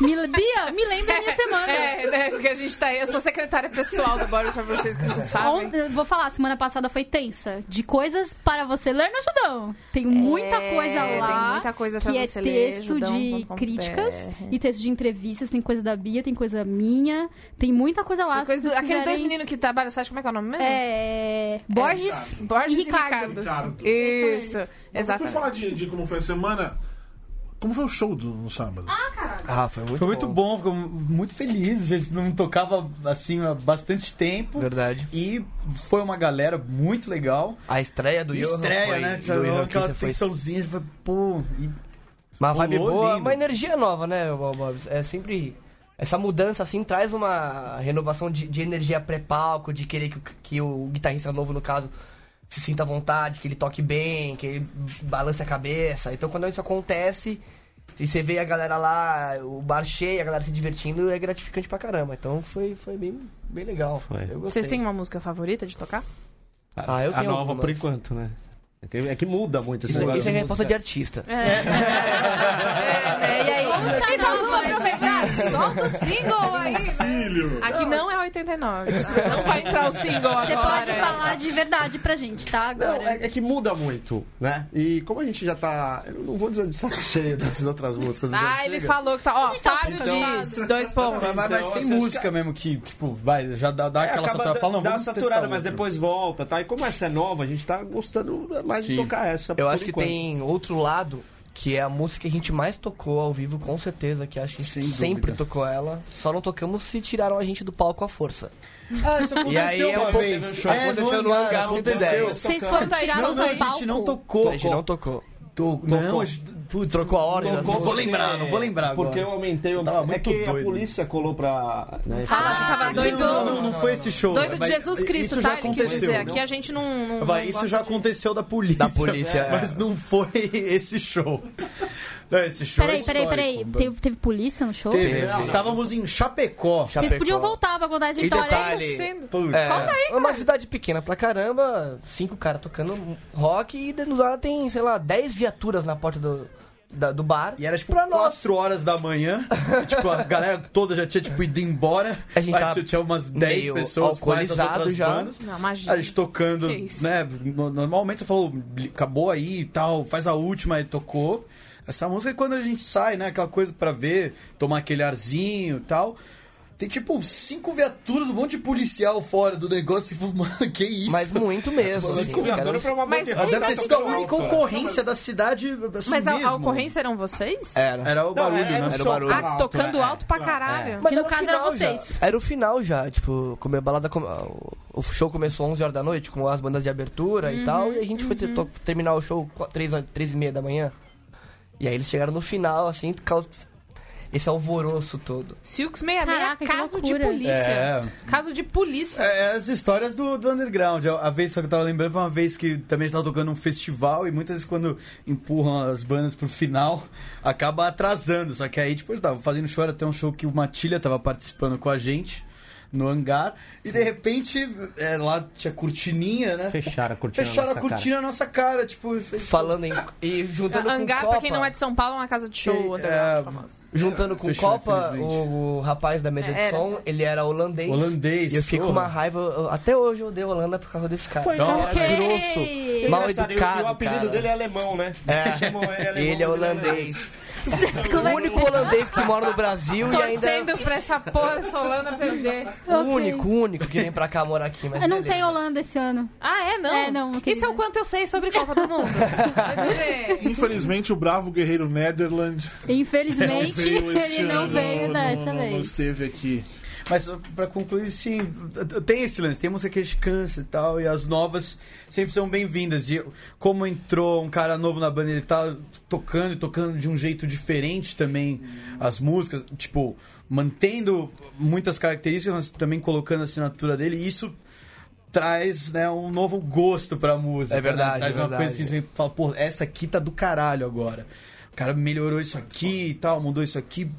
Speaker 1: Me, Bia, me lembra a minha semana.
Speaker 2: É, né? Porque a gente tá aí. Eu sou secretária pessoal do Barbs pra vocês que não sabem.
Speaker 1: Ontem- eu vou falar, semana passada foi tensa. De coisas para você ler no Judão. Tem muita coisa
Speaker 2: É, tem
Speaker 1: lá.
Speaker 2: muita coisa
Speaker 1: que
Speaker 2: pra
Speaker 1: é
Speaker 2: você ler,
Speaker 1: texto de
Speaker 2: judão.com.br.
Speaker 1: críticas
Speaker 2: é.
Speaker 1: e texto de entrevistas. Tem coisa da Bia, tem coisa minha. Tem muita coisa lá.
Speaker 2: Tem
Speaker 1: se
Speaker 2: coisa do-
Speaker 1: vocês
Speaker 2: aqueles dois
Speaker 1: quiserem.
Speaker 2: meninos que trabalham, sabe como é que é o nome mesmo?
Speaker 1: É. Borges.
Speaker 2: Borges
Speaker 1: e Ricardo.
Speaker 2: e Ricardo.
Speaker 3: Ricardo.
Speaker 2: Isso,
Speaker 3: Vamos falar
Speaker 2: exatamente.
Speaker 3: de, de como foi a semana. Como foi o show do, no sábado?
Speaker 5: Ah, foi muito
Speaker 4: é. Foi muito bom, ficou muito feliz. A gente não tocava assim há bastante tempo.
Speaker 5: Verdade.
Speaker 4: E foi uma galera muito legal.
Speaker 5: A estreia do Johan
Speaker 4: Estreia,
Speaker 5: foi,
Speaker 4: né?
Speaker 5: do
Speaker 4: Sabe,
Speaker 5: Johan
Speaker 4: aquela
Speaker 5: Christian foi-
Speaker 4: tensãozinha, tipo, pô. e-
Speaker 5: Uma vibe
Speaker 4: Rolou
Speaker 5: boa,
Speaker 4: lindo.
Speaker 5: uma energia nova, né, Bob? É sempre... Essa mudança, assim, traz uma renovação de, de energia pré-palco, de querer que, o- que o guitarrista novo, no caso, se sinta à vontade, que ele toque bem, que ele balance a cabeça. Então, quando isso acontece, e você vê a galera lá, o bar cheio, a galera se divertindo, é gratificante pra caramba. Então, foi, foi bem, bem legal.
Speaker 6: Foi.
Speaker 5: Eu gostei.
Speaker 2: Vocês têm uma música favorita de tocar?
Speaker 5: Ah, eu
Speaker 6: a
Speaker 5: tenho
Speaker 6: nova
Speaker 5: algumas.
Speaker 6: por enquanto, né? É que, é que muda muito esse
Speaker 5: Isso,
Speaker 6: negócio
Speaker 5: isso é
Speaker 6: de
Speaker 5: resposta
Speaker 6: música.
Speaker 5: de artista.
Speaker 2: É, e aí? então vamos aproveitar. Solta o single aí. né?
Speaker 3: Filho!
Speaker 2: Aqui não é 89. Não vai entrar o single agora. é.
Speaker 1: Você pode falar de verdade pra gente, tá?
Speaker 6: Não,
Speaker 1: Agora.
Speaker 6: é, é que muda muito, né? E como a gente já tá. Eu não vou dizer de saco cheio dessas outras músicas. das
Speaker 2: Ah, ele
Speaker 6: antigas.
Speaker 2: falou que tá. Ó,
Speaker 1: gente tá
Speaker 2: Fábio
Speaker 1: cansado.
Speaker 2: diz, dois pontos.
Speaker 4: Mas, mas
Speaker 6: Então,
Speaker 4: tem
Speaker 6: assim,
Speaker 4: música mesmo que, tipo, vai, já dá, dá
Speaker 6: É,
Speaker 4: aquela
Speaker 6: acaba
Speaker 4: saturada.
Speaker 6: da-
Speaker 4: Fala, não,
Speaker 6: dá uma
Speaker 4: vamos
Speaker 6: saturada,
Speaker 4: testar
Speaker 6: mas
Speaker 4: outra.
Speaker 6: depois volta, tá? E como essa é nova, a gente tá gostando mais
Speaker 4: Sim.
Speaker 6: de tocar essa.
Speaker 5: Eu
Speaker 6: por
Speaker 5: acho que
Speaker 6: enquanto.
Speaker 5: tem outro lado, que é a música que a gente mais tocou ao vivo, com certeza, que acho que a gente
Speaker 4: Sem dúvida.
Speaker 5: sempre tocou ela. Só não tocamos se tiraram a gente do palco à força.
Speaker 4: Ah, isso
Speaker 5: E aí é
Speaker 4: uma
Speaker 5: um
Speaker 4: vez. É,
Speaker 5: pouco- aconteceu no hangar
Speaker 4: aconteceu.
Speaker 5: 110.
Speaker 1: Vocês foram
Speaker 2: Conta aí,
Speaker 1: tirar
Speaker 4: Não,
Speaker 1: no
Speaker 4: não, a
Speaker 1: palco?
Speaker 4: gente não tocou.
Speaker 5: Então, a gente não tocou.
Speaker 4: tocou. Não, a gente- putz,
Speaker 5: Trocou a ordem. das
Speaker 4: Tocou, vou
Speaker 5: músicas.
Speaker 4: lembrar, não vou lembrar
Speaker 6: É, Porque eu
Speaker 4: agora.
Speaker 6: aumentei o.
Speaker 4: Eu tava
Speaker 6: é
Speaker 4: muito
Speaker 6: que a
Speaker 4: doido.
Speaker 6: polícia colou pra.
Speaker 5: É.
Speaker 6: né,
Speaker 2: Ah, você tava doido.
Speaker 4: Não, não, não foi esse show.
Speaker 2: Doido de
Speaker 4: mas
Speaker 2: Jesus Cristo,
Speaker 4: isso já
Speaker 2: tá? Ele quis dizer.
Speaker 4: aconteceu.
Speaker 2: Aqui um a gente não. não-
Speaker 4: Vai,
Speaker 2: não
Speaker 4: isso
Speaker 2: gosta
Speaker 4: já
Speaker 2: de-
Speaker 4: aconteceu da polícia.
Speaker 5: Da polícia, é.
Speaker 4: Mas não foi esse show. Não, esse show
Speaker 1: Peraí,
Speaker 4: é
Speaker 1: peraí, peraí.
Speaker 4: histórico.
Speaker 1: Teve, teve polícia no show?
Speaker 4: Teve. Estávamos em Chapecó.
Speaker 1: Vocês podiam voltar pra contar essa
Speaker 5: E
Speaker 1: história.
Speaker 2: tá
Speaker 5: detalhe,
Speaker 4: Putz.
Speaker 5: é,
Speaker 2: Solta aí,
Speaker 5: uma cidade pequena pra caramba, cinco caras tocando rock e do lado tem, sei lá, dez viaturas na porta do, da- do bar.
Speaker 4: E era tipo
Speaker 5: pra
Speaker 4: 4
Speaker 5: nós.
Speaker 4: horas da manhã. tipo, a galera toda já tinha tipo ido embora.
Speaker 5: A gente
Speaker 4: Aí
Speaker 5: tava
Speaker 4: tinha umas 10
Speaker 5: meio
Speaker 4: pessoas mais as
Speaker 5: alcoolizado
Speaker 4: outras
Speaker 5: já.
Speaker 4: bandas.
Speaker 2: Não, imagina.
Speaker 4: A gente tocando,
Speaker 2: Que isso.
Speaker 4: né? no- Normalmente você falou, acabou aí e tal, faz a última e tocou. Essa música é quando a gente sai, né? Aquela coisa pra ver, tomar aquele arzinho e tal. Tem tipo cinco viaturas, um monte de policial fora do negócio e falou, mano, que isso?
Speaker 5: Mas muito mesmo. assim,
Speaker 3: Cinco viaduras pra
Speaker 5: cara.
Speaker 3: uma
Speaker 2: Mas-
Speaker 4: Ah,
Speaker 3: bandeirada.
Speaker 6: tá
Speaker 4: Deve
Speaker 2: Então,
Speaker 4: ter sido a
Speaker 2: então,
Speaker 4: única ocorrência da cidade. Assim
Speaker 2: Mas a,
Speaker 4: mesmo.
Speaker 2: a ocorrência é, eram vocês?
Speaker 5: Era.
Speaker 4: Era o barulho,
Speaker 3: era
Speaker 4: né?
Speaker 3: um
Speaker 5: Era o
Speaker 3: show
Speaker 5: barulho.
Speaker 3: alto,
Speaker 2: Ah, tocando
Speaker 3: né?
Speaker 2: alto pra
Speaker 3: É.
Speaker 2: caralho.
Speaker 5: Mas
Speaker 1: Que no
Speaker 5: era o
Speaker 1: caso eram
Speaker 5: final já.
Speaker 1: vocês.
Speaker 5: Era o final já, tipo, como a balada. come- O show começou 11 horas da noite, com as bandas de abertura e tal, e a gente foi ter- to- terminar o show 3, e meia da manhã. E aí eles chegaram no final, assim, caus- esse alvoroço todo.
Speaker 2: Silks 66,
Speaker 1: Caraca, que
Speaker 2: caso de
Speaker 1: loucura.
Speaker 2: polícia.
Speaker 4: É.
Speaker 2: Caso de polícia.
Speaker 4: É, as histórias do, do underground. É, A, a vez só que eu tava lembrando foi uma vez que também a gente tava tocando um festival e muitas vezes quando empurram as bandas pro final, acaba atrasando. Só que aí, tipo, eu tava fazendo show, era até um show que o Matilha tava participando com a gente no hangar e de repente é, lá tinha cortininha, né?
Speaker 7: Fecharam a cortina.
Speaker 4: Fecharam
Speaker 7: na
Speaker 4: a
Speaker 7: nossa cara.
Speaker 4: cortina na nossa cara, tipo, e fez-
Speaker 5: Falando em. E juntando
Speaker 2: Hangar,
Speaker 5: com Copa,
Speaker 2: pra quem não é de São Paulo, é uma casa de
Speaker 4: Que-
Speaker 2: show
Speaker 4: é,
Speaker 2: underground famosa.
Speaker 5: Juntando com
Speaker 4: Fechou,
Speaker 5: Copa,
Speaker 4: infelizmente.
Speaker 5: o, o rapaz da mesa
Speaker 2: É,
Speaker 5: de
Speaker 2: era.
Speaker 5: som, ele era holandês.
Speaker 4: Holandês,
Speaker 5: E eu fico com
Speaker 4: porra.
Speaker 5: uma raiva, eu- até hoje eu odeio Holanda por causa desse cara.
Speaker 4: Então,
Speaker 1: Ok.
Speaker 5: grosso. Mal
Speaker 6: Engraçado, e
Speaker 5: educado,
Speaker 6: O apelido
Speaker 5: cara.
Speaker 6: dele é alemão, né? Chamam ele, alemão,
Speaker 5: Ele é
Speaker 6: mas
Speaker 5: holandês.
Speaker 1: Como
Speaker 5: O
Speaker 4: né?
Speaker 1: é que-
Speaker 5: único holandês que mora no Brasil e ainda.
Speaker 2: Torcendo pra essa porra dessa Holanda perder.
Speaker 5: O único, o único que vem pra cá morar aqui. Mas
Speaker 1: é? Eu não
Speaker 5: beleza.
Speaker 1: tem Holanda esse ano.
Speaker 2: Ah, é? Não?
Speaker 1: É, não,
Speaker 2: Isso
Speaker 1: querida.
Speaker 2: é o quanto eu sei sobre Copa do Mundo. Vai
Speaker 3: Infelizmente, o bravo guerreiro Netherland
Speaker 1: Infelizmente, ele não veio dessa
Speaker 3: não, Não
Speaker 1: vez.
Speaker 3: esteve aqui.
Speaker 4: Mas ó, pra concluir, sim, tem esse lance, tem música que a gente cansa e tal, e as novas sempre são bem-vindas. E como entrou um cara novo na banda, ele tá tocando e tocando de um jeito diferente também as músicas, tipo, mantendo muitas características, mas também colocando a assinatura dele, e isso traz né, um novo gosto pra música.
Speaker 5: É verdade,
Speaker 4: né? Traz
Speaker 5: é
Speaker 4: uma
Speaker 5: verdade.
Speaker 4: coisa assim, você fala, pô, essa aqui tá do caralho agora. O cara melhorou isso aqui e tal, mudou isso aqui.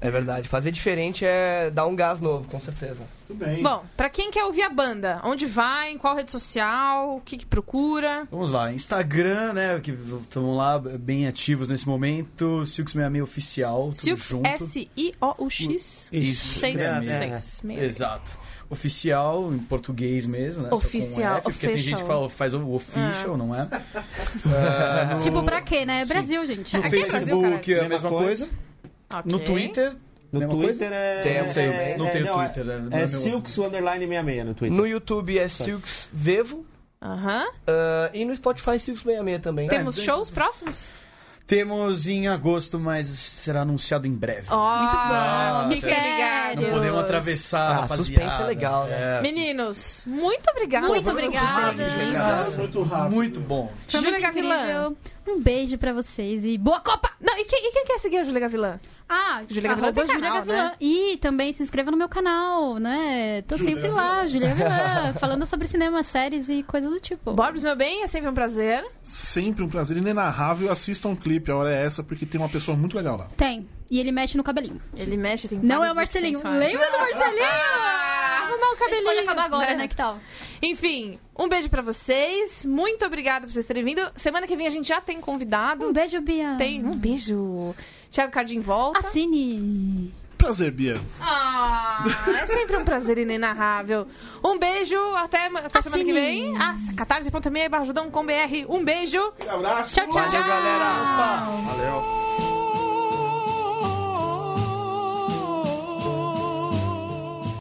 Speaker 5: É verdade. Fazer diferente é dar um gás novo, com certeza.
Speaker 3: Tudo bem.
Speaker 2: Bom, pra quem quer ouvir a banda, onde vai, em qual rede social, o que, que procura?
Speaker 4: Vamos lá, Instagram, né? Que estamos lá bem ativos nesse momento. Silks66 oficial. tudo
Speaker 2: Silks
Speaker 4: junto.
Speaker 2: S-I-O-U-X
Speaker 4: Isso.
Speaker 2: seis
Speaker 4: É,
Speaker 2: seis, meia.
Speaker 4: Exato. Oficial, em português mesmo, né? só com
Speaker 2: Oficial,
Speaker 4: F, porque tem
Speaker 2: official. Ah.
Speaker 4: gente que fala, faz o official, não é? Ah, no-
Speaker 1: Tipo, pra quê, né? É Brasil, gente.
Speaker 4: No
Speaker 2: Aqui é Brasil,
Speaker 4: Facebook é a
Speaker 6: caralho.
Speaker 4: mesma
Speaker 6: Mesma coisa.
Speaker 4: coisa. No
Speaker 2: Ok.
Speaker 4: Twitter.
Speaker 6: No
Speaker 4: mesma
Speaker 6: Twitter
Speaker 4: coisa?
Speaker 6: é.
Speaker 5: Tem, eu
Speaker 6: é-
Speaker 5: sei,
Speaker 6: é-
Speaker 4: não tenho
Speaker 6: é-
Speaker 4: Twitter, né? Não é
Speaker 6: É,
Speaker 4: meu-
Speaker 6: é Silks Underline 66 no Twitter.
Speaker 5: No YouTube é Silks Vevo.
Speaker 2: Aham.
Speaker 5: ah, e no Spotify Silks66 também.
Speaker 2: Temos
Speaker 4: tem-
Speaker 2: shows próximos?
Speaker 4: Temos em agosto, mas será anunciado em breve.
Speaker 2: Muito
Speaker 1: bom,
Speaker 2: Fiquem
Speaker 1: mistério.
Speaker 2: ligados.
Speaker 4: não podemos atravessar,
Speaker 5: Ah,
Speaker 4: rapaziada.
Speaker 5: suspense é legal, né?
Speaker 4: É.
Speaker 2: Meninos, muito obrigada.
Speaker 1: Muito
Speaker 2: por vocês
Speaker 1: obrigada.
Speaker 2: terem vindo.
Speaker 3: é Muito rápido.
Speaker 4: Muito bom.
Speaker 1: Foi muito
Speaker 2: Júlia Gavilã.
Speaker 1: incrível. Um beijo pra vocês e boa Copa!
Speaker 2: Não, e quem, e quem quer seguir a Júlia Gavilã?
Speaker 1: Ah,
Speaker 2: Júlia Gavilã
Speaker 1: arroba
Speaker 2: tem
Speaker 1: Júlia
Speaker 2: canal, né?
Speaker 1: Gavilã. E também se inscreva no meu canal, né? Tô sempre lá, Júlia Gavilã, falando sobre cinema, séries e coisas do tipo.
Speaker 2: Borbs, meu bem, é sempre um prazer.
Speaker 3: Sempre um prazer inenarrável. Assista um clipe, a hora é essa, porque tem uma pessoa muito legal lá.
Speaker 1: Tem. E ele mexe no cabelinho.
Speaker 2: Ele mexe, tem
Speaker 1: Não
Speaker 2: vários
Speaker 1: é o Marcelinho.
Speaker 2: sensuais.
Speaker 1: Lembra do Marcelinho?
Speaker 2: Arrumar o cabelinho.
Speaker 1: A gente pode acabar agora, né? Que tal?
Speaker 2: Enfim, um beijo pra vocês. Muito obrigada por vocês terem vindo. Semana que vem a gente já tem convidado.
Speaker 1: Um beijo, Bia.
Speaker 2: Tem um beijo. Tiago Cardim volta.
Speaker 1: Assim- Assine.
Speaker 3: Prazer, Bia.
Speaker 2: Ah, é sempre um prazer inenarrável. Um beijo, até, até semana que vem. Ah, catarse.me barra ajudão com BR. Um beijo.
Speaker 3: Um abraço.
Speaker 1: Tchau, tchau.
Speaker 2: Valeu, galera.
Speaker 4: Opa!
Speaker 6: Valeu.